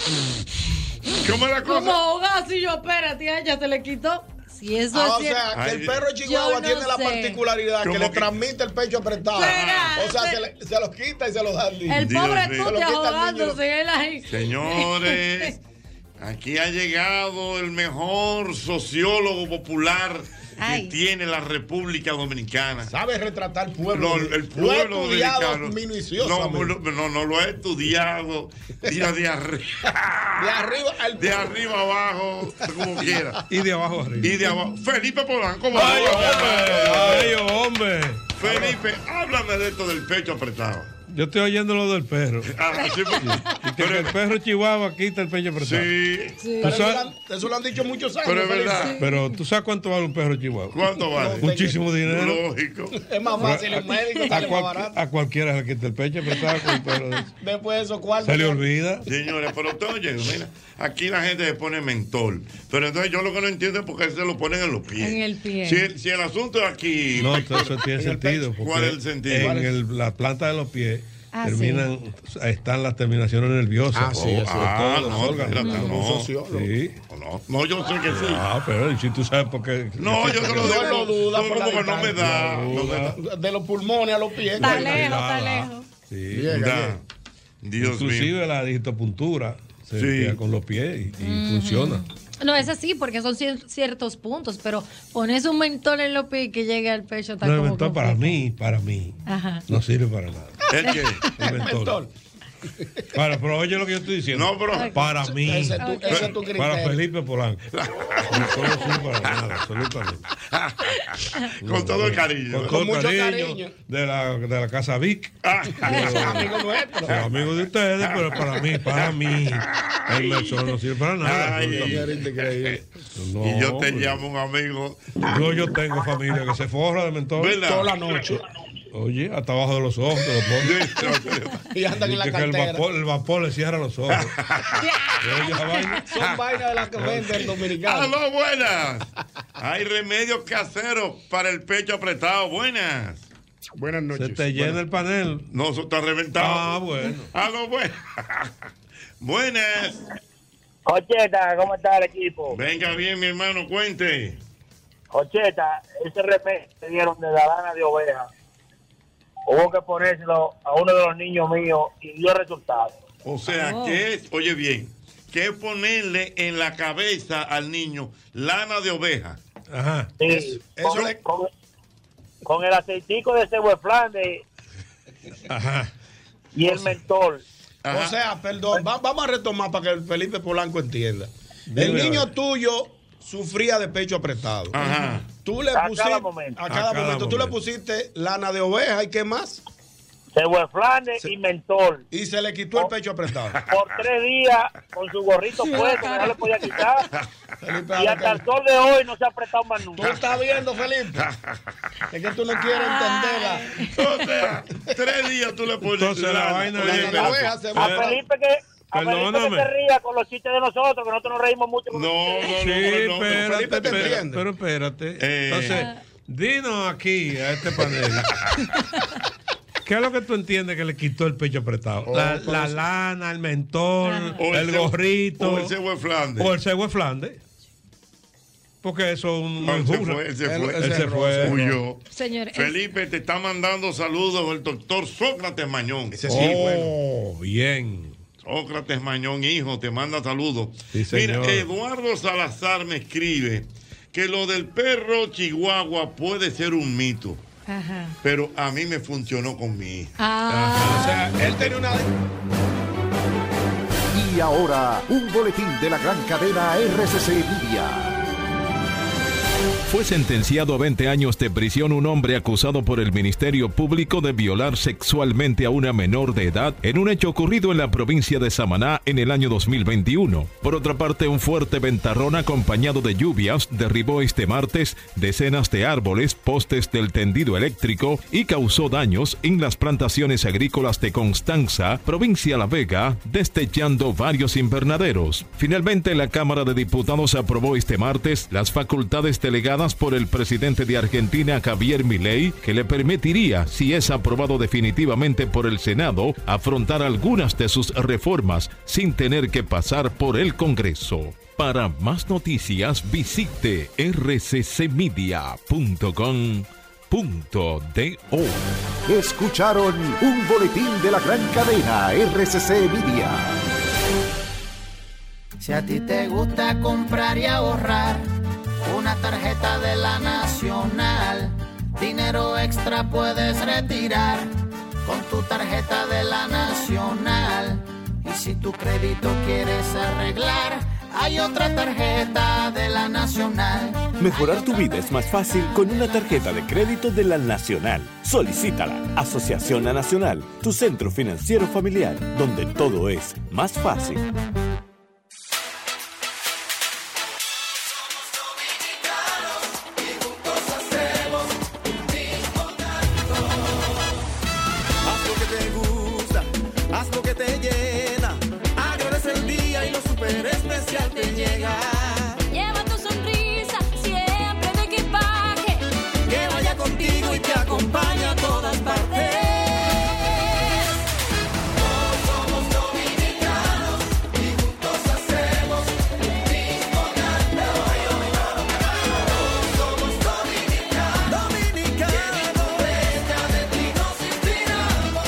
¿Cómo la como ahogazo y yo, espérate, ay, ya se le quitó. Si eso Ah, es o sea, cierto- que el perro Yo chihuahua no tiene la sé. particularidad que Como le que- transmite el pecho apretado. Será, O sea, se- se, le- se lo quita y se lo da al niño. El pobre Se lo quita tute al niño y lo- ahogándose él ahí. Señores, Aquí ha llegado el mejor sociólogo popular que tiene la República Dominicana. Sabe retratar el Lo- pueblo. el Lo he pueblo estudiado dominicano. No, minuciosamente. lo- no, no lo he estudiado. Mira de arriba. De arriba De arriba abajo, como quiera. Y de abajo arriba. Y de abajo. Felipe Polanco. Ay, vamos. hombre, ay, hombre. Felipe, háblame de esto del pecho apretado. Yo estoy oyendo lo del perro. Ah, sí, porque- Y que el perro chihuahua quita el pecho apretado. Sí. Eh, ¿Tú Pero sabes- eso lo han dicho muchos años. Pero es Félix. verdad. Pero tú sabes cuánto vale un perro chihuahua. ¿Cuánto vale? Muchísimo dinero. Lógico. Es más fácil, el médico a, sale más cual- barato. a cualquiera le quita el pecho apretado con un perro de eso. Después de esos cuartos. Se le olvida. Señores, pero usted oye, mira, aquí la gente se pone mentol. Pero entonces yo lo que no entiendo es por qué se lo ponen en los pies. En el pie. Si el, si el asunto es aquí. No, eso tiene En el sentido. pecho. porque ¿Cuál es el sentido? En ¿Cuál es? el- la planta de los pies Ah, terminan, están las terminaciones nerviosas. Ah, sí, eso es ah, no, todo, los órganos. espérate, Como un sociólogo. Sí. No, yo sé que sí. Ah, pero ¿y si tú sabes por qué. No, yo se lo digo. No lo duda no, por la porque no me da. No me da. De los pulmones a los pies. Está lejos, está lejos. Sí, Llega, llega. Dios Inclusive la digitopuntura se Sí. emplea con los pies y, y Ujú. funciona. No, es así, porque son cier- ciertos puntos, pero pones un mentol en los pies y que llegue al pecho, está No, el como mentol que- para mí, para mí, Ajá. no sirve para nada. ¿El qué? El mentol. Para, pero oye lo que yo estoy diciendo. No, pero- Para mí. eh, Ese es tu- ese es tu criterio. para Felipe Polanco. No sirve para nada, absolutamente. Con todo el cariño. Con todo el cariño, De, la, de la casa Vic. Ah. Amigo nuestro. Soy amigo de ustedes, pero para mí, para mí, el mentol no sirve para nada. Ay, absolutamente. No, y yo te hombre. llamo un amigo. Yo, yo tengo familia que se forra de mentol ¿Verdad? Toda la noche. Oye, hasta abajo de los ojos te lo ponen. Y andan en Y la que, que el, cartera. vapor, el vapor le cierra los ojos. Oye, esa vaina. Ah, Son vainas de las que venden el dominicano. ¡Aló, buenas! Hay remedios caseros para el pecho apretado. Buenas. Buenas noches. Se te llena el panel. No, eso está reventado. Ah, bueno. ¡Aló, buenas! buenas. Ocheta, ¿cómo está el equipo? Venga bien, mi hermano, cuente. Ocheta, ese remedio que dieron de la lana de oveja, hubo que ponérselo a uno de los niños míos y dio resultado. O sea, Oh. que es, oye bien, que es ponerle en la cabeza al niño lana de oveja. Ajá. Sí, con, con- con el aceitico de ese flan de y el mentol. O sea, perdón, va- vamos a retomar para que el Felipe Polanco entienda. El Dime, a niño tuyo sufría de pecho apretado. Ajá. Tú le A cada pusiste momento. a cada A cada momento, tú le pusiste lana de oveja y qué más? Cebueflane y mentol. Y se le quitó el pecho apretado. Por tres días con su gorrito puesto, no le podía quitar. Y hasta el sol de hoy no se ha apretado más nunca. Tú estás viendo, Felipe. Es que tú no quieres entenderla. O sea, tres días tú le pones Entonces, la vaina Oye, viene- espérate. oveja se A Felipe que, a Felipe que Perdóname. se ría con los chistes de nosotros, que nosotros nos reímos mucho. con ustedes. Sí, espérate, espérate, pero espérate. Eh. Entonces, dinos aquí a este panel. ¿Qué es lo que tú entiendes que le quitó el pecho apretado? la, pero la sí. lana, el mentol, Oh, pues, O el, el cebo- gorrito. o el cebo de Flandes. O el cebo de Flandes. Porque eso es un. No, él se injuria. fue, él se fue. Él se fue. Huyó. Señores, Felipe, te está mandando saludos el doctor Sócrates Mañón. Ese sí, Oh, bien. Sócrates Mañón, hijo, te manda saludos. Sí, señor. Mira, Eduardo Salazar me escribe que lo del perro chihuahua puede ser un mito, Ajá. pero a mí me funcionó con mi hija. Ah. Él tenía una. Y ahora, un boletín de la gran cadena RCC Media. Fue sentenciado a 20 años de prisión un hombre acusado por el Ministerio Público de violar sexualmente a una menor de edad en un hecho ocurrido en la provincia de Samaná en el año 2021. Por otra parte, un fuerte ventarrón acompañado de lluvias derribó este martes decenas de árboles, postes del tendido eléctrico y causó daños en las plantaciones agrícolas de Constanza, provincia La Vega, destellando varios invernaderos. Finalmente, la Cámara de Diputados aprobó este martes las facultades delegadas por el presidente de Argentina, Javier Milei, que le permitiría, si es aprobado definitivamente por el Senado, afrontar algunas de sus reformas sin tener que pasar por el Congreso. Para más noticias, visite rccmedia.com.do. Escucharon un boletín de la gran cadena RCC Media. Si a ti te gusta comprar y ahorrar, una tarjeta de la Nacional, dinero extra puedes retirar con tu tarjeta de la Nacional. Y si tu crédito quieres arreglar, hay otra tarjeta de la Nacional. Mejorar tu vida es más fácil con una tarjeta de crédito de la Nacional. Solicítala. Asociación La Nacional, tu centro financiero familiar, donde todo es más fácil. hacemos un mismo Haz lo que te gusta, haz lo que te llena. Agradece el día y lo super especial te llega. Lleva tu sonrisa siempre de equipaje. Que vaya contigo y te acompañe a todas partes. Todos somos dominicanos y juntos hacemos un mismo canto. Todos somos dominicanos. Dominicanos. de ti nos inspiramos.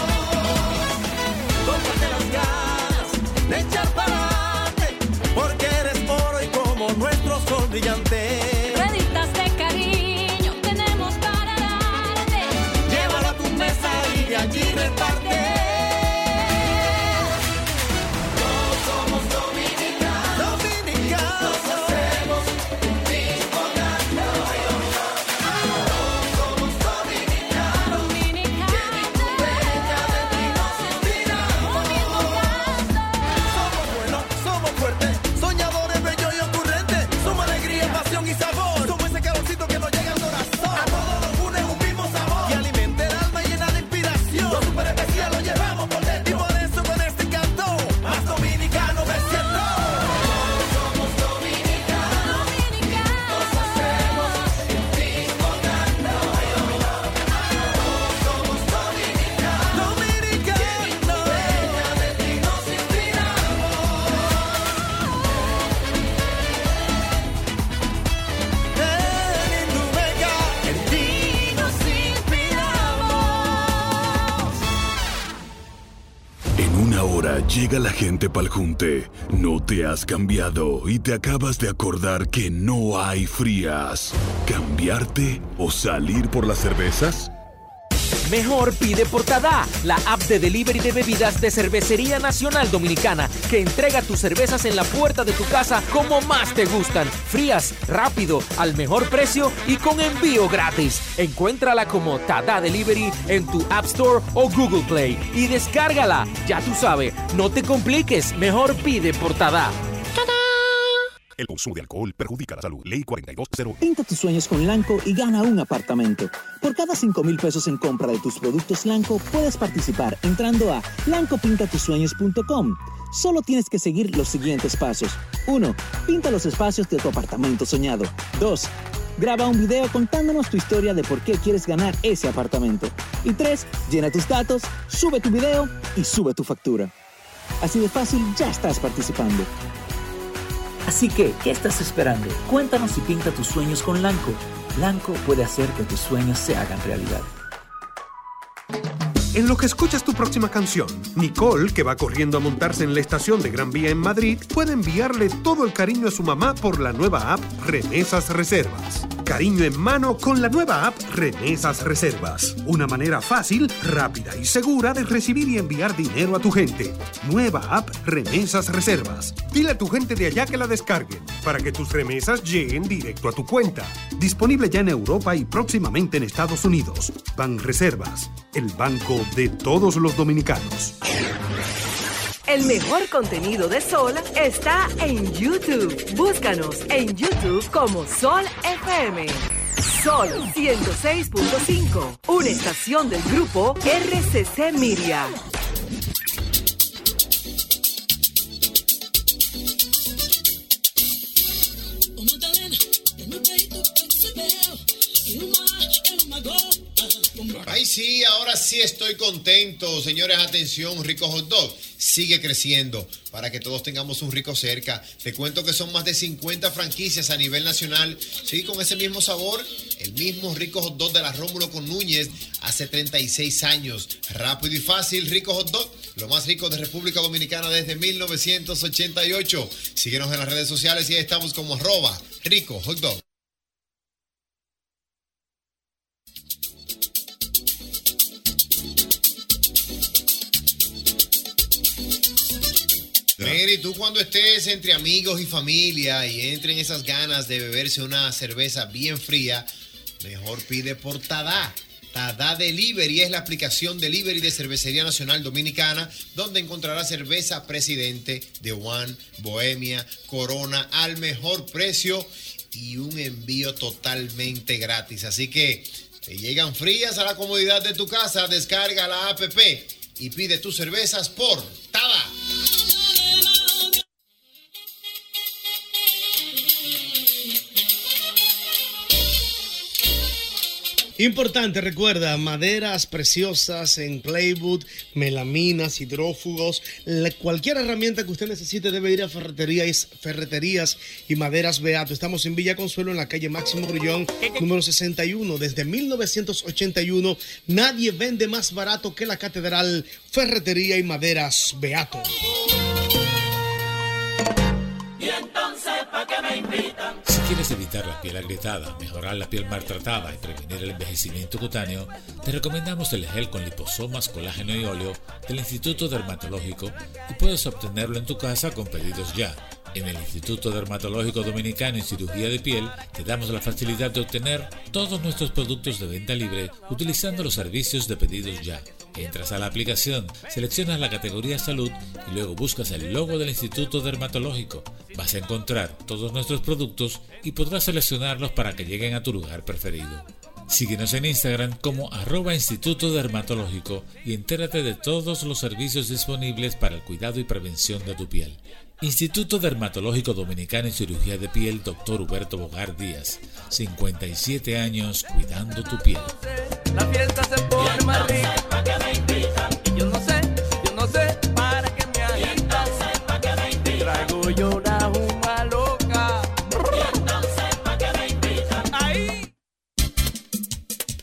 Cómprate las ganas de echar para adelante, porque eres oro y como nuestro sol brillante. Reditas de cariño tenemos para darte. Llévalo a tu mesa y de allí reparte. Todos somos dominicanos. Dominicanos. Nos hacemos un mismo canto. Todos somos dominicanos. Dominicanos. Que en tu bella de ti nos inspiramos. Un mismo canto. Somos buenos, somos fuertes, soñadores bellos y ocurrentes. Somos alegría, pasión y sabor. Somos ese calorcito que nos llega al corazón. A todos nos une un mismo sabor. Que alimenta el alma llena de inspiración. Lo super especial lo llevamos por dentro. Y por eso con este canto, más dominicano me siento. Somos dominicanos. Nos hacemos un mismo canto. Todos somos dominicanos. Dominicanos. Que tu bella de ti nos inspiramos. En tu bella, en ti nos inspiramos. En una hora llega la gente pa'l junte. No te has cambiado y te acabas de acordar que no hay frías. ¿Cambiarte o salir por las cervezas? Mejor pide por Tadá, la app de delivery de bebidas de Cervecería Nacional Dominicana, que entrega tus cervezas en la puerta de tu casa como más te gustan, frías, rápido, al mejor precio y con envío gratis. Encuéntrala como Tadá Delivery en tu App Store o Google Play y descárgala. Ya tú sabes, no te compliques, mejor pide por Tadá. El consumo de alcohol perjudica la salud. Ley 420. Pinta tus sueños con Lanco y gana un apartamento. Por cada 5 mil pesos en compra de tus productos Lanco, puedes participar entrando a lancopintatusueños.com. Solo tienes que seguir los siguientes pasos. 1. Pinta los espacios de tu apartamento soñado. 2. Graba un video contándonos tu historia de por qué quieres ganar ese apartamento. Y 3. Llena tus datos, sube tu video y sube tu factura. Así de fácil ya estás participando. Así que, ¿qué estás esperando? Cuéntanos y pinta tus sueños con Lanco. Lanco puede hacer que tus sueños se hagan realidad. En lo que escuchas tu próxima canción, Nicole, que va corriendo a montarse en la estación de Gran Vía en Madrid, puede enviarle todo el cariño a su mamá por la nueva app Remesas Reservas. Cariño en mano con la nueva app Remesas Reservas. Una manera fácil, rápida y segura de recibir y enviar dinero a tu gente. Nueva app Remesas Reservas. Dile a tu gente de allá que la descarguen para que tus remesas lleguen directo a tu cuenta. Disponible ya en Europa y próximamente en Estados Unidos. Ban Reservas, el banco de todos los dominicanos. El mejor contenido de Sol está en YouTube. Búscanos en YouTube como Sol FM. Sol 106.5, una estación del grupo RCC Miria. tá Uno te ven en un perrito que se veo y una Ahí sí, ahora sí estoy contento. Señores, atención, Rico Hot Dog sigue creciendo para que todos tengamos un rico cerca. Te cuento que son más de 50 franquicias a nivel nacional. Sí, con ese mismo sabor, el mismo Rico Hot Dog de la Rómulo con Núñez hace 36 años. Rápido y fácil, Rico Hot Dog, lo más rico de República Dominicana desde 1988. Síguenos en las redes sociales y ahí estamos como arroba Rico Hot Dog. Mary, tú cuando estés entre amigos y familia y entren esas ganas de beberse una cerveza bien fría, mejor pide por Tadá. Tadá Delivery es la aplicación delivery de Cervecería Nacional Dominicana, donde encontrarás cerveza Presidente, de One, Bohemia, Corona al mejor precio y un envío totalmente gratis. Así que te llegan frías a la comodidad de tu casa, descarga la app y pide tus cervezas por Tadá. Importante, recuerda, maderas preciosas en Playwood, melaminas, hidrófugos, la- cualquier herramienta que usted necesite debe ir a ferreterías, ferreterías y maderas Beato. Estamos en Villa Consuelo, en la calle Máximo Grullón, número 61. Desde 1981, nadie vende más barato que la Catedral Ferretería y Maderas Beato. Y entonces, ¿para qué me invitan? Si quieres evitar la piel agrietada, mejorar la piel maltratada y prevenir el envejecimiento cutáneo, te recomendamos el gel con liposomas, colágeno y óleo del Instituto Dermatológico y puedes obtenerlo en tu casa con pedidos ya. En el Instituto Dermatológico Dominicano en Cirugía de Piel te damos la facilidad de obtener todos nuestros productos de venta libre utilizando los servicios de pedidos ya. Entras a la aplicación, seleccionas la categoría salud y luego buscas el logo del Instituto Dermatológico. Vas a encontrar todos nuestros productos y podrás seleccionarlos para que lleguen a tu lugar preferido. Síguenos en Instagram como arroba Instituto Dermatológico y entérate de todos los servicios disponibles para el cuidado y prevención de tu piel. Instituto Dermatológico Dominicano en Cirugía de Piel, Dr. Huberto Bogar Díaz. 57 años cuidando tu piel. La fiesta se pone más rica. ¿Para qué me invitan? Y yo no sé, yo no sé para qué me agitan. Y entonces, ¿para qué me invitan? Traigo yo una juma loca. Y entonces, ¿para qué me invitan? Ahí.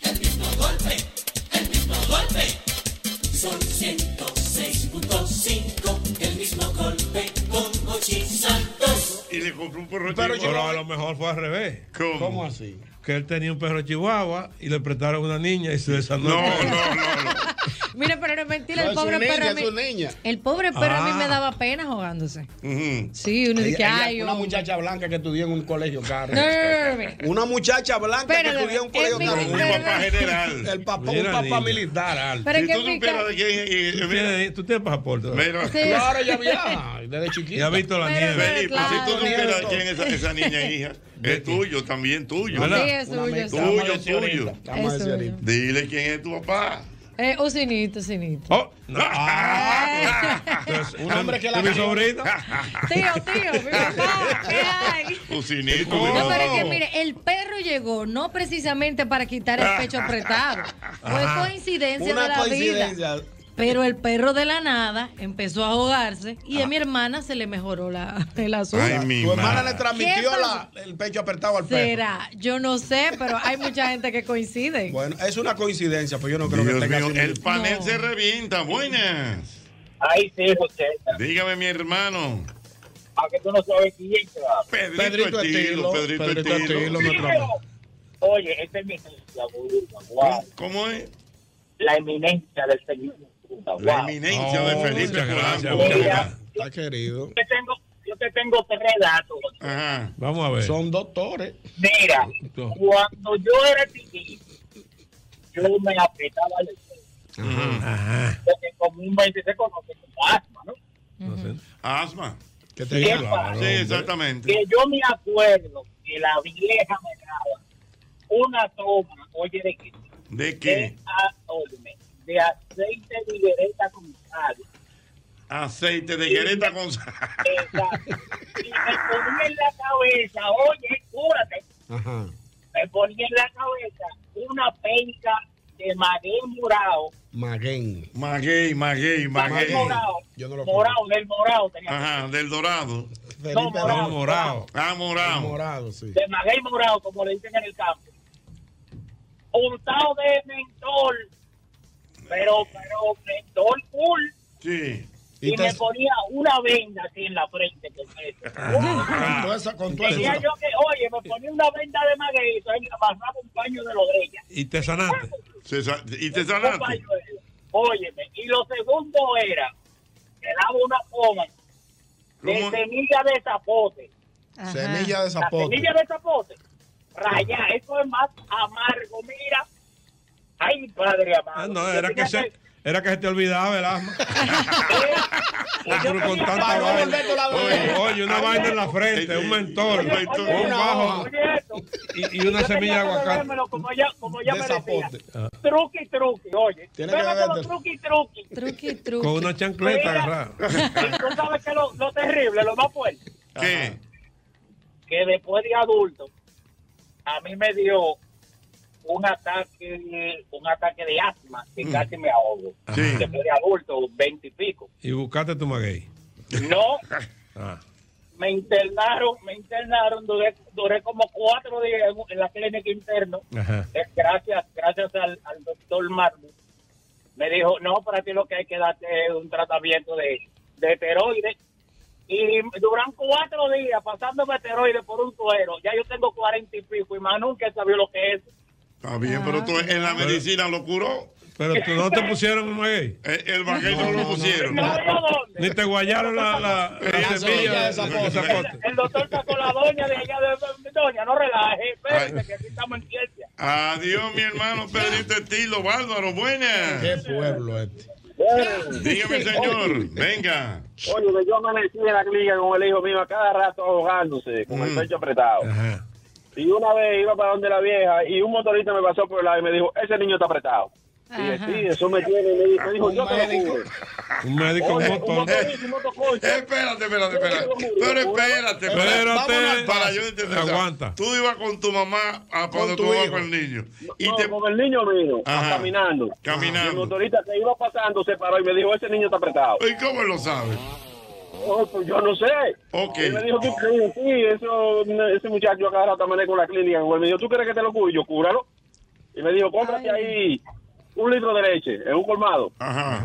El mismo golpe, el mismo golpe. Son 106.5. El mismo golpe con Mochi Santos. Y le compró un perro Pero chihuahua. a lo mejor fue al revés. ¿Cómo? así? Que él tenía un perro chihuahua y le prestaron una niña y se desarmó. No, no, Mira, pero no es mentira, el No, es pobre su niña, perro. a es mí- su niña. El pobre perro a mí Ah. me daba pena jugándose. Sí, uno dice, Ella- ella- ay, Una hombre. muchacha blanca que estudió en un colegio caro. No, no, no, no, mira. Una muchacha blanca Espérate, que estudió en un es colegio mi- caro. Un papá general. El papá, Mira, un papá niña. militar. alto. Pero Si que tú pica- supieras de quién- eh, ¿Tú mira, tienes, tú tienes pasaporte? Mira. Sí. Claro, ya había, desde chiquito. Ya ha visto la nieve. Felipe, si tú supieras Nieto. quién es esa, esa niña hija, es tuyo, también tuyo. Sí, ¿verdad? es suyo, es suyo. Tuyo, tuyo. Vamos a decir ahorita. Dile quién es tu papá. Eh, Usinito, Usinito. Un hombre que la mi sobrino. Tío, tío, mi papá, ¿qué hay? Cocinito. No, pero es que mire, el perro llegó no precisamente para quitar el pecho apretado. Fue Ajá. coincidencia Una de la coincidencia. vida. Pero el perro de la nada empezó a ahogarse y Ah. a mi hermana se le mejoró la, el asunto. Ay, mi Tu hermana madre. le ¿Qué transmitió pasó? la- el pecho apretado al perro. Será, yo no sé, pero hay mucha gente que coincide. Bueno, es una coincidencia, pues yo no creo que tenga El similitud. panel se revienta. Buenas. Ahí sí, José. Dígame, mi hermano. A que tú no sabes quién te va. Pedrito, Estilo, Pedrito, Estilo. Oye, esta es mi esencia, Buda, guau. ¿Cómo es? La eminencia del señor Buda, La guau. eminencia Oh, de Felipe muchas gracias, Polanco. muchas gracias. Está querido. Yo te tengo, yo te tengo tres datos. Vamos a ver. Son doctores. Mira, Dos. cuando yo era chiquito, yo me apretaba el pecho, porque comúnmente se conoce como asma, ¿no? Asma. ¿Qué te sí, digo? Claro, sí, hombre. exactamente. Que yo me acuerdo que la vieja me daba una toma, oye, de qué? ¿De qué? Ah, óyeme, de aceite de higuereta con sal. Aceite de Guereta con sal. Exacto. y me ponía en la cabeza, oye, cúrate. Ajá. Me me ponía en la cabeza una penca de maguey morado. Maguen. Maguey, maguey, maguey. Morado. Yo no Morado, del morado tenía. Ajá, del dorado. No, morado. morado. Ah, morado. Morado, sí. De maguey morado, como le dicen en el campo. Untado de mentol. Pero, pero, mentol full. Sí. Y, me ponía una venda así en la frente. Que Con toda esa- con toda Decía esa- yo que, oye, me ponía una venda de maguey y amarraba un paño de logrella. Y te sanaste. Se sa- y te Un sanaste. pañuelo. Óyeme, y lo segundo era, que daba una coma de ¿Cómo? semilla de zapote. Semilla de La zapote. semilla de zapote. Rayá, eso es más amargo, mira. Ay, padre amado. Ah, no, Yo era que tenía se, era que se te olvidaba el asma. Otro con tanta tenía- Para no vaina. volverlo la Oye, vez. oye, una vaina en la frente, un mentor, Oye, oye, un bajo oye, esto. y, y una Yo tenía semilla de que aguacate. bebérmelo Como ya, como ya De me decía. Ah. Truqui, truqui, oye. Tiene que Bébetelo beberte. truqui, truqui. Truqui, Con una chancleta agarrada. Y tú sabes que lo, lo terrible, lo más fuerte, ¿Qué? que después de adulto, a mí me dio un ataque, un ataque de asma que Mm. casi me ahogo. Sí. Después de adulto, veinte y pico. Y buscaste tu maguey. No, Ah. me internaron, me internaron, duré, duré como cuatro días en, en la clínica interna. Ajá. Eh, Gracias, gracias al, al doctor Marmos. Me dijo, no, para ti lo que hay que darte es un tratamiento de, de esteroides. Y duran cuatro días pasándome esteroides por un suero. Ya yo tengo cuarenta y pico y más nunca sabía lo que es. Está bien, pero tú en la medicina lo curó. Eh, Pero tú no te pusieron un maguey. El, el maguey no, lo pusieron. Ni te guayaron la, la, la La semilla de zapote. zapote. El doctor sacó la doña de allá de doña, no relaje, espérate que aquí estamos en ciencia. Adiós, mi hermano Pedrito Estilo, bárbaro, buenas. Qué pueblo este. Dígame, señor, venga. Oye, yo amanecí en la clínica con el hijo mío a cada rato ahogándose, con el pecho apretado. Y una vez iba para donde la vieja y un motorista me pasó por el lado y me dijo, ese niño está apretado. Y dije, sí, eso me tiene. Y me dijo, me dijo, yo te lo juro. Un médico Oye, un motor. motorista, un motoconcho. Espérate, espérate, espérate. Pero espérate, Espérate. Para yo entender. Aguanta. Tú ibas con tu mamá a cuando tu Ah, tú ibas hijo. con el niño. Y te... con el niño vino, Ajá. caminando. Caminando. Y el motorista que iba pasando se paró y me dijo, ese niño está apretado. ¿Y cómo lo sabe? Oh, pues yo no sé. Y me dijo, ¿tú crees? Sí, eso, ese muchacho acá rato amanece con la clínica. Y me dijo, ¿tú crees que te lo cure? Yo, cúralo. Y me dijo, cómprate ahí un litro de leche en un colmado. Ajá.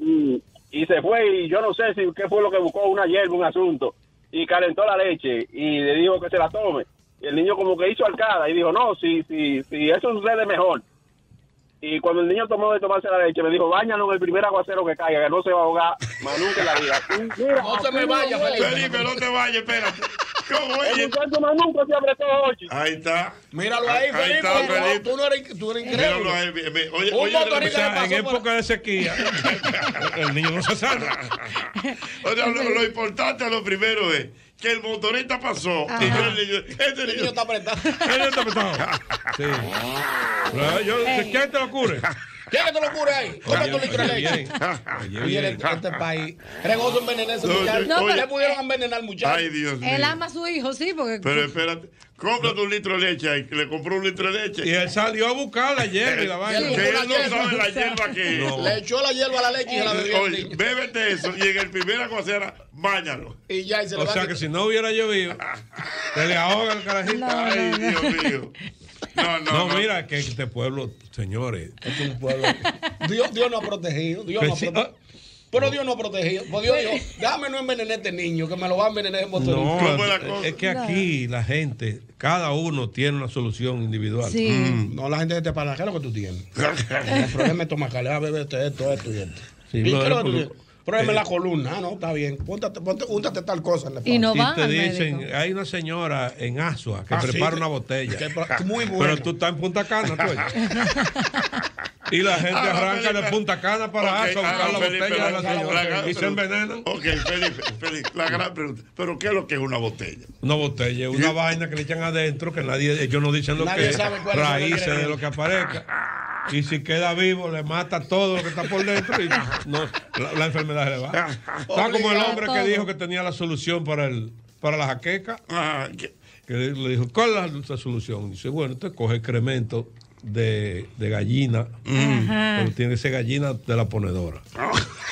Y, y se fue y yo no sé si qué fue lo que buscó, una hierba, un asunto. Y calentó la leche y le dijo que se la tome. Y el niño como que hizo arcada y dijo, no, si, si, si eso sucede mejor. Y cuando el niño tomó de tomarse la leche, me dijo, báñalo en el primer aguacero que caiga, que no se va a ahogar más nunca en la vida. Y mira, No se me así vaya, lo Felipe. fue. Felipe, no te vayas, espérate. ¿Cómo es? El muchacho más nunca se apretó ocho. Ahí está. Míralo ahí, Ahí Felipe. está, tú no- Felipe. Tú no eres, tú eres Míralo increíble. ahí, ve- ve- Oye, Un oye, motorista o sea, le pasó en por- época de sequía, el niño no se salva. O sea, lo, lo importante, lo primero es que el motorista pasó. Ajá. Y yo le digo, este niño está apretado. Él está apretado. Sí. Pero yo, ¿Quién te lo cure? ¿Quién que te lo cure ahí? Cómprate un litro de Oye, leche. oye, Oye, oye. este este país. Regoso envenenar a ese Oye, muchacho. No, Le pero- pudieron envenenar al muchacho. Ay, Dios mío. Él ama a su hijo, sí, porque. Pero espérate, cómprate un litro de leche ahí, que le compró un litro de leche. Y él salió a buscar la hierba y la vaina. Que él no sabe la hierba que es. Le echó la hierba a la leche y se la bebió. el Eh, Oye, niño. bébete eso y en el primer aguacera, báñalo. Y ya, y se le O va a sea que si no hubiera llovido, se le ahoga el carajito. Ay, Dios mío. No, no, No, no. mira que este pueblo, señores. Este es un pueblo. Dios, Dios nos ha protegido. Dios Pero nos ha Pues sí, ah. protegido. Pero Dios nos ha protegido. Pues Dios dijo, déjame no envenenar a este niño, que me lo va a envenenar el motorista. No, es que aquí la gente, cada uno tiene una solución individual. Sí. Mm. No, la gente de este para ¿qué es lo que tú tienes? El problema estomacal, es a beber este, esto, esto y esto. Sí, ¿Y lo qué es de lo que tú la tienes? Pruébeme eh. la columna. Ah, no, está bien. Póntate, ponte, úntate tal cosa en la Y no Y van te al dicen, médico. hay una señora en Asua que Ah, sí, prepara que- una botella. que pro- muy buena. Pero tú estás en Punta Cana, tú. oye. y la gente Ah, arranca Felipe. de Punta Cana para Ok, Asua a buscar ah, la Felipe, botella de la la- la- la señora. gran y se pregunta. envenenan. Ok, Felipe, Felipe, la gran pregunta. ¿Pero qué es lo que es una botella? Una botella, es una vaina que le echan adentro, que nadie, ellos no dicen lo Nadie que es, sabe cuáles son los raíces de ingredientes. lo que aparezca. Y si queda vivo, le mata todo lo que está por dentro y no, la, la enfermedad se le va. Está como el Obligado hombre todo. Ah, que dijo que tenía la solución para el para la jaqueca. Ajá, que le dijo, ¿cuál es la- nuestra solución? dice, bueno, usted coge excremento de, de gallina, Ajá. pero tiene que ser gallina de la ponedora.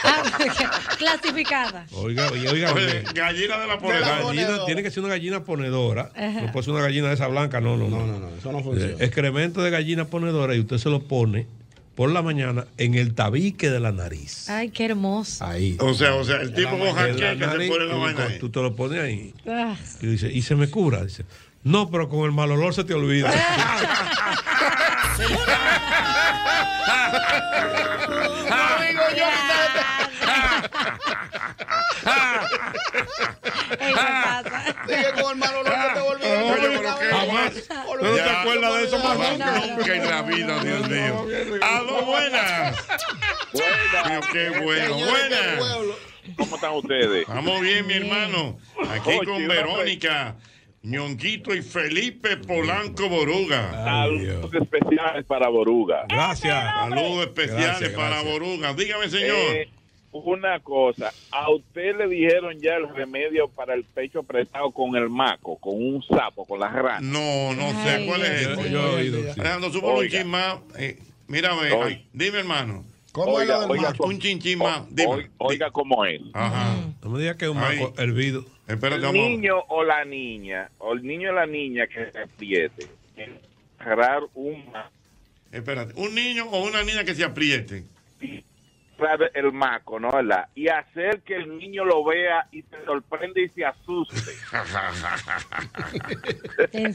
ah, Clasificada. Oiga, oiga, oiga. Oye, bien. Eh, gallina de la Gallina, ponedora. tiene que ser una gallina ponedora. Ajá. No puede ser una gallina de esa blanca, no, no, no. no, eso no funciona. Excremento de gallina ponedora y usted se lo pone por la mañana en el tabique de la nariz. Ay, qué hermoso. Ahí. O sea, o sea, el tipo De la con jaqueca se nariz, pone la tú- vaina ahí. Tú te lo pones ahí. Ah, Y dice, ¿y se me cura? Dice, no, pero con el mal olor se te olvida. No digo yo. Sigue con el mal olor que te volví. Ah, Oye, pero qué jamás. Ah, ¿No te acuerdas de eso más Nunca en la vida, Dios mío. A lo buenas. Buenas. Qué bueno, buenas. ¿Cómo están ustedes? Vamos bien, mi hermano. Aquí Oye, con hombre. Verónica, Ñonguito y Felipe Polanco Boruga. Saludos especiales para Boruga. Gracias. Saludos especiales Gracias, para gracias. Boruga. Dígame, señor. Eh, una cosa, a usted le dijeron ya el remedio para el pecho apretado con el maco, con un sapo, con las ranas. No, no sé cuál es Dios esto. mío. Yo he oído, sí. Alejandro, súbalo un Oiga. chin más. Eh, mira, a ver, Oiga. ay, dime, hermano. oiga, oiga, Un chin chin más. Dime. oiga, oiga cómo es. No me digas que es un maco hervido. Espérate, el niño o la niña, o el niño o la niña que se apriete, agarrar un maco, Espérate, un niño o una niña que se apriete. agarrar el maco, ¿no? ¿Verdad? Y hacer que el niño lo vea y se sorprende y se asuste. en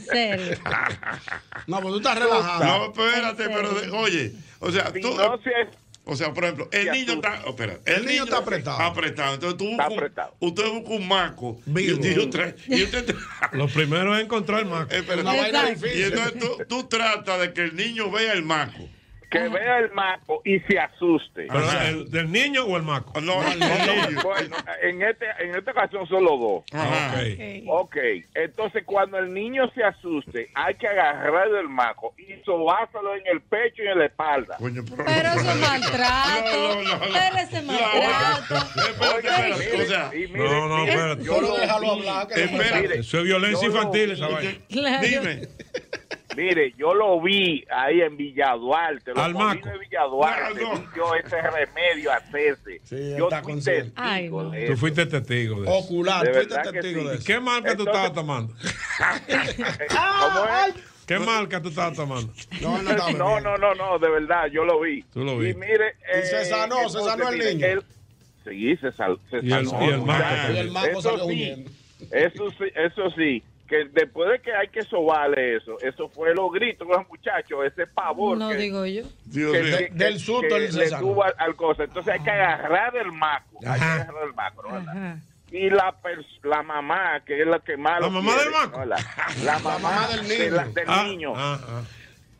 serio. No, pues tú estás relajado. No, espérate, pero de- oye, o sea, tú. O sea, por ejemplo, el se niño asusta. está. oh, espera, El niño está apretado. Apretado. Entonces tú buscas un- Usted busca un maco. Y usted, y usted- y usted Lo primero es encontrar el maco. espérate. Eh, Y entonces tú, tú tratas de que el niño vea el maco. Que vea el maco y se asuste. Pero, ¿el- ¿Del niño o el maco? No, el niño. Bueno, en, este, en esta ocasión solo dos. Ajá. ok, entonces cuando el niño se asuste, hay que agarrar el maco y sobásalo en el pecho y en la espalda. Pero eso es maltrato. Pero ese es maltrato. o sea, No, no, espérate. Solo déjalo hablar. Espérate. Eso es violencia infantil, esa vaina. Dime. Mire, yo lo vi ahí en Villaduarte, los Al molinos de Villaduarte, No, no. vi yo ese remedio hacerse. yo fui testigo de Tú eso. fuiste testigo de eso. Ocular, De fuiste verdad que testigo sí. de eso. ¿Qué marca tú Entonces- estabas tomando? ¿Qué marca tú estabas tomando? no, no, no, no, de verdad, yo lo vi. Tú lo Y viste. mire, eh, Y se sanó, se entonces, sanó el mire, niño. él- sí, se, sal- se Y el- sanó. y el maco muchacho. también. Y el maco eso salió sí, eso sí, eso sí, que después de que hay que sobarle eso, eso fue los gritos de los muchachos, ese pavor. No que- digo yo. Dios mío. que- Del susto que él se le sanó. tuvo al, al cosa. Entonces hay que agarrar el maco, hay que agarrar el maco, ¿no? Y la, pers- la mamá, que es la que más... ¿La lo mamá quiere, del maco? Ah, ¿no? La, la mamá, del niño. del niño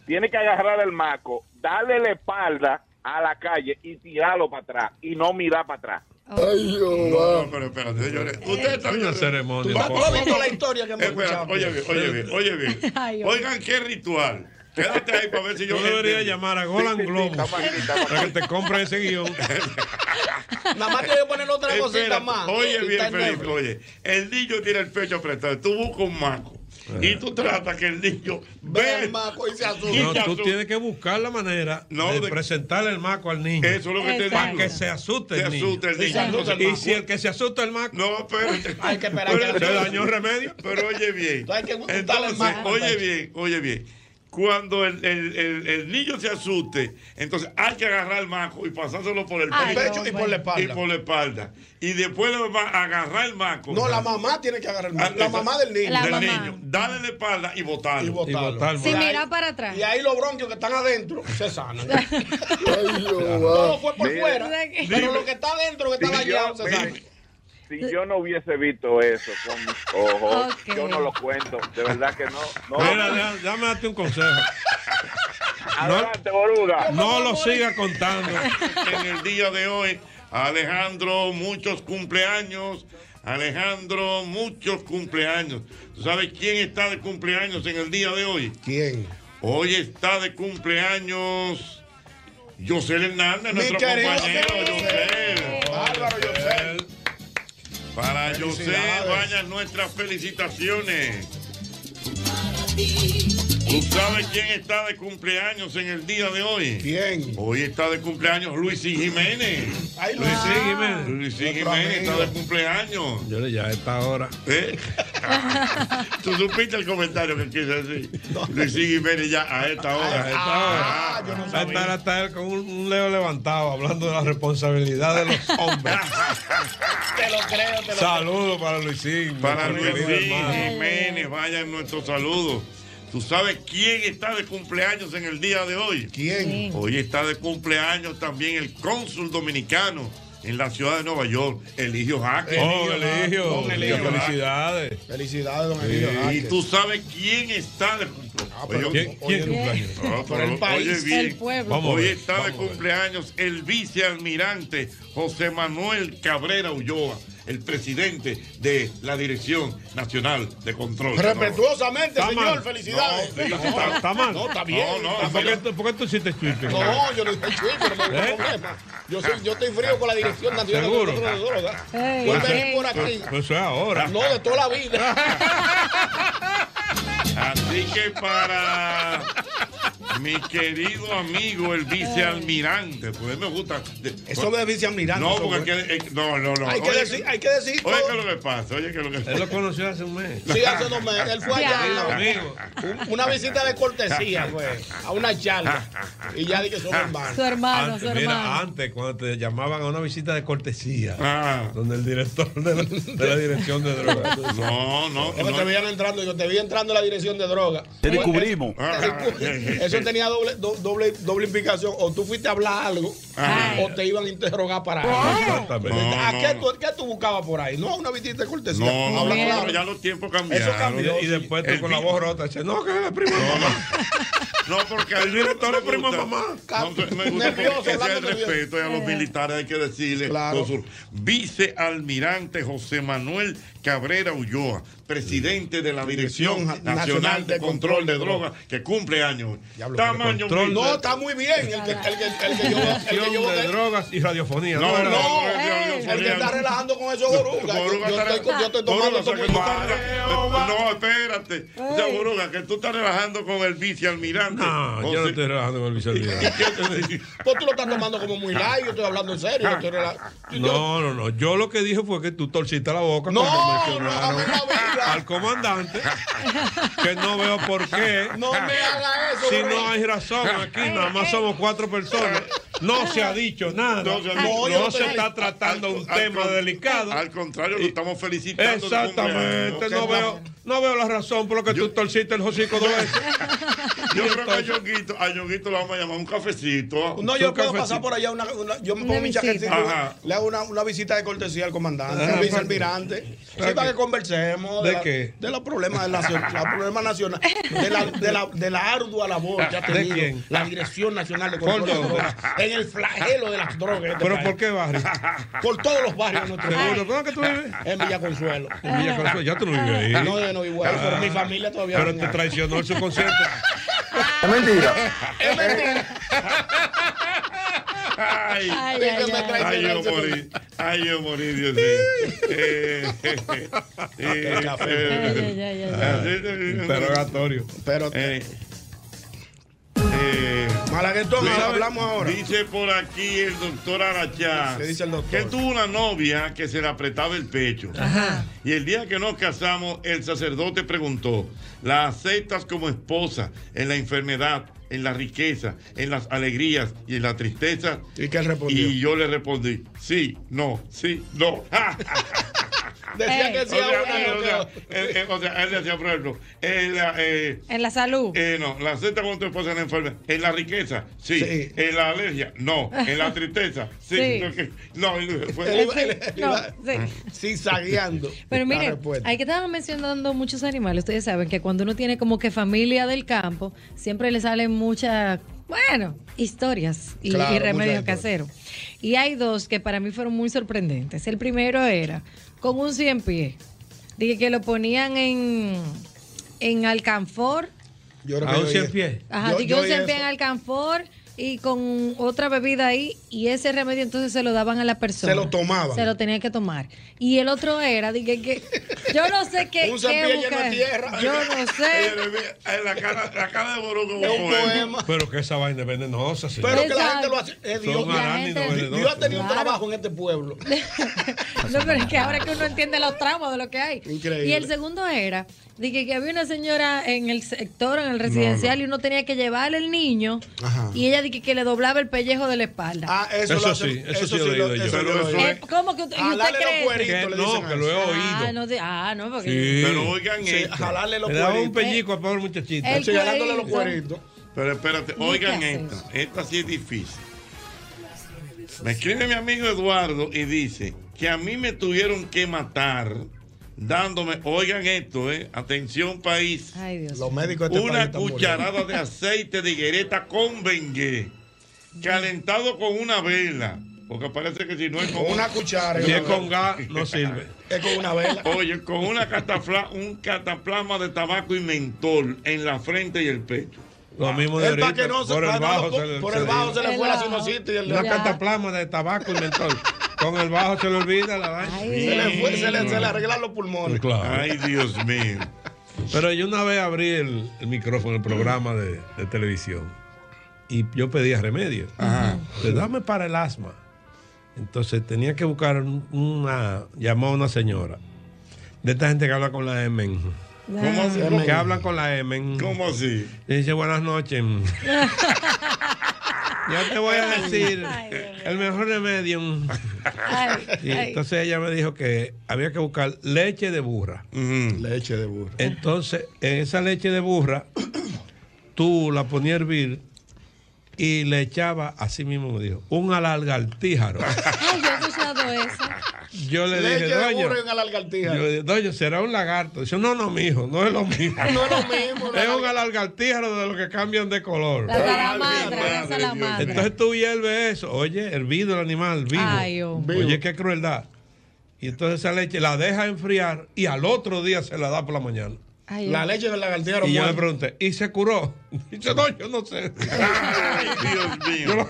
tiene que agarrar el maco, darle la espalda a la calle y tirarlo para atrás y no mirar para atrás. Ay, no, no, pero espérate, señores. Usted está Una ceremonia. Tú poco. viendo la historia que hemos Espera, escuchado. oye bien, oye bien, oye bien. Ay, hombre. Oigan, qué ritual. Quédate ahí para ver si yo. Yo debería entendí. llamar a Golan Globus para que te compre ese guión. Nada más que yo ponerle otra Espera, cosita más. Oye, Y bien, está en Felipe, negro. oye. El niño tiene el pecho apretado. Tú buscas un maco. Y tú tratas que el niño vea el maco y se asuste. No, tú tienes que buscar la manera de, presentarle el maco al niño. Eso es lo que te digo. Para que se asuste Se el niño. asuste el niño. Se asusta el Y maco. Y si si el que se asusta el maco. No, pero. Hay que esperar que Se dañó el remedio. Pero oye bien. Hay que gustarle Entonces, más al oye pecho. bien, oye bien. Cuando el, el, el, el niño se asuste, entonces hay que agarrar el maco y pasárselo por el pecho, Ay, no, y por la espalda. Y por la espalda. Y después le va a agarrar el maco. No, la mamá tiene que agarrar el Ah, maco. La esa- mamá del niño. Del niño. Dale la espalda y botarlo. Y botarlo. Si mira para atrás. Y ahí los bronquios que están adentro se sanan. wow. Todo fue por Mira. fuera. Pero Dime. lo que está adentro, que está Sí, yo- dañado, se mire, sana. Si yo no hubiese visto eso con mis ojos, Ok. yo no lo cuento. De verdad que no. no Mira, déjame- déjame darte un consejo. Adelante, Boruga. No lo sigas contando. en el día de hoy. Alejandro, muchos cumpleaños. Alejandro, muchos cumpleaños. ¿Tú sabes quién está de cumpleaños en el día de hoy? ¿Quién? Hoy está de cumpleaños José Hernández, nuestro querido compañero José. Álvaro José. Para José Felicidades. Bañas, nuestras felicitaciones. ti. ¿Tú sabes quién está de cumpleaños en el día de hoy? ¿Quién? Hoy está de cumpleaños Luisín Jiménez. Luisín Jiménez. Luisín Jiménez está de cumpleaños. Yo le ya a esta hora. ¿Eh? Tú supiste el comentario que quise decir. Luisín Jiménez ya a esta hora. A esta hora. Ah, Ah, Ahí está, ahora está él con un, un leo levantado hablando de la responsabilidad de los hombres. Te lo creo, te lo Saludos para Luisín. Para mi querido Luisín hermano. Jiménez, vayan nuestros saludos. ¿Tú sabes quién está de cumpleaños en el día de hoy? ¿Quién? Hoy está de cumpleaños también el cónsul dominicano en la ciudad de Nueva York, Eligio Jaque. Oh, Eligio. Don Eligio Eligio, Jaque. felicidades. Felicidades, don Eligio Y Jaque. tú sabes quién está de cumpleaños. Ah, pero- ¿Quién- quién cumpleaños? Ah, Por pero el país, oye bien. el pueblo. Vamos a Hoy ver, está de cumpleaños el vicealmirante José Manuel Cabrera Ulloa, el presidente de la Dirección Nacional de Control. Respetuosamente, Está señor, mal. felicidades. No, sí, sí, Está, está mal. No, está bien. No, no, está ¿por, qué, bien. tú- ¿Por qué tú hiciste ¿Eh? Twitter? No, yo no estoy frío, pero no hay ¿Eh? problema. Yo, soy- yo estoy frío con la dirección nacional ¿Seguro? de control de drogas. Ey, Voy a ey. venir por aquí. Pues- pues eso es ahora. No, de toda la vida. Así que para mi querido amigo, el vicealmirante, pues me gusta. Eso de vicealmirante, No, eso, porque hay que. eh, No, no, no. Hay que Oye, decir, hay que decir. Oye, todo. ¿qué es lo que pasa? Oye, ¿qué es lo que pasa? Él lo conoció hace un mes. Sí, hace dos meses. Él fue allá. Un- Una visita de cortesía, güey. A una charla. Y ya dije que son hermanos. Su hermano, su Antes, mira, hermano. antes, cuando te llamaban a una visita de cortesía, Ah. donde el director de la, de la dirección de drogas. No, no. Yo te veían entrando, yo te vi entrando en la dirección de droga. Te Oye, descubrimos. Eso, eso tenía doble, do- doble, doble implicación. O tú fuiste a hablar algo, o te iban a interrogar para algo. Exactamente. ¿A qué, tú, qué tú buscabas por ahí? No, una visita de cortesía. No, no, Habla no, claro. ya los tiempos cambiaron. Eso cambió, Y después tú El con la vi- voz rota, dices, no, que es la prima. No, porque el director es prima mamá. me gusta porque Nervioso, ese es el hablando nervioso. respeto y a los Eh. militares hay que decirle. Claro. con su- Vicealmirante José Manuel Cabrera Ulloa, presidente de la Dirección Nacional, de Control, de Drogas, que cumple años. Tamaño humilde. No, está muy bien. El que, el que, el que yo, el que yo de drogas y radiofonía. No, Era- No, el que está relajando con esos orugas. Yo, yo estoy, con- yo estoy tomando Boruga, o sea, esto que muy tú mal. estás relajando- No, espérate. O sea, Boruga, que tú estás relajando con el vicealmirante. No, yo no estoy relajando con el vicealmirante. Pues tú lo estás tomando como muy light. Yo estoy hablando en serio. Yo estoy relajando. No, no, no. Yo lo que dije fue que tú torciste la boca No, cuando mencionaron al comandante que no veo por qué. No me haga eso, Si Borrell. no hay razón aquí, nada más somos cuatro personas. No se ha dicho nada. No No se se, ha dicho. No, yo no estoy- está tratando un al tema con- delicado. Al contrario, lo estamos felicitando. tu Exactamente. cumpleaños. No veo, no veo la razón por la que tú torciste el hocico dos veces. Yo creo que a Yonguito, a Yonguito lo vamos a llamar un cafecito. No, yo puedo pasar por allá. Una, una- yo me pongo mi chaquetita. Ajá. Le hago una, una visita de cortesía al comandante, Ah, al vicealmirante. ¿para Sí, para qué? que conversemos. ¿De la- qué? De los problemas de la, la problema nacional. De la, de, la, de la ardua labor que ha ¿De tenido quién? la Dirección Nacional de ¿Por Control de dónde? Drogas. En el flagelo de las drogas. de este ¿Pero país. por qué barrio? Por todos los barrios de nuestro país. Seguro. ¿Dónde que tú vives? En Villa Consuelo. En Villa Consuelo. Ya tú no vives ahí. Ah. No, yo no vivo ahí, pero mi familia todavía Pero vive te ahí. traicionó el subconsciente. Es mentira. Es mentira. Ay, Ay, ay, ay, ay. yo morí. Ay, yo morí, Dios mío. Eh, eh, eh, eh, eh, Interrogatorio. Pero. Eh, eh, Malaguetón, ¿sabe? hablamos ahora. Dice por aquí el doctor Arachá ¿Qué dice el doctor? que tuvo una novia que se le apretaba el pecho. Y el día que nos casamos, el sacerdote preguntó: ¿La aceptas como esposa en la enfermedad, en la riqueza, en las alegrías y en la tristeza? ¿Y qué él respondió? Y yo le respondí: Sí, no, sí, no. Decía que sí o sea, a una, no o que sea, a otra. eh, eh, o sea, él decía, por ejemplo, en la, eh, En la salud. eh, no, la acepta con tu esposa en la enfermedad. En la riqueza, sí. En la alergia, no. En la tristeza, sí. Sí. No, que- No, él fue- Él iba- él- él No, iba- Sí, zagueando. Pero La miren, respuesta. hay que estaban mencionando muchos animales. Ustedes saben que cuando uno tiene como que familia del campo, siempre le salen muchas, bueno, historias y, y Claro, muchas remedios historias. caseros. Y hay dos que para mí fueron muy sorprendentes. El primero era con un 100 pies. Dije que lo ponían en, en alcanfor. Yo A un cien pies. Ajá, Yo- dije yo un oí 100 pies eso. en alcanfor. y con otra bebida ahí y ese remedio entonces se lo daban a la persona. Se lo tomaban. Se lo tenía que tomar. Y el otro era, dije que yo no sé qué. Un qué zapillo lleno buscar. de tierra. Yo no sé. eh, La cara, la cara de Boruco. Es un poema. Pero que esa vaina es venenosa, sí. Pero que la gente lo hace. eh, Dios, Son arácnidos Dios, venenosos. ha tenido Claro. un trabajo en este pueblo. No, pero es que ahora que uno entiende los tramos de lo que hay. Increíble. Y el segundo era, dije que había una señora en el sector, en el residencial, y uno tenía que llevarle el niño Ajá. y ella dije que le doblaba el pellejo de la espalda. Ah, eso, Eso lo hace- sí, eso sí lo he lo- oído yo. eso Pero lo he eso oído. es- Eh, ¿Cómo que usted, y usted Jalarle los cree? cueritos, Que le no, dicen que lo he a eso. Ah, oído. no, de- ah, no, porque... Sí. Pero oigan Sí, esto. jalarle los Le daba un cueritos. pellico a Pablo muchachito. El Sí, jalándole los cuerito. cueritos. Pero espérate, ¿Y oigan qué esta. Esta sí es difícil. Me escribe mi amigo Eduardo y dice que a mí me tuvieron que matar dándome, oigan esto, eh, atención país, Ay, Dios. Los médicos de este país una están muriendo. cucharada de aceite de higuereta con bengue, calentado con una vela, porque parece que si no es con Con una cuchara. y Si una es con vela. gas, no sirve. Es con una vela. Oye, con una catafla, un cataplasma de tabaco y mentol en la frente y el pecho. Lo mismo de Él para ahorita. que no se Por pa' el no- bajo se por- le- por se el le bajo se le fue la El bajo. sinusitis y el- Una Ya. cataplasma de tabaco y mentol. Con el bajo se le olvida la vaina. Ay, se le fue- se le se le arreglan los Pues pulmones. Claro. Ay, Dios mío. Pero yo una vez abrí el, el micrófono, el programa de, de televisión, y yo pedía remedio. Ajá. Entonces, dame para el asma. Entonces tenía que buscar un- una. Llamó a una señora. De esta gente que habla con la M. ¿Cómo así? Que hablan con la M. ¿Cómo así? Y dice, buenas noches. Yo te voy a decir Ay, Dios mío. el mejor remedio. Ay, Y ay. entonces ella me dijo que había que buscar leche de burra. Ujú. Leche de burro. Entonces, en esa leche de burra, tú la ponías a hervir y le echaba, así mismo me dijo, un alarga al tíjaro. Ay, yo he escuchado eso. Yo le Leche dije, de doño, burro y una yo largartija. le dije, doño, será un lagarto. Dice, no, no, mijo, no es lo mismo. No es lo mismo. es un alargartíjaro de los que cambian de color. La salamandra, la madre, salamandra. Entonces tú hierves eso. Oye, hervido el animal, vivo. Ay, hombre. Oye, qué crueldad. Y entonces esa leche la deja enfriar y al otro día se la da por la mañana. Ay, La Dios. leche de lagartija Y yo le muerta. pregunté, ¿y se curó? Dice, no, yo no sé. Ay, Dios Yo lo, mío.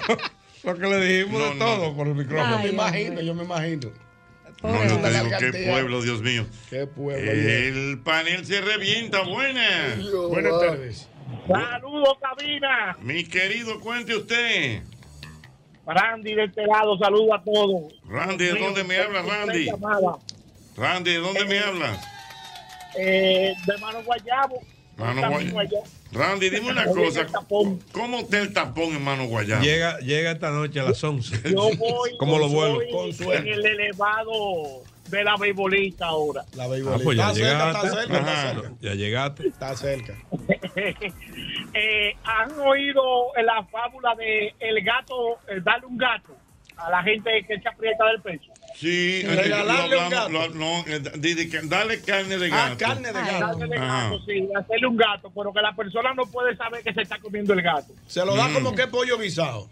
lo que le dijimos No, de no. todo por el micrófono. Ay, Me Dios. imagino, yo me imagino. No, yo te digo, qué Lagartija. pueblo, Dios mío. Qué pueblo. El panel se revienta, buena. Dios. Buenas tardes. Saludos, cabina. Mi querido, cuente usted. Randy de este lado, saludo a todos. Randy, ¿de dónde me habla, Randy? Llamada. Randy, ¿de dónde me hablas? Eh, de Mano Guayabo. Mano Camino Guaya- allá. Randy, dime una Oye, cosa. el tapón. ¿Cómo está el tapón, hermano Guayabo? Llega, llega esta noche a las 11. Yo voy, ¿Cómo lo vuelo? voy en el elevado de la beibolita ahora. La Ah, beibolita. pues ya está cerca, llegaste. está cerca, Ajá, está cerca. ya llegaste. Está cerca. Eh, ¿Han oído la fábula de el gato, eh, darle un gato a la gente que se aprieta del pecho? Sí, eh, Regalarle lo un gato. hablamos, lo- no, eh, dice que dale carne de gato. Ah, carne de Ay, gato. Darle de Ajá. gato, sí, hacerle un gato, pero que la persona no puede saber que se está comiendo el gato. Se lo da Mm. como que pollo guisado.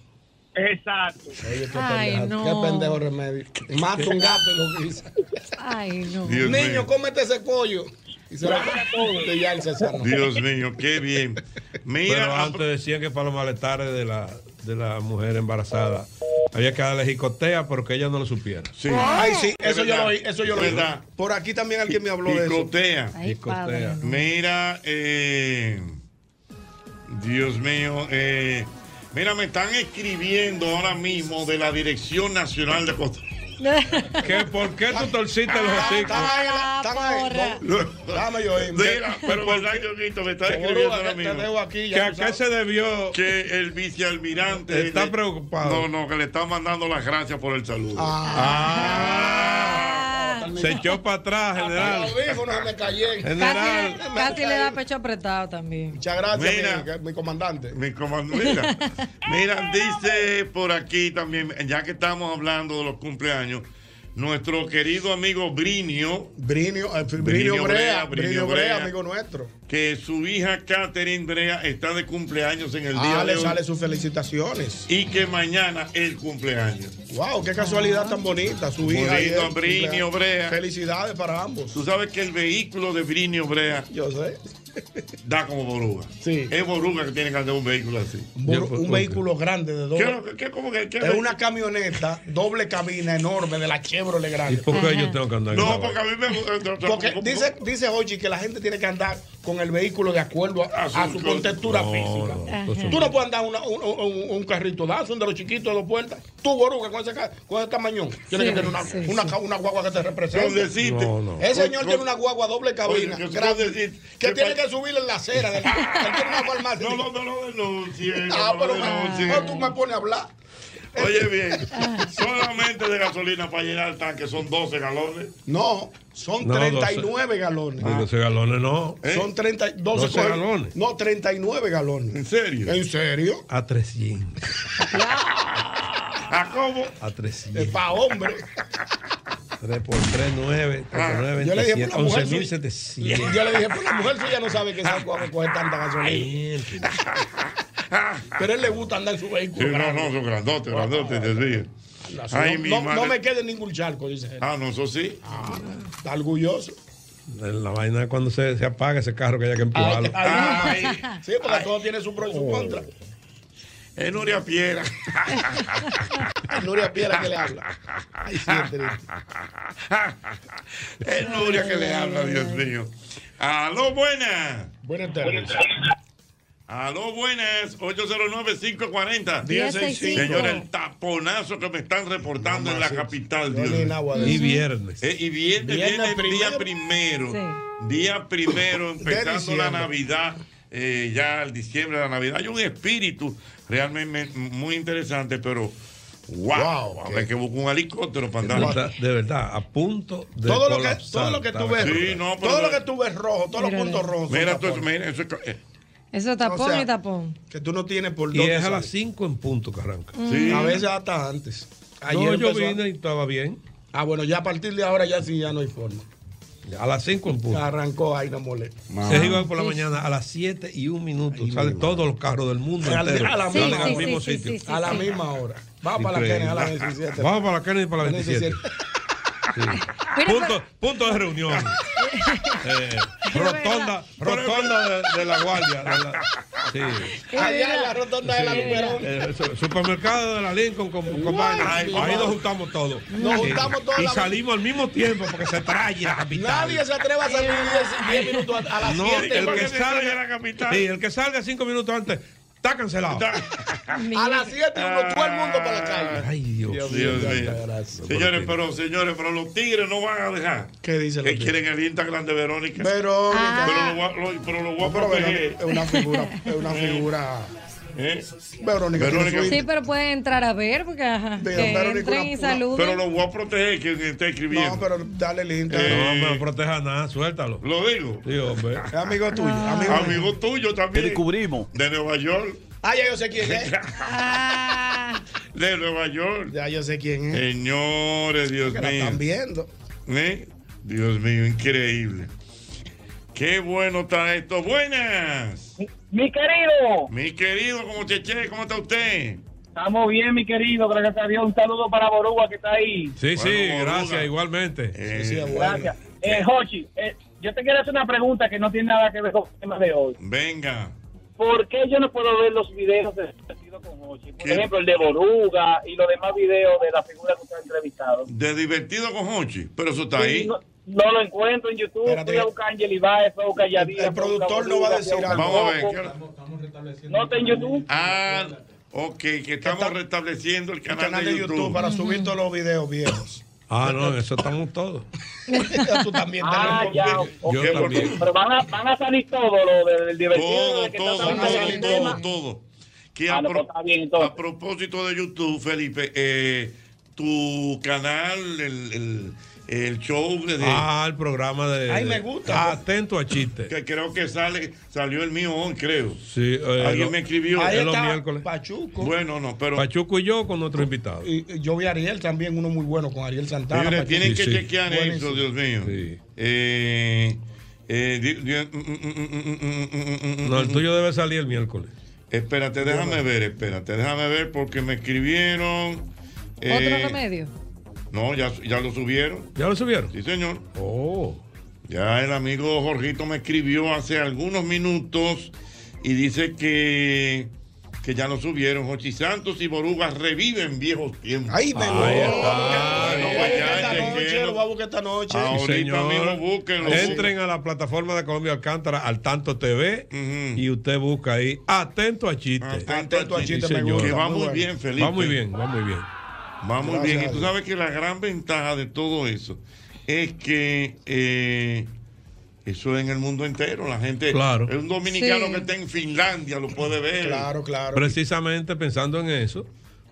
Exacto. Oye, qué Ay, pendejo, no. qué pendejo remedio. Mata un gato y lo guisa. Ay, no. Dios Niño, mío. cómete ese pollo. Y se lo Guárdala todo. Y ya el César no. Dios mío, qué bien. Pero Mira, ah, antes decían que para los malestares de la, de la mujer embarazada había que darle jicotea, pero que ella no lo supiera. sí. Ay, sí, Es eso yo verdad, lo oí, eso yo es lo oí. verdad. Por aquí también alguien me habló de eso. Picotea. Ay, padre, Jicotea. no. Mira, eh, Dios mío, eh, mira, me están escribiendo ahora mismo de la Dirección Nacional de Costa ¿Qué, ¿Por qué tú torciste los Están hocicos? ahí, están ahí. porra. No, Ah, Dame yo ahí. Mira, pero verdad, Dioguito, me están escribiendo ahora Oruga, que Te mismo dejo aquí. ¿Que ya ¿A tú qué sabes. se debió? que el vicealmirante Está le- preocupado. No, no, que le está mandando las gracias por el saludo. Ah, Ah. Se echó para Ah, atrás, Hasta general. Los audífonos se me cayeron. General. casi, casi le da pecho apretado también. eh, Muchas gracias, Mira. mi- mi comandante. Mi comando- mira, mira, dice por aquí también, ya que estamos hablando de los cumpleaños, nuestro querido amigo Brinio, Brinio, eh, Brinio, Brinio Brea, Brea, Brinio Brinio Brea, Brea. amigo nuestro. que su hija Catherine Brea está de cumpleaños en el Ah, día le de hoy sale sus felicitaciones. y que mañana es cumpleaños. Wow, qué casualidad tan bonita. Su hija. y Bonito, él. Brinio Brea. Felicidades para ambos. Tú sabes que el vehículo de Brinio Brea Pues. Yo sé. da como boruga. Es boruga que tiene que andar un vehículo así. Boru- un vehículo grande de dos. ¿Qué lo que- qué- cómo que- qué es ve- una camioneta, doble cabina enorme de la Chevrolet grande. ¿Y por qué yo tengo que andar en esa No, vaina? porque a mí me gusta. Porque dice, dice Hochi que la gente tiene que andar con el vehículo de acuerdo a, a su contextura No, física. no, Ajá. eso no. Tú no puedes andar una- un, un- un carrito de son de los chiquitos de dos puertas. Tú, Boruga, con ese, ca- con ese tamañón. Tienes Sí, que tener una, sí, una, ca- una guagua que te represente. Donde No, no. Ese Oye, señor tiene oye, una guagua doble cabina. oye, que grande, tú decís, que que tiene pa- que subir en la acera. de la- que tiene una farmacia. No, no, no lo denuncie. no Ah, lo pero me- denuncie. no, tú me pones a hablar. Eh, Oye bien, solamente de gasolina para llenar el tanque son 12 galones. No, son No, 39 galones. Ah. Ah. Digo, esos galones no. Son 30, 12, 12 coge- galones. No, 39 galones. ¿En serio? ¿En serio? A 300. ¿A Ah, cómo? A 300. Es para hombre. 3 por 3, 9. 3 por Ah, 9, Ah, Yo le dije por la mujer suya. 11.700. Yo le dije, pues la mujer suya no sabe que esa guagua coge tanta gasolina. Pero él le gusta andar en su Sí, vehículo. no, grande. no, son grandotes, grandotes, te ríes. Ay, mi no, no madre. me quede ningún charco, dice él. Ah, no, eso sí. Está orgulloso. La vaina es cuando se, se apaga ese carro que haya que empujarlo. Ay, sí, porque todo tiene su pro y su Oh. contra. Es Nuria Piera. Nuria Piera que le habla. Ay, sí, es triste. Es Nuria que le habla, Dios mío. Aló, buenas. Buenas tardes. Aló, buenas. 809-540. 1065. Señor, el taponazo que me están reportando en la capital. Dios ni mío. nagua de Y eso. viernes. Eh, y viernes, Viernes viene el día primero. Día primero, empezando la diciembre. Navidad. eh, ya el diciembre de la Navidad. Hay un espíritu realmente muy interesante, pero. ¡Wow! Wow, Habrá que buscar un helicóptero para De andar. verdad, de verdad, a punto de Todo lo que- colapsar, todo lo que tú estaba ves, aquí. Sí, no, pero- Todo lo que tú ves rojo, todos los Míralo. puntos rojos. Mira, tú- mira, eso es. Eso tapón O sea, y tapón. eh, Que tú no tienes por Y dónde es a salir. las 5 en punto que arranca. Sí. A veces hasta antes. no, yo empezó a- vine y estaba bien. Ah, bueno, ya a partir de ahora ya sí, ya no hay forma. A las 5 en punto. Arrancó ahí, no mole. Ah. Se iba por la mañana a las 7 y un minuto. salen todos los carros del mundo. A la- entero, a la salen misma al hora. mismo Sí, sí, sitio. sí, sí, A la sí. misma hora. Vamos para la Increíble. Kennedy a las 27. Vamos para la Kennedy para las 27. Sí. Punto, punto de reunión. Eh, rotonda rotonda de, de la guardia. de la- sí. Allá en la rotonda de la Sí. Luperón. Eh, su- supermercado de la Lincoln con, con vaina. Ay, Ahí mamá. nos juntamos todos. Nos juntamos todos Y la- salimos al mismo tiempo porque se trae la capital. Nadie se atreve a salir 10 minutos a, a las No, 7. el que a salga la capital. Sí, el que salga cinco minutos antes está cancelado. a las 7 Ah. uno, todo el mundo para la calle. Ay, Dios, Dios mío. Señores, pero señores, pero los tigres no van a dejar. ¿Qué dicen Que quieren el Instagram de Verónica. Verónica. Pero lo voy a- lo- pero lo voy a Pero proteger. Verónica es una figura, es una figura. ¿Eh? Verónica, Verónica. Sí, pero pueden entrar a ver porque ajá, que Verónica, entren una- y una- saluden. Pero lo voy a proteger que me está escribiendo. No, pero dale el Instagram. No me proteja nada, suéltalo. Lo digo. Sí, hombre. Es amigo tuyo. Amigo, Amigo tuyo también. descubrimos. De Nueva York. Ah, ya yo sé quién es. De Nueva York. Ya yo sé quién es. Señores, Dios Que la mío. están viendo. ¿Eh? Dios mío, increíble. Qué bueno está esto. Buenas. Mi querido. Mi querido, como cheche, ¿cómo está usted? Estamos bien, mi querido. Gracias a Dios. Un saludo para Boruga que está ahí. Sí, sí, Bueno, gracias, Boruga. igualmente. Gracias. Eh, Jochi, eh, yo te quiero hacer una pregunta que no tiene nada que ver con el tema de hoy. Venga. ¿Por qué yo no puedo ver los videos de Divertido con Jochi? Por ejemplo, el de Boruga y los demás videos de la figura que usted ha entrevistado. De divertido con Hochi. Pero eso está Sí, ahí. No, no lo encuentro en YouTube. Voy a buscar a Angel Ibaez, voy a buscar a Yadira. El voy productor a no va a buscar decir Boruga, algo. voy a Vamos a ver. buscar Boruga. No está en YouTube. Ah, ok, que estamos restableciendo el El canal, canal de YouTube para subir todos los videos viejos. Ah, no, en eso estamos todos. Tú también te Ah, lo- ya. ok. Yo también. Pero van a, van a salir todos los del del divertido. Todo, del que está todo, hablando del todo, tema. Ah, pues, todo, todo. Que a, pro- a propósito de YouTube, Felipe, eh, tu canal, el, el- el show de, de- Ah, el programa de. Ay, me de- gusta. Atento a chistes. que creo que sale, salió el mío hoy, creo. Sí, eh, Alguien lo- me escribió. Ahí Es los está miércoles. Pachuco. Bueno, no, pero Pachuco y yo con nuestro invitado. Y, y yo vi a Ariel también, uno muy bueno con Ariel Santana. Señores, Pachuco. tienen que chequear Buenísimo. eso, Dios mío. Eh, eh, di- mm, di- No, el tuyo debe salir el miércoles. mm, Espérate, déjame ver, espérate, déjame ver porque me escribieron. eh, Otro remedio. No, ya, ya lo subieron. ¿Ya lo subieron? Sí, señor. Oh. Ya el amigo Jorgito me escribió hace algunos minutos y dice que, que ya lo subieron. Jochi Santos y Borugas reviven viejos tiempos. Ahí me lo- está. Lo voy a buscar esta noche, lo voy a buscar Ah, esta noche. Sí, señor. Entren Entren. a la plataforma de Colombia Alcántara, al Tanto TV, y usted busca ahí. Atento a chiste. Atento a chiste, Sí, me señor. gusta. Que va muy bien, Felipe. Va muy bien, va muy bien. Va muy Gracias bien. a Y tú Dios. sabes que la gran ventaja de todo eso es que eh, eso es en el mundo entero. La gente, Claro. es un dominicano Sí. que está en Finlandia, lo puede ver. Claro, claro. Precisamente pensando en eso,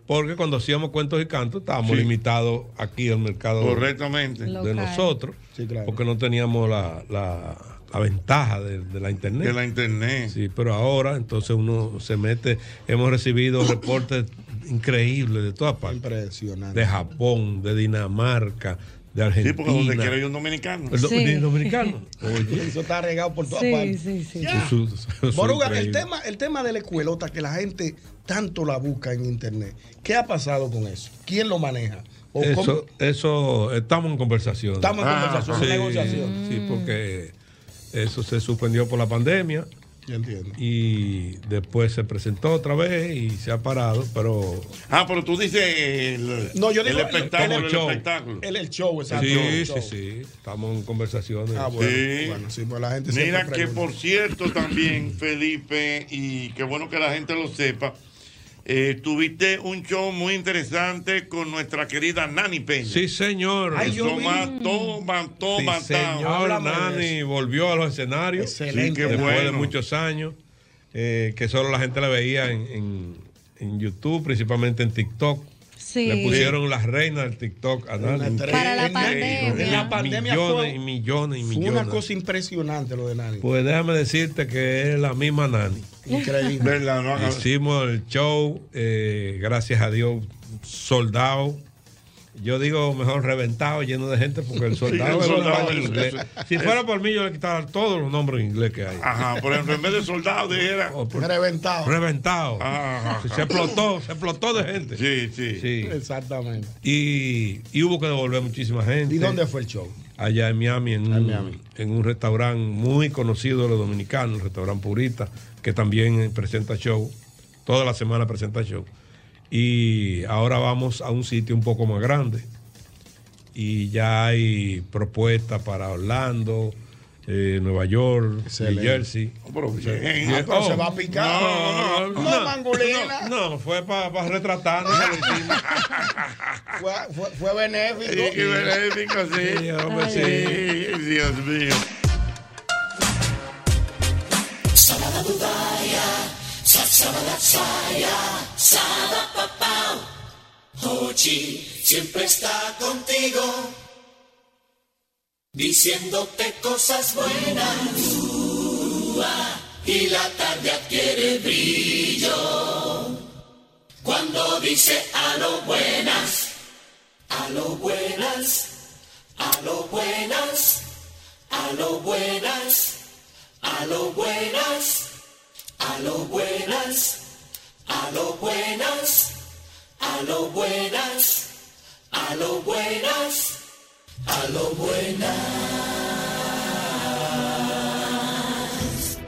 porque cuando hacíamos cuentos y cantos estábamos limitados aquí al mercado Correctamente. de Local. nosotros, porque no teníamos la, la- la ventaja de, de la internet. De la internet. Sí, pero ahora entonces uno se mete, hemos recibido reportes increíbles de todas partes. Impresionante. De Japón, de Dinamarca, de Sí, Argentina. porque donde quiera hay un dominicano. El do- el dominicano. Oye, Eso está regado por todas Sí, partes. sí, sí. Ya. Eso- eso- eso es Boruga, el increíble. tema, el tema de la escuelota que la gente tanto la busca en internet. ¿Qué ha pasado con eso? ¿Quién lo maneja? ¿O cómo- Eso, eso, estamos en conversación. Estamos Ah, en conversación, sí, negociación. Sí, porque eso se suspendió por la pandemia Yo entiendo. y después se presentó otra vez y se ha parado, pero... Ah, pero tú dices el, No, yo el digo espectáculo. Como el show. espectáculo. El, el show, exacto. sí, el sí, show. sí, estamos en conversaciones. Pues, Ah, bueno. Bueno, sí, pues la gente Mira siempre que pregunta. por cierto también, Felipe, y qué bueno que la gente lo sepa, eh, tuviste un show muy interesante con nuestra querida Nani Peña. Sí, señor. Ay, yo vi. Toma, toma, Sí, señor Nani volvió a los escenarios. Excelente. Sí, qué Después de bueno. muchos años, eh, que solo la gente la veía en, en- en YouTube, principalmente en TikTok. Sí. Le pusieron las reinas del TikTok a Nani. Para la Increíble. pandemia. La pandemia millones fue- y millones y Fue una millones. cosa impresionante lo de Nani. Pues déjame decirte que es la misma Nani. Increíble. ¿Verdad? No hagas- Hicimos el show, eh, gracias a Dios, soldado. Yo digo mejor reventado, lleno de gente, porque el soldado, el es un soldado baño es- inglés. es- Si fuera por mí, yo le quitara todos los nombres en inglés que hay. Oh, Ajá, por ejemplo, en vez de soldado dijera reventado. Reventado. Ajá. Se explotó, se explotó de gente. Sí, sí. Exactamente. Y, y hubo que devolver muchísima gente. ¿Y dónde fue el show? Allá en Miami, en, un- en un restaurante muy conocido de los dominicanos, el restaurante Purita, que también eh, presenta show. Toda la semana presenta show. Y ahora vamos a un sitio un poco más grande. Y ya hay propuestas para Orlando, eh, Nueva York, Excelente. New Jersey. Oh, eh, bien. Ah, pero se va a picar. No, no, no, No, mangulina. no, no, fue para retratarnos. Fue, fue, fue benéfico. Sí, qué benéfico, sí. Sí, hombre, sí. Dios mío. Sabada budaya, sa- sabada saya, sada papau. Hochi siempre está contigo, diciéndote cosas buenas. Ua, y la tarde adquiere brillo cuando dice a lo buenas, a lo buenas, a lo buenas, a lo buenas. A lo buenas, a lo buenas, a lo buenas, a lo buenas, a lo buenas, a lo buenas.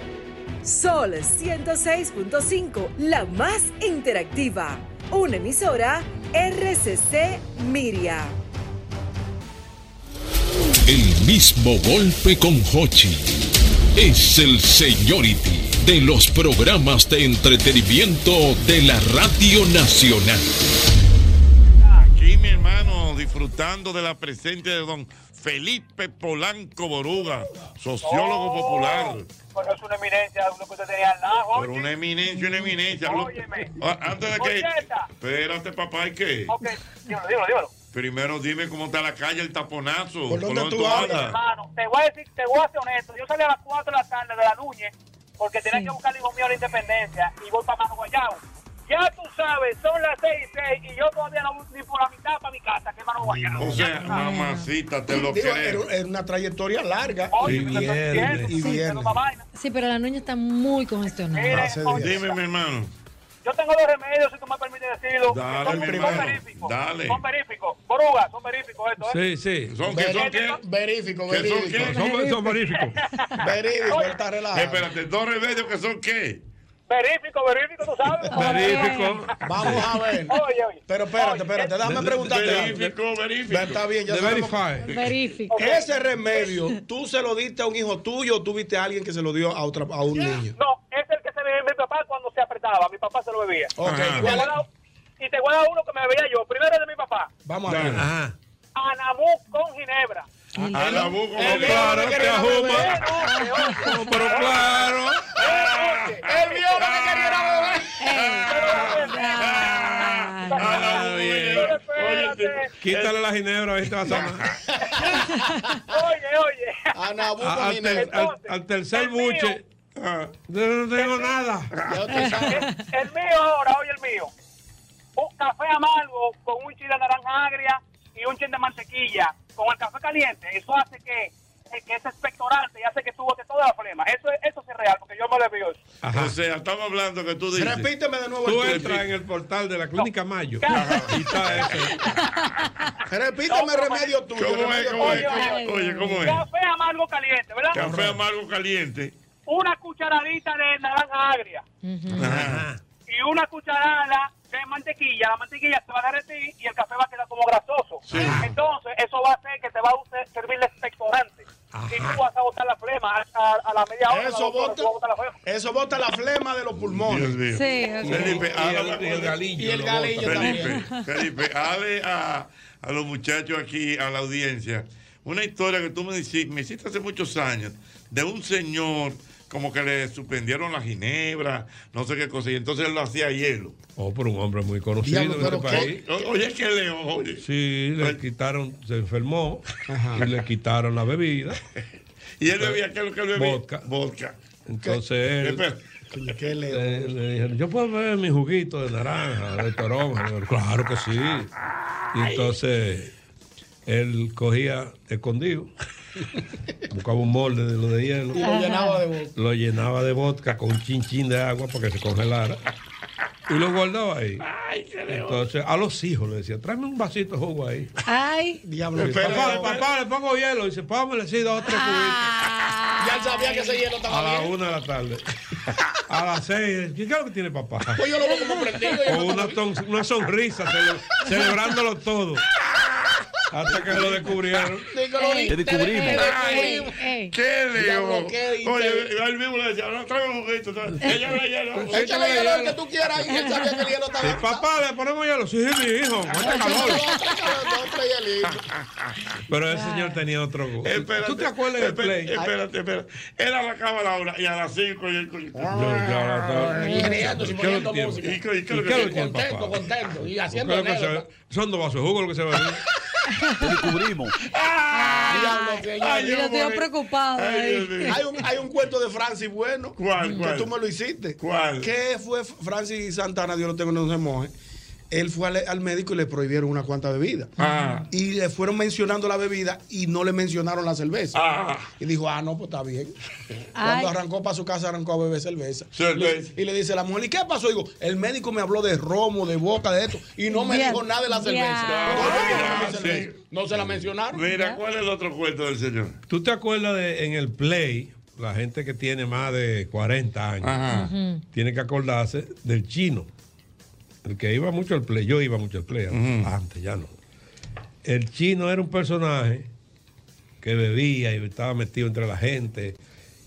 Sol 106.5, la más interactiva. Una emisora RCC Miria. El mismo golpe con Hochi. Es el seniority de los programas de entretenimiento de la Radio Nacional. Aquí, mi hermano, disfrutando de la presencia de don Felipe Polanco Boruga, sociólogo popular. Porque es una eminencia, uno que usted tenía al lado. Pero una eminencia, una eminencia. Lo- Ah, Antes de que. Espérate, papá, ¿y qué? Ok, Oh, dímelo, dímelo, dímelo. Primero dime cómo está la calle, el taponazo. ¿Por dónde tú andas? Hermano, te voy a decir, te voy a ser honesto. Yo salí a las 4 de la tarde de la Núñez porque tenía que buscar al hijo mío a la independencia y voy para Mano Guayabo. Ya tú sabes, son las 6 y 6 y yo todavía no voy ni por la mitad para mi casa, que es Mano Guayabo. O sea, mamacita, te lo Digo, eh, queremos. era, era una trayectoria larga. Y viene. Y viene. Sí, pero la Nuña está muy congestionada. Dime, mi hermano. Yo tengo los remedios, si tú me permites decirlo. Dale, son, mi son hermano, veríficos. dale. Son veríficos. Coruga, son veríficos esto, Sí, ¿eh? sí. ¿Son qué? ¿Son qué? Verífico, ¿Que son qué? Son, son veríficos. Verífico, él está relajado. Espérate, dos remedios que son qué? Verífico, verífico, tú sabes. Verífico. Vamos a ver. Oye, oye. Pero espérate, espérate, déjame preguntarte. Verifico, algo. verifico. Ya Está bien, ya De sabemos- verify. Verifico. Ese remedio, ¿tú se lo diste a un hijo tuyo o tuviste a alguien que se lo dio a, otra, a un niño? No, es el que se bebía mi papá cuando se apretaba. Mi papá se lo bebía. Ok, Y, te ¿cuál voy a dar- y te voy a dar uno que me bebía yo. Primero es de mi papá. Vamos a ver. Anabú con ginebra. Anabú con El claro, hombre te que ajuma. beber. No, Pero claro. El vio lo que quería era beber. eh, Quítale la ginebra, ahí te vas a amar. Oye, oye. Anabú A- Ah, al, ter- al- al tercer buche. ah, yo no tengo nada. El mío ahora, oye el mío. Un café amargo con un chile de naranja agria y un chin de mantequilla. Con el café caliente, eso hace que, eh, que ese expectorante y hace que tú botes toda la flema. Eso, es- eso sí es real, porque yo me lo vi hoy. O sea, estamos hablando que tú dices. Repíteme de nuevo Tú el entras en el portal de la Clínica Mayo. Y está eso. Repíteme el remedio tuyo. ¿Cómo es? remedio ¿Cómo es? tuyo. ¿Cómo- Oye, ¿cómo es? Café amargo caliente, ¿verdad? Café amargo caliente. Una cucharadita de naranja agria Ajá. y una cucharada de mantequilla. La mantequilla se va a derretir y el café va a quedar como grasoso. Entonces, eso va a hacer que te va a usar- servir de expectorante. Y tú vas a botar la flema a, a- a la media hora. Eso bota, eso bota la flema de los Dios pulmones. mío. "Ah, Sí, ok. Felipe, Y habla el- y el galillo Y el lo bota. galillo Felipe, Felipe, hable a, a los muchachos aquí, a la audiencia, una historia que tú me, dici- me hiciste hace muchos años de un señor como que le suspendieron la ginebra, no sé qué cosa, y entonces él lo hacía a hielo. Oh, por un hombre muy conocido en este país. O- Oye, es que Leo, oye. Sí, le quitaron, se enfermó y le quitaron la bebida. Y él bebía, ¿qué es lo que él bebía? Vodka. Vodka. Entonces Espera. él. le, le dijeron, yo puedo beber mi juguito de naranja, de toronja. Y él, claro que sí. Y entonces él cogía escondido, buscaba un molde de lo de hielo. Y lo llenaba de boca. Lo llenaba de vodka con un chinchín de agua para que se congelara. Y lo guardaba ahí. Entonces, a los hijos le decía, tráeme un vasito de jugo ahí. Ay. Diablo. Espera, papá, espera. papá, le pongo hielo. Y dice, pámele, sí, dos o tres Ya él sabía que ese hielo cubitos. A estaba la bien. una de la tarde. A las seis. ¿Qué es lo que tiene papá? Pues yo lo veo como prendido. yo Con no- una, ton- una sonrisa, cele- celebrándolo todo. Hasta que lo descubrieron. Te descubrimos. Ay, ¿Qué Leo? Diablo, ¿qué Oye, él mismo le decía, no, tráeme un juguito. tráeme". Ella le hielo. Échale hielo al que tú quieras ahí, él sabía que el hielo estaba Sí, papá, le ponemos hielo. Sí, mi hijo. mucho calor. Pero ese señor tenía otro gusto. ¿Tú te acuerdas del play? Espérate, espérate. Él arrancaba a la hora y a las 5 y él. Ah. ¿Qué es lo que tiene? ¿Y qué- y qué es lo ¿Y que qué es lo que tiene? tiene papá? contento. ¿Qué Y es lo que se anécdota. ve? Son dos vasos de jugo lo que se va a descubrimos. Diablo, señor. Ay, yo estoy preocupado. Ay, ahí. Dios mío. Hay un, hay un cuento de Francis bueno. ¿Cuál, cuál? Que tú me lo hiciste. ¿Cuál? ¿Qué fue Francis Santana? Dios lo tengo, no se moje. Él fue al, al médico y le prohibieron una cuanta bebida. Ah. Y le fueron mencionando la bebida y no le mencionaron la cerveza. Ah. Y dijo, ah, no, pues está bien. Ay. Cuando arrancó para su casa, arrancó a beber cerveza. Cerveza. Le- y le dice la mujer, ¿y qué pasó? Digo, el médico me habló de romo, de boca, de esto, y no me Bien. dijo nada de la Ya. cerveza. Ah, No, no, no, no, no, no, no, no, no, sí. no se la mencionaron. Mira, ¿cuál es el otro cuento del señor? ¿Tú te acuerdas de en el play? La gente que tiene más de 40 años Ajá. tiene que acordarse del chino. El que iba mucho al play, yo iba mucho al play antes, ya no. El chino era un personaje que bebía y estaba metido entre la gente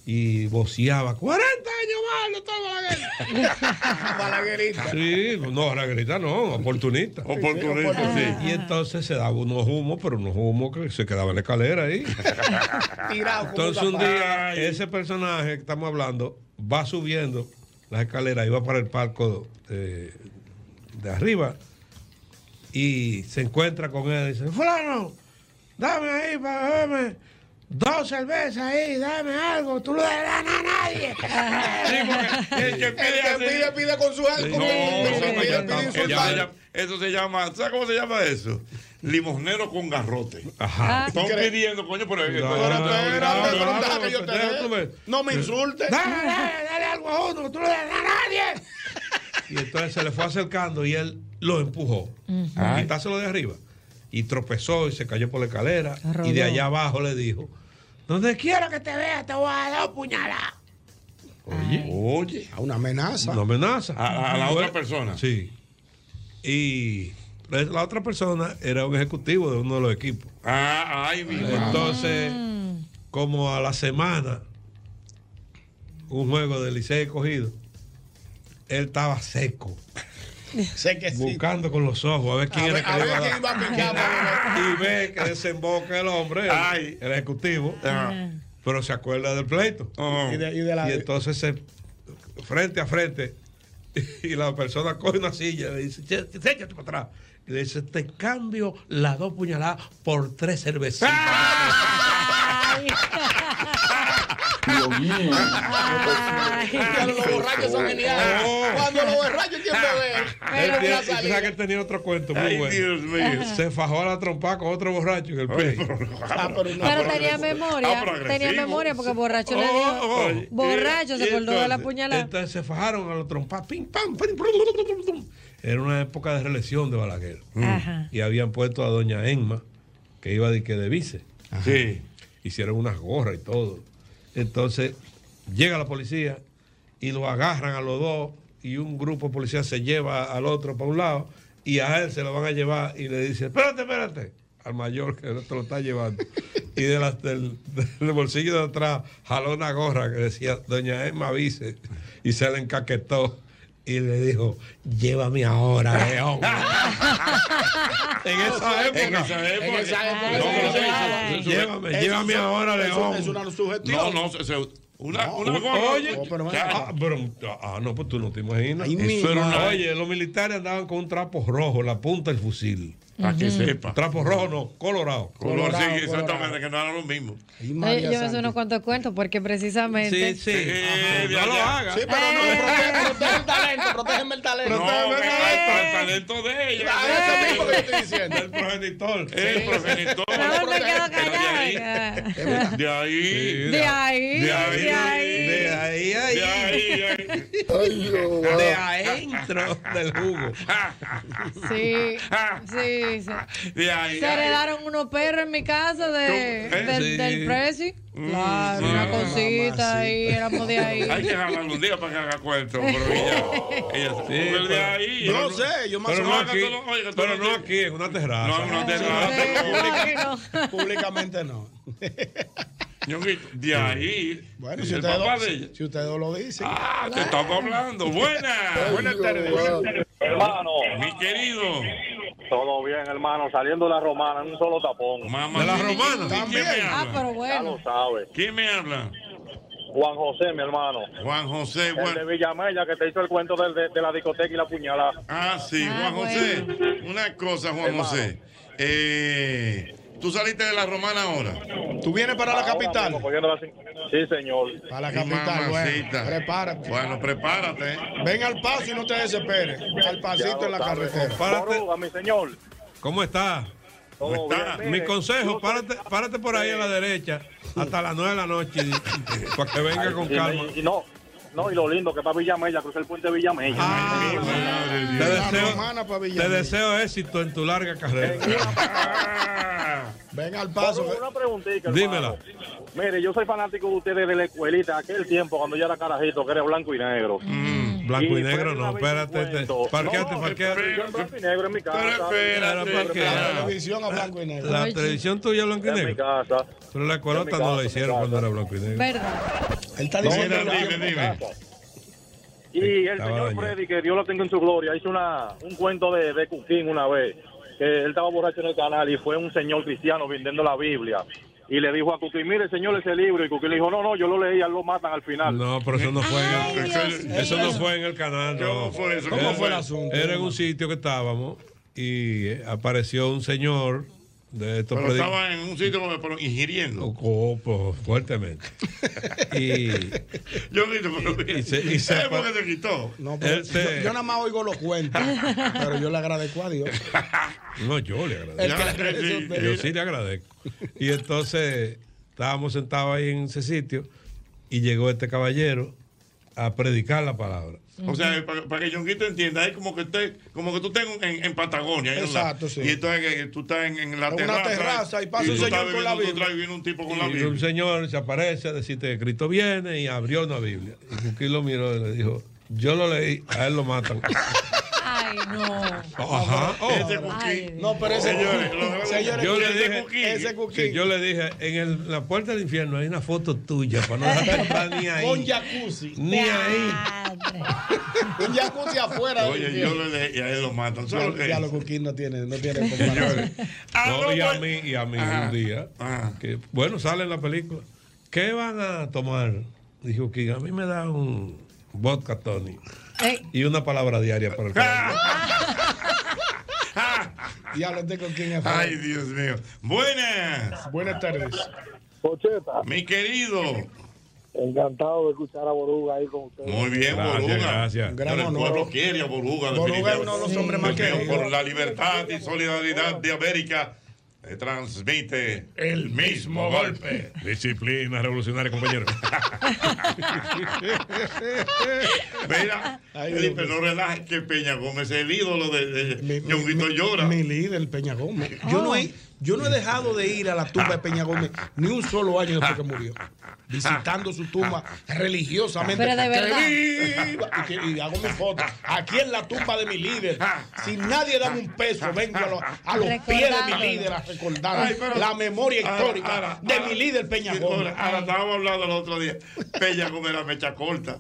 y voceaba 40 años más, no estaba la guerra. Balaguerista. Sí, no, la grita no, oportunista. Oportunista, sí. Y entonces se daba unos humos, pero unos humos que se quedaban en la escalera ahí. Tirado como Entonces un una pala. día eh. ese personaje que estamos hablando va subiendo las escaleras y va para el palco eh, de arriba y se encuentra con él y dice, fulano, dame ahí para beberme dos cervezas ahí, dame algo, tú no le das nada a nadie. Sí, porque el que pide El que así- pide, pide con su alcohol. No, El que no, pide, ya pide estamos. Eso se insultando. llama- Eso se llama, ¿sabes cómo se llama eso? Limonero con garrote. Ah, Ajá. Están ¿Qué crees? pidiendo, coño, pero. Pero espérate, Claro, pero claro. déjame yo te déjame dé. tú ver. No me insultes. Dale, dale, dale algo a uno, tú no le das a nadie. Y entonces se le fue acercando y él lo empujó. Ujú. Para quitárselo de arriba. Y tropezó y se cayó por la escalera. Rodó. Y de allá abajo le dijo: ¿Dónde Quiero que te vea, te voy a dar un puñalada. Oye. Oye. A una amenaza. Una amenaza. A- a la otra persona. Sí. Y la otra persona era un ejecutivo de uno de los equipos. Ah, ay, mi madre. Entonces, como a la semana, un juego de Licey cogido, él estaba seco. Buscando con los ojos a ver quién A era ver- que a le ver iba a quién iba a dar. picar, Y ve que desemboca el hombre, el, el ejecutivo, Ah. pero se acuerda del pleito. Y de- y de la- Y entonces se- frente a frente, y la persona coge una silla y le dice, "Che, échate para atrás. Y le dice, te cambio las dos puñaladas por tres cervecitas. Dios mío. Pero los borrachos son geniales. Cuando los borrachos quieren Él beber. tiene- tú sabes que él tenía otro cuento muy Ay, bueno. Dios mío. Se fajó a la trompa con otro borracho en el pecho. Ah, Ah, Pero tenía memoria, tenía memoria porque borracho le Oh, dijo. oh, oh. borracho Y- se y acordó de la entonces- puñalada. Entonces se fajaron a los trompas, pim, pam, pim, plum, plum, plum, plum. Era una época de reelección de Balaguer. Ajá. Y habían puesto a doña Enma, que iba de que de vice. Sí. Hicieron unas gorras y todo. Entonces, llega la policía y lo agarran a los dos, y un grupo de policías se lleva al otro para un lado, y a él se lo van a llevar y le dice, espérate, espérate. Al mayor que te lo está llevando. Y de las- del, del bolsillo de atrás jaló una gorra que decía Doña Emma Vice y se le encaquetó y le dijo: Llévame ahora, león. en esa época. Ah, En esa época. No, pero Eso- llévame, eso- llévame, eso- llévame eso- ahora, eso- león. es una sugestión. No, no, se- se- una- una un- gorra. Oye, No, pero bueno. ah, pero- ah, no, pues tú no te imaginas. Ay, mi Eso era una- madre. oye, los militares andaban con un trapo rojo, la punta del fusil. Pa' que Ujú. sepa. Trapo rojo, no, colorado. Color, sí, exactamente, que no era lo mismo. Oye, yo me sé unos cuantos cuentos porque precisamente. sí. Eh, de No lo allá. hagas. Sí, pero no le Protégeme el talento, protégeme el talento. el talento de ella. Eso mismo que yo estoy diciendo. El progenitor. El progenitor. Mejor me quedo callado. De ahí. De ahí, De ahí. de ahí. De ahí, ahí. De ahí, De adentro del jugo. Sí, sí, sí. De ahí. Se heredaron unos perros en mi casa de, ¿Tú? Eh, del, sí. del Prezi. Claro, sí. una cosita ahí, éramos de ahí. Hay que jalarlo un día para que haga cuento, pero ella, ella se Sí, ponga el de pero- ahí. no sé, yo más Pero o menos- no aquí, hágatelo, oiga, pero tú no aquí, en una terraza. No, en una terraza. Públicamente no. Ñonguito, De ahí. Bueno, Y si el ustedes, papá dos- de ella. si ustedes dos lo dicen. Ah, te estamos hablando. Buenas. Buenas tardes. Hermano. Mi querido. Todo bien, hermano, saliendo de la romana en un solo tapón. de la romana. ¿Quién me Ah, habla? pero Ya bueno. lo sabes. ¿Quién me habla? Juan José, mi hermano. Juan José, El de Villamella, que te hizo el cuento del- de, de la discoteca y la puñalada. Ah, sí, Juan José. Una cosa, Juan Hermano. José. Eh, Tú saliste de la romana ahora. ¿Tú vienes para la capital? Sí, señor. Para la capital, bueno. Mamacita. Prepárate. Bueno, prepárate. ¿eh? Ven al paso y no te desesperes. Al pasito en la carretera. Oruga, mi señor. ¿Cómo está? ¿Cómo está? bien, Mi mire, consejo, párate, párate por ahí a la derecha hasta las 9 de la noche y- para que venga Ay, con y- calma. Y, no, no, y lo lindo que está Villamella, cruza el puente Villamella. Ah, Te deseo, te deseo éxito en tu larga carrera. Ven al paso. Oruga, Una preguntita, hermano. Dímela. Mire, yo soy fanático de ustedes de la escuelita, aquel tiempo cuando yo era carajito, que era blanco y negro. Mm, Blanco y fue negro, una no, vez espérate. te- cuento. Parqueate, No, parqueate. Yo en blanco y negro en mi casa. espérate, Pero ¿por qué? La televisión a blanco y negro. La televisión tuya, blanco y En mi negro. Pero la escuelota no la hicieron cuando era blanco y negro. Verdad. Él está diciendo Dime, que- dime, dime. Y el Estaba señor dañado. Freddy, que Dios lo tenga en su gloria, hizo una, un cuento de, de Cuquín una vez, que él estaba borracho en el canal y fue un señor cristiano vendiendo la Biblia. Y le dijo a Cuquín, mire señor ese libro. Y Cuquín le dijo, no, no, yo lo leí, a él lo matan al final. No, pero eso no fue en el, eso, eso no fue en el canal. no. ¿Cómo fue eso? Era- ¿Cómo fue el asunto? Era en un sitio que estábamos y eh, apareció un señor de estos Pero predi- estaba en un sitio como pero ingiriendo. Oh, pues, fuertemente. y, Yo grito, pero y se- y se- Eh, porque se quitó. No, pero Él se- yo, yo nada más oigo los cuentos, pero yo le agradezco a Dios. No, yo le El que le agradezco. agradece a Yo, usted. sí le agradezco. Y entonces estábamos sentados ahí en ese sitio y llegó este caballero a predicar la palabra. O sea, para, para que Yonguito entienda, es como que usted, como que tú estás en, en Patagonia. en una- Exacto, sí. Y entonces que tú estás en, en la En terraza. una terraza, y pasa un tú señor estás con la bebiendo tu Biblia. trago y viene un tipo con la Y un Biblia. señor se aparece a decirte que Cristo viene y abrió una Biblia. Y Cuquí lo miró y le dijo, yo lo leí, a él lo matan. Ay, no. Ajá. Oh. No, pero ese Señores, Señores, señores, yo le ese dije, cuquí, ese cuquí. sí, yo le dije, en el- la puerta del infierno hay una foto tuya para no dejarte entrar ni ahí. Con jacuzzi. Ni ahí. Un jacuzzi afuera. del Oye, yo infierno. lo leí y a él lo matan. ¿Sabes lo que Ya, es? ya Ah, los cuquí no tienen, no tienen comparación. No, y pues. a mí, y a mí un día, que, bueno, sale en la película. ¿Qué van a tomar? Dijo que a mí me da un vodka Tony Ey. y una palabra diaria para el cambio. Diablo, con quién es. Ay, Dios mío. Buenas. Buenas tardes. Mi querido. Encantado de escuchar a Boruga ahí con ustedes. Muy bien, Boruga. Gracias. el pueblo quiere a Boruga. Boruga es uno de los hombres más queridos. Por la libertad y solidaridad de América, le transmite el mismo golpe. Disciplina revolucionaria, compañero. Mira, Felipe, no relajes que Peña Gómez es el ídolo de, de, Ñonguito llora. Mi líder, Peña Gómez. Yo, no he, yo no he dejado de ir a la tumba de Peña Gómez ni un solo año después que murió. Visitando su tumba religiosamente. Pero de ¡Que verdad. viva! Y, que- y hago mi foto. Aquí en la tumba de mi líder. Si nadie da un peso, vengo a, lo- a los pies de mi Recordándolo. líder a recordar Ay, pero- la memoria Ahora, histórica ahora, de ahora. mi líder Peña Sí, Gómez. ahora, ahora estábamos hablando el otro día. Peña Gómez era mecha corta.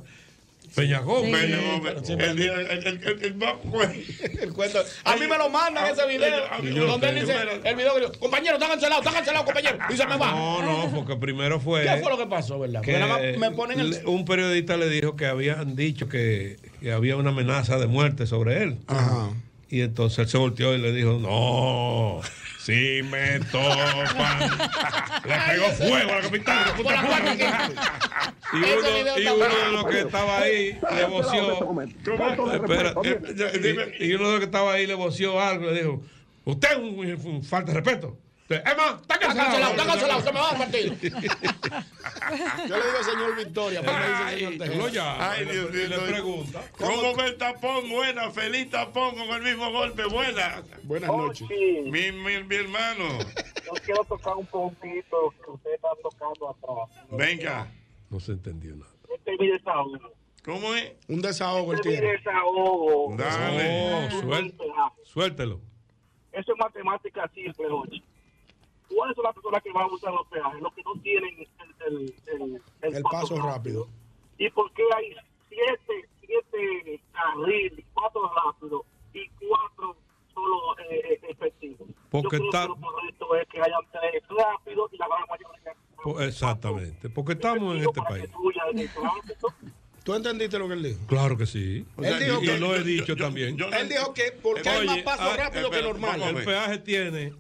Peña Gómez. Peña Sí, Gómez. pero sí, El pero- día- el- el- el- el más cue- El cuento- A mí me lo mandan ese video. Ah, yo- Donde él yo- dice, el video que yo, compañero, está cancelado, está cancelado, compañero. Y se me va. No, no, porque primero fue. ¿Qué fue lo que pasó, verdad? que Porque nada más me ponen el. le- un periodista le dijo que habían dicho que, que había una amenaza de muerte sobre él. Y entonces él se volteó y le dijo, no, si me topan, le pegó fuego a la capital. le puso Por la fuego. cuarta que- Y Ese uno, video y está uno bueno. de los que estaba ahí le voció. Espera, eh, y y uno de los que estaba ahí le voció algo, le dijo, usted es un, un falta de respeto. Es más, está cancelado, cancelado. está cancelado, se me va el partido. Yo le digo señor Victoria, pero me dice señor Tejeda. lo llama, Ay, Dios mío. le estoy- pregunta. ¿Cómo ve el tapón? Buena, feliz tapón con el mismo golpe. Buena. Buenas noches. Mi, mi, mi hermano. Yo quiero tocar un puntito que usted está tocando atrás. Venga. No se entendió nada. Este es mi desahogo. ¿Cómo es? Un desahogo el Este es mi tiene. desahogo. Dale. Oh, suel- suéltelo. Eso es matemática simple, oye. ¿Cuáles son las personas que van a usar los peajes? Los que no tienen el, el, el, el El paso rápido. ¿Y por qué hay siete, siete carriles, cuatro rápidos y cuatro solo eh, eh, efectivos? Porque está- Yo creo que lo correcto es que hayan tres rápidos y la gran mayoría Po- Exactamente, porque estamos en este país. tuya en el tránsito. ¿Tú entendiste lo que él dijo? Claro que sí. O sea, Él dijo y- que y lo lo he he dicho también. Él dijo que porque hay más ah, pasos rápidos que normal. El peaje tiene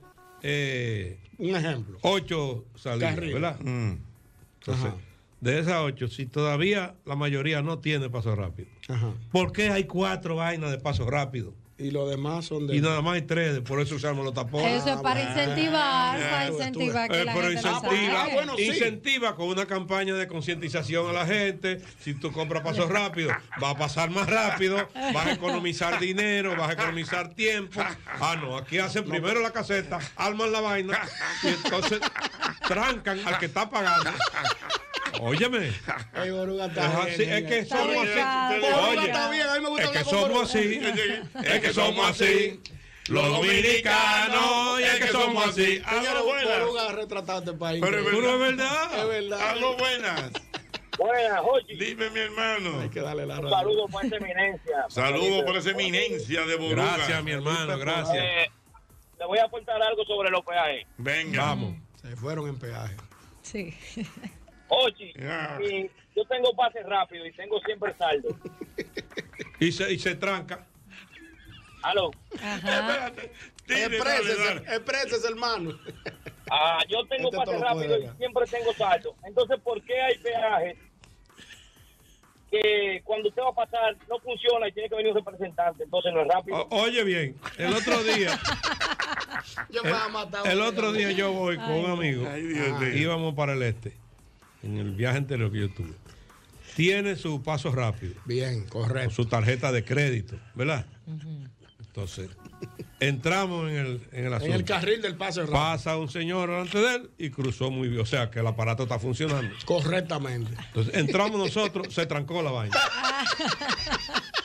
eh, Un ejemplo. ocho salidas, Carril. ¿verdad? Entonces, Ajá. de esas ocho, si todavía la mayoría no tiene paso rápido, Ajá. ¿por qué hay cuatro vainas de paso rápido? Y los demás son de. Y nada más hay tres, por eso usamos los tapones. Ah, Eso es para incentivar, para incentivar que Eh, la pero gente lo incentiva, saque. Ah, bueno, sí. incentiva con una campaña de concientización a la gente. Si tú compras pasos rápidos, va a pasar más rápido, vas a economizar dinero, vas a economizar tiempo. Ah, no, aquí hacen primero la caseta, arman la vaina y entonces trancan al que está pagando. Óyeme, es, Ay, Boruga está bien, así, es bien. que somos así. Boruga Oye, está bien, a mí me gusta es que hablar con somos Boruga. así, es que somos así. Los dominicanos, dominicanos, es que somos así. Ah, A Señor, lo buenas. Boruga ha retratado este país. Pero es Tú no es verdad. verdad. Es verdad. A lo buenas. Buenas, Jochi. Dime, mi hermano. Hay que darle la Un razón. saludo por esa eminencia. Saludos por esa eminencia de Boruga. Gracias, mi hermano, gracias. Eh, le voy a aportar algo sobre los peajes. Venga. Vamos. Se fueron en peaje. Sí. Ochi, Ya. y yo tengo pase rápido y tengo siempre saldo. Y se, y se tranca. Aló. Espérate. Dile, dale, Exprésese, dale. exprésese, hermano. Ah, yo tengo Este pase todo lo puede rápido y acá. siempre tengo saldo. Entonces, ¿por qué hay peajes que cuando usted va a pasar no funciona y tiene que venir un representante? Entonces no es rápido. O- oye bien, el otro día, Eh, Yo me voy a matar. el otro día yo voy con un amigo. Ah. Ay, Dios mío. Íbamos para el este. En el viaje anterior que yo tuve. tiene su paso rápido. Bien, correcto. Su tarjeta de crédito, ¿verdad? Entonces, entramos en el, en el En asunto. el carril del paso rápido. Pasa un señor delante de él y cruzó muy bien. O sea que el aparato está funcionando. Correctamente. Entonces entramos nosotros, se trancó la vaina.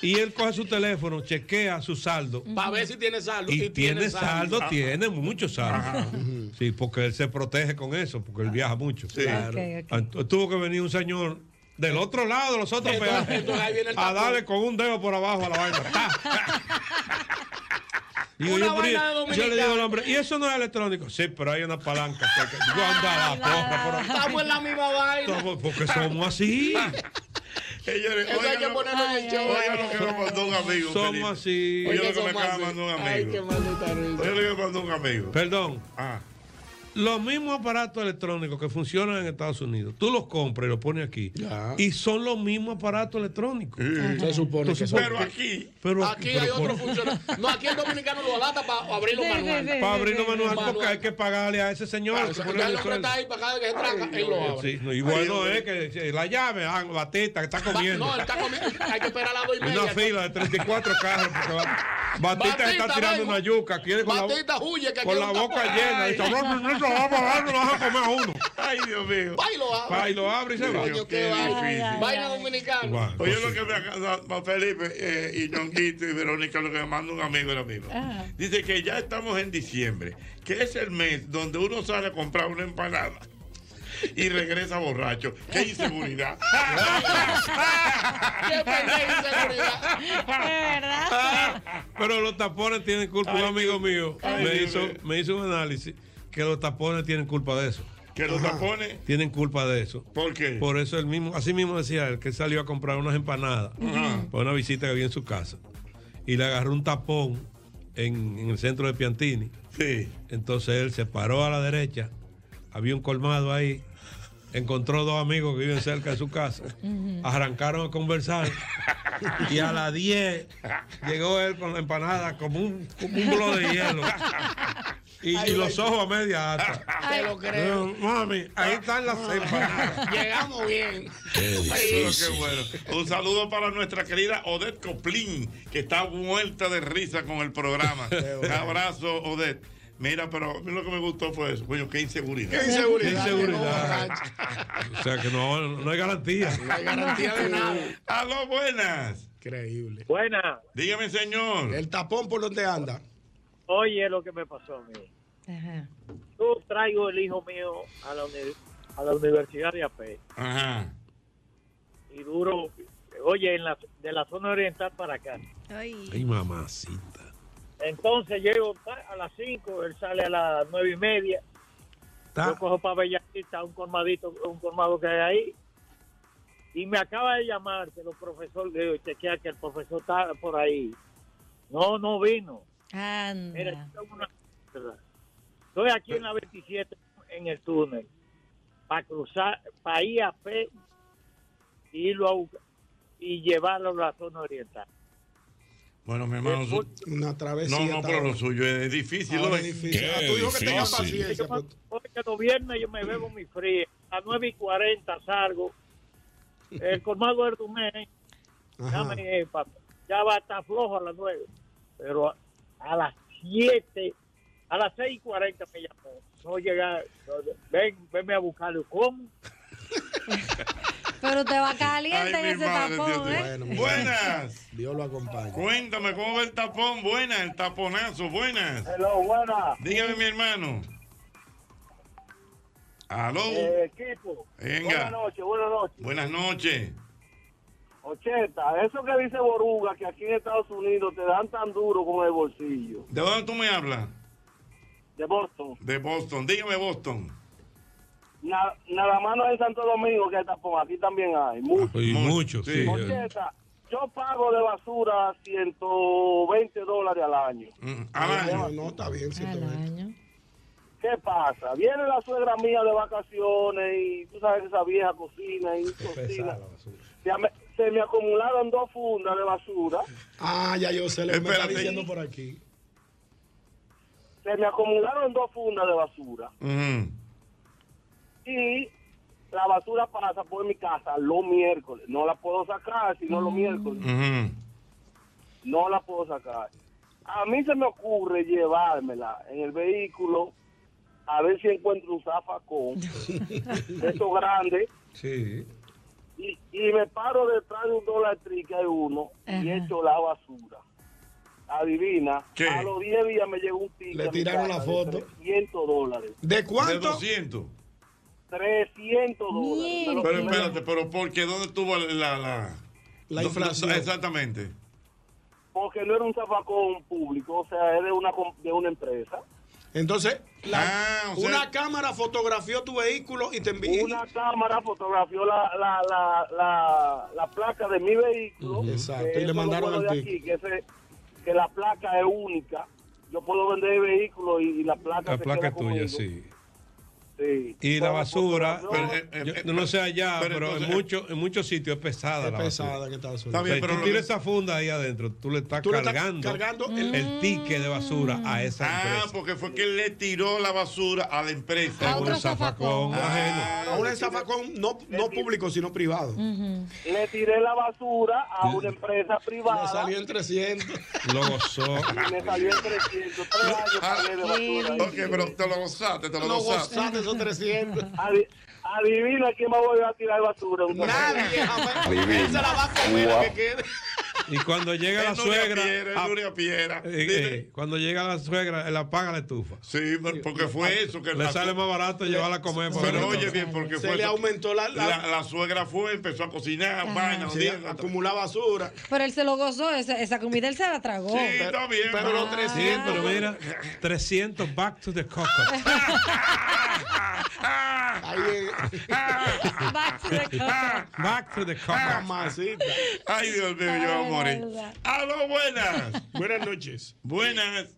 Y él coge su teléfono, chequea su saldo. Para ver si tiene saldo. Ah. Y tiene saldo, tiene mucho saldo. Sí, porque él se protege con eso, porque él viaja mucho. Claro. Ok, Ah, entonces Tuvo que venir un señor del otro lado de los otros Entonces, peajes entonces ahí viene el a tapón. darle con un dedo por abajo a la vaina. ¡Ta! Digo, Una yo, pero vaina yo- yo de le digo al dominicano. hombre, y eso no es electrónico. Sí, pero hay una palanca. que- que- Digo, anda la porra, pero- Estamos en la misma vaina. Estamos- porque somos así. Señores, Eso hay oigan que lo- ponerlo en el show. oigan lo que nos mandó un amigo. Somos Felipe. así. Oigan Oye, lo que me somos acaba de así. mandar un Ay, amigo. qué maldita risa. Oigan lo que me mandó un amigo. Perdón. Ah. Los mismos aparatos electrónicos que funcionan en Estados Unidos, tú los compras y los pones aquí. Y son los mismos aparatos electrónicos. Se supone que son. Pero aquí. Pero Aquí hay otro funcionario. No, aquí el dominicano lo alata para abrirlo manual. Para abrirlo manual, porque hay que pagarle a ese señor. que pone Ya el el hombre está sueldo. ahí para cada vez que se tranca, él lo abre. Sí, no, y bueno es que sí, la llave, ah, Batista, que está comiendo. No, él está comiendo. Hay que esperar a las dos y media. Una fila de 34 carros. Porque va- Batista, se está Batista, tirando ven. una yuca. Quiere con Batista, la, huye, que aquí con hay la un boca tapón. llena. Dice, Ay. no, no, no, no, vamos a darnos, vamos a comer a uno. Ay, Dios mío. Va y lo abre. Va y lo abre y se va. Coño, qué vaina. Vaina dominicana. Oye, lo que me acaba de Felipe eh, y Ñonguito y Verónica, lo que me manda un amigo ahora mismo. Ajá. Dice que ya estamos en diciembre, que es el mes donde uno sale a comprar una empanada y regresa borracho. ¡Qué inseguridad! Qué pendejo inseguridad. Pero los tapones tienen culpa. Un amigo mío me hizo, me hizo un análisis que los tapones tienen culpa de eso. Que los tapones Tienen culpa de eso. ¿Por qué? Por eso él mismo, así mismo decía él, que él salió a comprar unas empanadas para una visita que había en su casa. Y le agarró un tapón en, en el centro de Piantini. Sí. Entonces él se paró a la derecha, había un colmado ahí, encontró dos amigos que viven cerca de su casa, arrancaron a conversar. Y a las 10 llegó él con la empanada como un, como un bloque de hielo. Y, y los ojos a media alta. Te lo creo. Ah. Mami, ahí están las empanadas. Llegamos bien. Qué bueno. Un saludo para nuestra querida Odette Coplin, que está muerta de risa con el programa. Un abrazo, Odette. Mira, pero a mí lo que me gustó fue eso. Coño, qué inseguridad. Qué inseguridad. Qué inseguridad. O sea que no, no hay garantía. garantía de nada. Aló, buenas. Increíble. Buena. Dígame, señor. El tapón por donde anda. Oye, lo que me pasó a mí. Yo traigo el hijo mío a la, uni- a la Universidad de AP Ajá. y duro, oye, en la, de la zona oriental para acá. Ay, mamacita. Entonces llego ta- a las 5, él sale a las 9 y media. Yo cojo para Bellavista, un colmadito, un colmado que hay ahí. Y me acaba de llamar que los profesores, le digo, chequea que el profesor está por ahí. No, no vino. Mira, yo tengo una mierda. Estoy aquí en la 27 en el túnel para cruzar, para ir a P y irlo a buscar y llevarlo a la zona oriental. Bueno, mi hermano. su- Una travesía. No, no, pero lo está- suyo es difícil. Ahora ¿no? es difícil. Qué Ah, tú dijo que tenga difícil. paciencia, Yo- pues. Porque los viernes yo me bebo mi fría. A 9 y 40 salgo. El colmado del Dumé ya, Ajá. me- eh, ya va a estar flojo a las 9. Pero a, a las 7, a las 6 y 40 me llamó. No llega, no- ven, venme a buscarlo. ¿Cómo? Pero te va caliente Ay, mi en ese madre, tapón, Dios mío. ¿eh? Bueno, mira. Buenas. Dios lo acompaña. Cuéntame, ¿cómo va el tapón? Buenas, el taponazo. Buenas. Hello, buenas. Dígame, mi hermano. Aló. Eh, equipo. Venga. Buenas noches, buenas noches. Buenas noches. 80, eso que dice Boruga, que aquí en Estados Unidos te dan tan duro con el bolsillo. ¿De dónde tú me hablas? De Boston. De Boston. Dígame, Boston. Na- nada más no es en Santo Domingo que hay tapón, aquí también hay. Mucho. Y mucho, sí. Ocheta, yo pago de basura 120 dólares al año. No, Mm, no, está bien. sí, está bien. ¿Qué pasa? Viene la suegra mía de vacaciones y tú sabes que esa vieja cocina y cocina. Se, ame- se me acumularon dos fundas de basura. Ah, ya yo sé lo que me está Espérate. diciendo por aquí. Se me acumularon dos fundas de basura. Ujú. y la basura pasa por mi casa los miércoles. No la puedo sacar sino los miércoles. No la puedo sacar. A mí se me ocurre llevármela en el vehículo a ver si encuentro un zafacón de esos grandes Sí. y, y me paro detrás de un dólar tri que hay uno y echo la basura. Adivina, ¿Qué? a los 10 días me llegó un ticket. Le a mi tiraron casa la de foto. 300 dólares. ¿De cuánto? 200. 300 dólares. Me lo Pero quitaron. espérate, pero ¿por qué? ¿Dónde estuvo la, la, La no- inflación. no- exactamente. Porque no era un zafacón público, o sea, es de una, com- de una empresa. Entonces, la- Ah, o sea- una cámara fotografió tu vehículo y te envió. Una cámara fotografió la, la, la, la, la placa de mi vehículo. Ujú, exacto, que y eso le es lo mandaron bueno al de tic. aquí, que, ese- que la placa es única. Yo puedo vender el vehículo y, y la placa La se placa queda es tuya, conmigo. sí. Sí. Y la basura, Pero, eh, eh, yo- no sé allá, pero, pero en, entonces- muchos en muchos sitios es pesada Es la pesada basura. que está basura. Está bien, pero lo tú tienes esa funda ahí adentro, tú le estás Tú le estás cargando, cargando el, el- ticket de basura a esa Ah, empresa. porque fue que él le tiró la basura a la empresa. A otro zafacón. Ah, A un zafacón no, no público, sino privado. Le tiré la basura a una empresa privada. Le salió en 300. Lo gozó. Me salió en 300. Tres años pagué de basura. Ah, ok, pero te lo gozaste, te lo, Lo gozaste. gozaste, son 300. adivina quién va a volver a tirar basura. Nadie. Él se la va a comer, Wow. que quede. Y cuando llega la Es Nuria suegra, Piera, es ah, Nuria Piera. eh, eh, cuando llega la suegra, él apaga la estufa. Sí, porque fue eso que le la- sale más barato llevarla a comer. para Pero el oye restaurante. bien, porque Se fue le eso. aumentó la- la- la suegra fue, empezó a cocinar, Ajá. vaina, Sí, acumular basura. Pero él se lo gozó, esa, esa comida él se la tragó. Sí, está bien. Pero Ah. los 300, pero güey. mira, 300 back to the coco. Ah, Back to the coco. Back to the coco. Mamacita. Ay, Dios mío, yo voy a morir. Aló, buenas. Buenas noches. Buenas.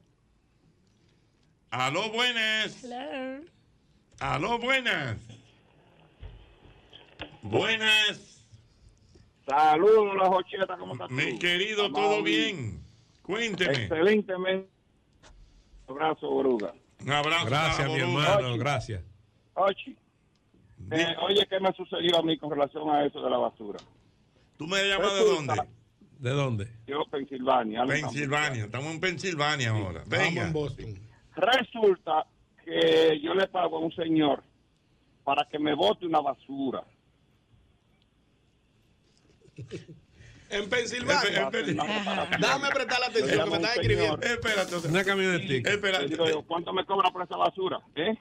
Aló, buenas. Aló, buenas. Buenas. Saludos, la jocheta, ¿cómo estás? Mi querido, todo bien. Cuénteme. Excelentemente. Abrazo, Bruga. Un abrazo. Gracias, bravo, mi Bruno. hermano, gracias. Ochi, eh, oye, ¿qué me sucedió a mí con relación a eso de la basura? ¿Tú me llamas de dónde? ¿De dónde? Yo, Pensilvania. Pensilvania. Estamos en Pensilvania ahora. Venga. Resulta que yo le pago a un señor para que me bote una basura. En Pensilvania. Déjame prestar la Yo atención que llamo me a un están escribiendo. señor. Espérate. Una camionetica. Le digo yo, ¿Cuánto me cobra por esa basura? ¿Eh?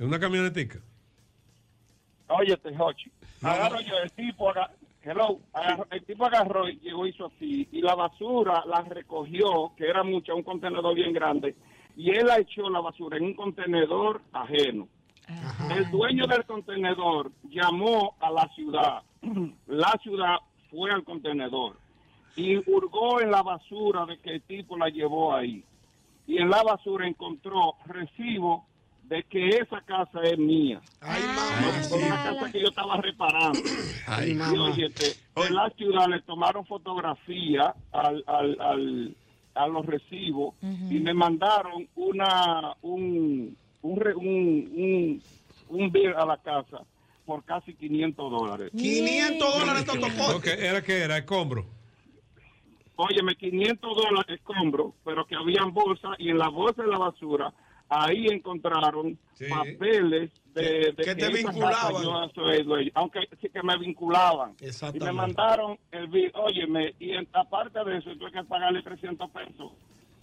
Una camionetica. Óyete, Jochi. Agarro yo, el tipo, aga- hello, agarro- el tipo agarró y llegó, hizo así, y la basura la recogió, que era mucha, un contenedor bien grande, y él la echó la basura en un contenedor ajeno. El dueño del contenedor llamó a la ciudad, la ciudad fue al contenedor y hurgó en la basura de que el tipo la llevó ahí. Y en la basura encontró recibo de que esa casa es mía. Por una casa que yo estaba reparando. Ay, y mamá. óyete, en la ciudad le tomaron fotografía al, al- al- a los recibos y me mandaron una un un, re- un, un, un bill a la casa por casi 500 dólares. 500 dólares Ok, ¿Era que era? Escombro. Óyeme, 500 dólares escombro, pero que habían bolsas y en la bolsa de la basura, ahí encontraron papeles de, de Que te esa vinculaban. casa yo soy dueño, aunque sí que me vinculaban. Y me Exactamente. mandaron el bill, óyeme, y en- aparte de eso, tuve que pagarle 300 pesos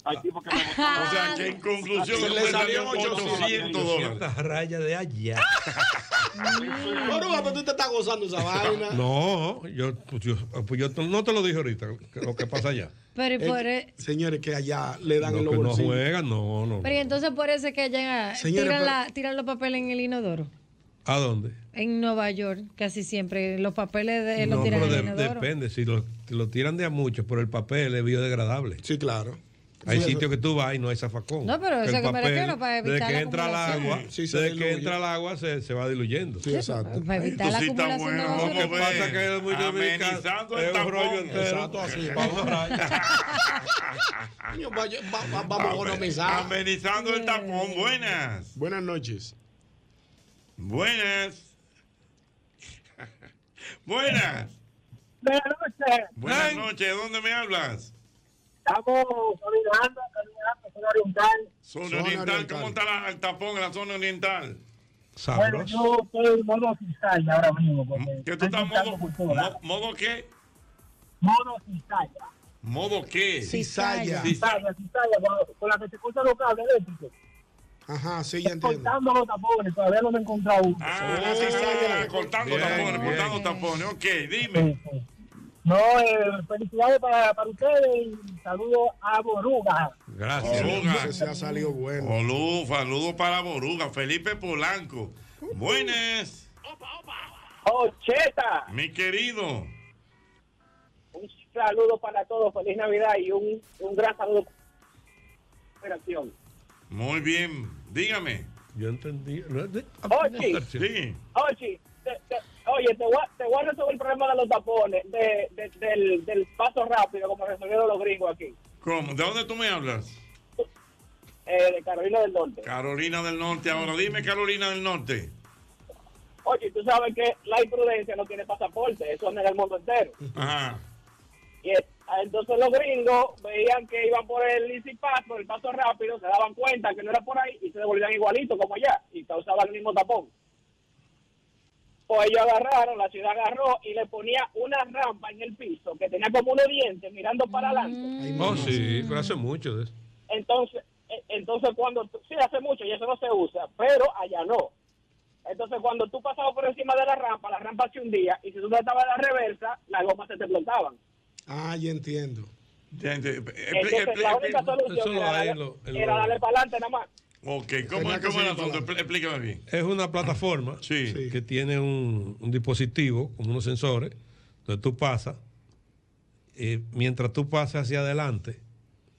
al tipo que me botó. Ah. Ah. O sea, que en conclusión, Se le usted salió salió 800 dólares. Estas rayas de allá. Oruga, pero tú te estás gozando esa vaina. No, yo, pues yo, pues yo no te lo dije ahorita, que- lo que pasa allá. Pero, y por, e, Eh, Señores, que allá le dan Los en los que no bolsillos. juegan, no, no. pero y entonces parece que allá Señores, tiran, pero- la- tiran los papeles en el inodoro. ¿A dónde? En Nueva York, casi siempre, los papeles de, los no, Eh, tiran pero en el de- inodoro. depende, si lo, lo tiran de a muchos, pero el papel es biodegradable. Sí, claro. Hay Sí, eso- sitios que tú vas y no hay zafacón. No, pero Que eso el que me refiero para evitar Desde que la entra el acumulación. agua, Sí, se desde diluye. que entra el agua se, se va diluyendo. Sí, exacto. Para evitar la acumulación de basura. Lo que pasa es que es muy dominicano. Amenizando el Es un tapón. rollo entero. Exacto, así. Vamos a Coño, vaya- va- va- Vamos a economizar. Amenizando el tapón. Buenas. Buenas noches. Buenas. Buenas. Buenas noches. Buenas noches. ¿Dónde me hablas? Estamos caminando, caminando, zona oriental. Zona, oriental. ¿Cómo está la, el tapón en la zona oriental? Bueno, yo estoy en modo cizalla ahora mismo. Porque ¿Qué tú estoy estás buscando modo, cultura. mo- modo qué? Modo cizalla. ¿Modo qué? Cizalla, cizalla, con, con la que se cortan los cables eléctricos. Ajá, sí, ya Estoy entiendo. cortando los tapones, todavía no me he encontrado uno. Ah, cizalla, cortando Bien, tapones, bien. cortando tapones. Ok, dime. No, eh, felicidades para, para ustedes y saludos a Boruga. Gracias. Boruga. Se ha salido bueno. Olú, saludos para Boruga. Felipe Polanco. Buenas. Ocheta. Mi querido. Un saludo para todos, feliz Navidad y un, un gran saludo. Operación. Muy bien. Dígame. Yo entendí. Ochi, Sí. Ochi, te- te- oye, te voy, a, te voy a resolver el problema de los tapones, de, de- del, del paso rápido, como resolvieron los gringos aquí, ¿Cómo? ¿De dónde tú me hablas? eh, de Carolina del Norte. Carolina del Norte. Ahora dime, Carolina del Norte. Oye, tú sabes que la imprudencia no tiene pasaporte, eso es en el mundo entero. Ajá. Y eh, entonces los gringos veían que iban por el easy pass, por el paso rápido, se daban cuenta que no era por ahí y se devolvían igualito como allá y causaban el mismo tapón. Pues ellos agarraron, la ciudad agarró y le ponía una rampa en el piso que tenía como unos dientes mirando para adelante. Oh, sí, pero hace mucho de eso. Entonces, eh, entonces cuando tú- sí hace mucho y eso no se usa, pero allá no. Entonces cuando tú pasabas por encima de la rampa, la rampa se hundía y si tú no estabas en la reversa, las gomas se te explotaban. Ah, ya entiendo. Entonces la única solución era, darle- era darle para adelante nada más. Ok, ¿cómo, Tenía que cómo es el seguir asunto? Explí- Explícame bien. Es una plataforma que tiene un, un dispositivo con unos sensores donde tú pasas. eh, mientras tú pasas hacia adelante,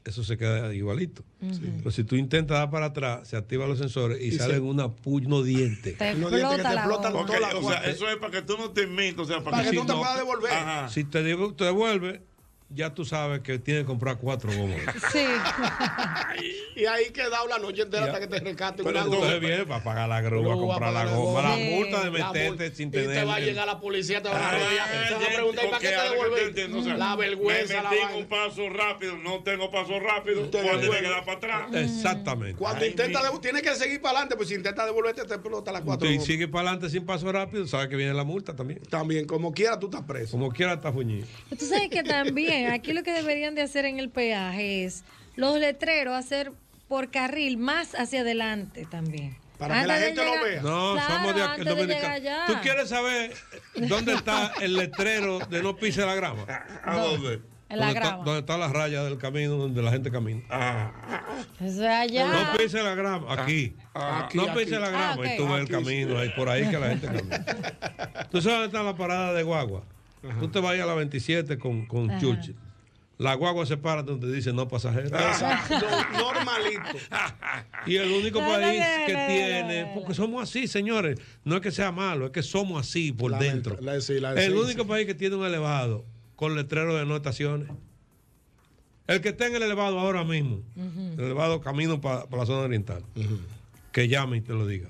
eso se queda igualito. Pero si tú intentas dar para atrás, se activan los sensores y, Y se- salen una puño diente. Te Unos explota dientes que te la explotan boca. toda la Ok, o sea, cuarta. eso es para que tú no te metas, o sea, para, Para que, que si no te puedas devolver. Ajá. Si te, digo- te devuelve, ya tú sabes que tienes que comprar cuatro gomas. Sí. y ahí quedado la noche entera hasta que te rescate Pero una entonces goma. viene para pagar la grúa, Grúa, comprar la pagar la goma, goma. la Sí. multa de La meterte sin Y tener. te va a llegar la policía, te van a rodear, te van a Ya, preguntar, ¿y para ok, qué te ahora que te devolviste? entiendo, o sea, La vergüenza, Me la metí en vaina. un paso rápido, no tengo paso rápido, Te voy a tener devuelve. que dar para atrás. Exactamente. Cuando Ay, intenta, mira. devo- tienes que seguir para adelante, pues si intenta devolverte, te explota las cuatro. Y gomas. sigue para adelante sin paso rápido, sabes que viene la multa también. También, como quiera tú estás preso. Como quiera estás fuñido. Pues Tú sabes que también aquí lo que deberían de hacer en el peaje es los letreros hacer por carril más hacia adelante también. Para que la gente lo vea. No, Claro, somos de aquí antes de dominicanos. llegar allá. ¿Tú quieres saber dónde está el letrero de no pise la grama? ¿A dónde? En la Donde está- grama. Donde está la raya del camino donde la gente camina. O sea, allá. No pise la grama, aquí. Ah, aquí, no aquí. pise la Ah, grama ok. y tú ves el Aquí, camino, ahí, por ahí que la gente camina. ¿Tú sabes dónde está la parada de guagua? Tú te vas ahí a la 27 con, con Ajá. Churchill. La guagua se para donde dice no pasajeros. Ah, Normalito. Y el único No, no, país no, que no, no, tiene, porque somos así, señores. No es que sea malo, es que somos así por La dentro. venta- la- sí, la- sí, el único país que tiene un elevado con letrero de no estaciones. El que está en el elevado ahora mismo, el elevado camino para la zona oriental, que llame y te lo diga.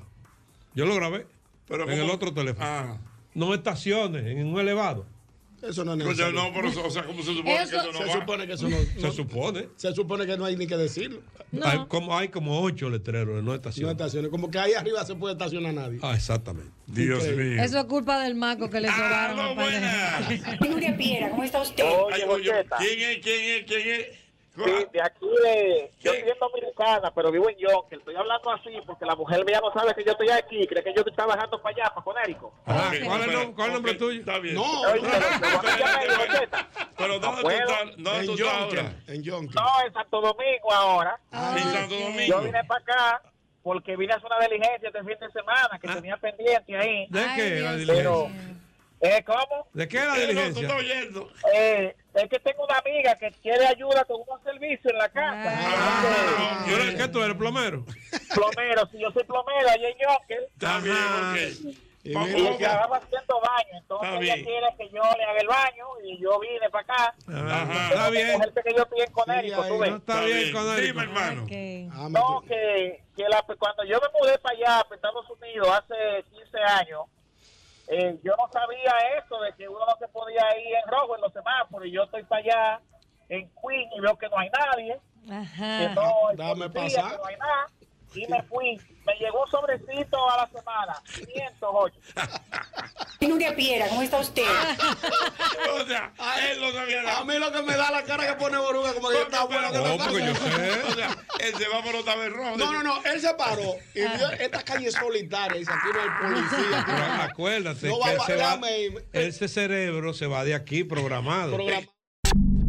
Yo lo grabé Pero en ¿cómo? el otro teléfono. No estaciones, en un elevado. Ah. Eso no es Pues ya no, necesario. pero, o sea, ¿cómo se supone que eso no se va? supone que eso no, Se supone. Se supone que no hay ni que decirlo. Hay, como, hay como ocho letreros de no No estaciones. estaciones. Como que ahí arriba se puede estacionar nadie. Ah, exactamente. Dios Increíble. mío. Eso es culpa del maco que le Ah, sobraron. a padre. Nuria Piera, ¿cómo está usted? Ay, oye, ¿Quién es? ¿Quién es? ¿Quién es? Sí, de aquí de. Yo soy dominicana, pero vivo en Yonkel. Estoy hablando así porque la mujer mía no sabe que yo estoy aquí. Cree que yo estoy trabajando para allá, para Conérico. ¿Cuál es el nombre, tuyo? Está bien. No, Oye, no, pero ¿dónde tú puedo. estás? ¿Dónde tú estás ahora? Ah, En Yonkel. No, en Santo Domingo ahora. en Santo Domingo. Yo vine para acá porque vine a hacer una diligencia este fin de semana Ah. que tenía pendiente ahí. ¿De qué la Pero, ¿eh, ¿Cómo? ¿De qué la diligencia? Eh, es que tengo una amiga que quiere ayuda con un servicio en la casa. Ah. ¿Y ahora qué tú eres plomero? Plomero, si yo soy plomero, allá en Yonkel. Está bien, ok. Y Vamos, ella vamos. estaba haciendo baño, entonces Está ella bien. quiere que yo le haga el baño y yo vine para acá. Ajá. Tengo Está que bien. cogerte que yo estoy en Conérico, tú ves. Está bien, Dime, hermano. No, pues, que, que la- cuando yo me mudé para allá, para Estados Unidos, hace 15 años, eh, yo no sabía eso de que uno no se podía ir en rojo en los semáforos y yo estoy para allá en Queen y veo que no hay nadie. que no hay Dame policía, pasar. que no hay nada, y me fui. Me llegó un sobrecito a la semana, 508. Nuria Piera, ¿cómo está usted? o sea, él no sabía nada. A mí lo que me da la cara que pone Boruga, como que yo estaba bueno que No, porque yo pasa. sé. O sea, el semáforo estaba en rojo. Ah. No, no, no, él se paró y vio esta calle solitaria y dice, aquí no hay policía. Pero acuérdate No que va él pa- se va- dame eh. y- ese cerebro se va de aquí programado.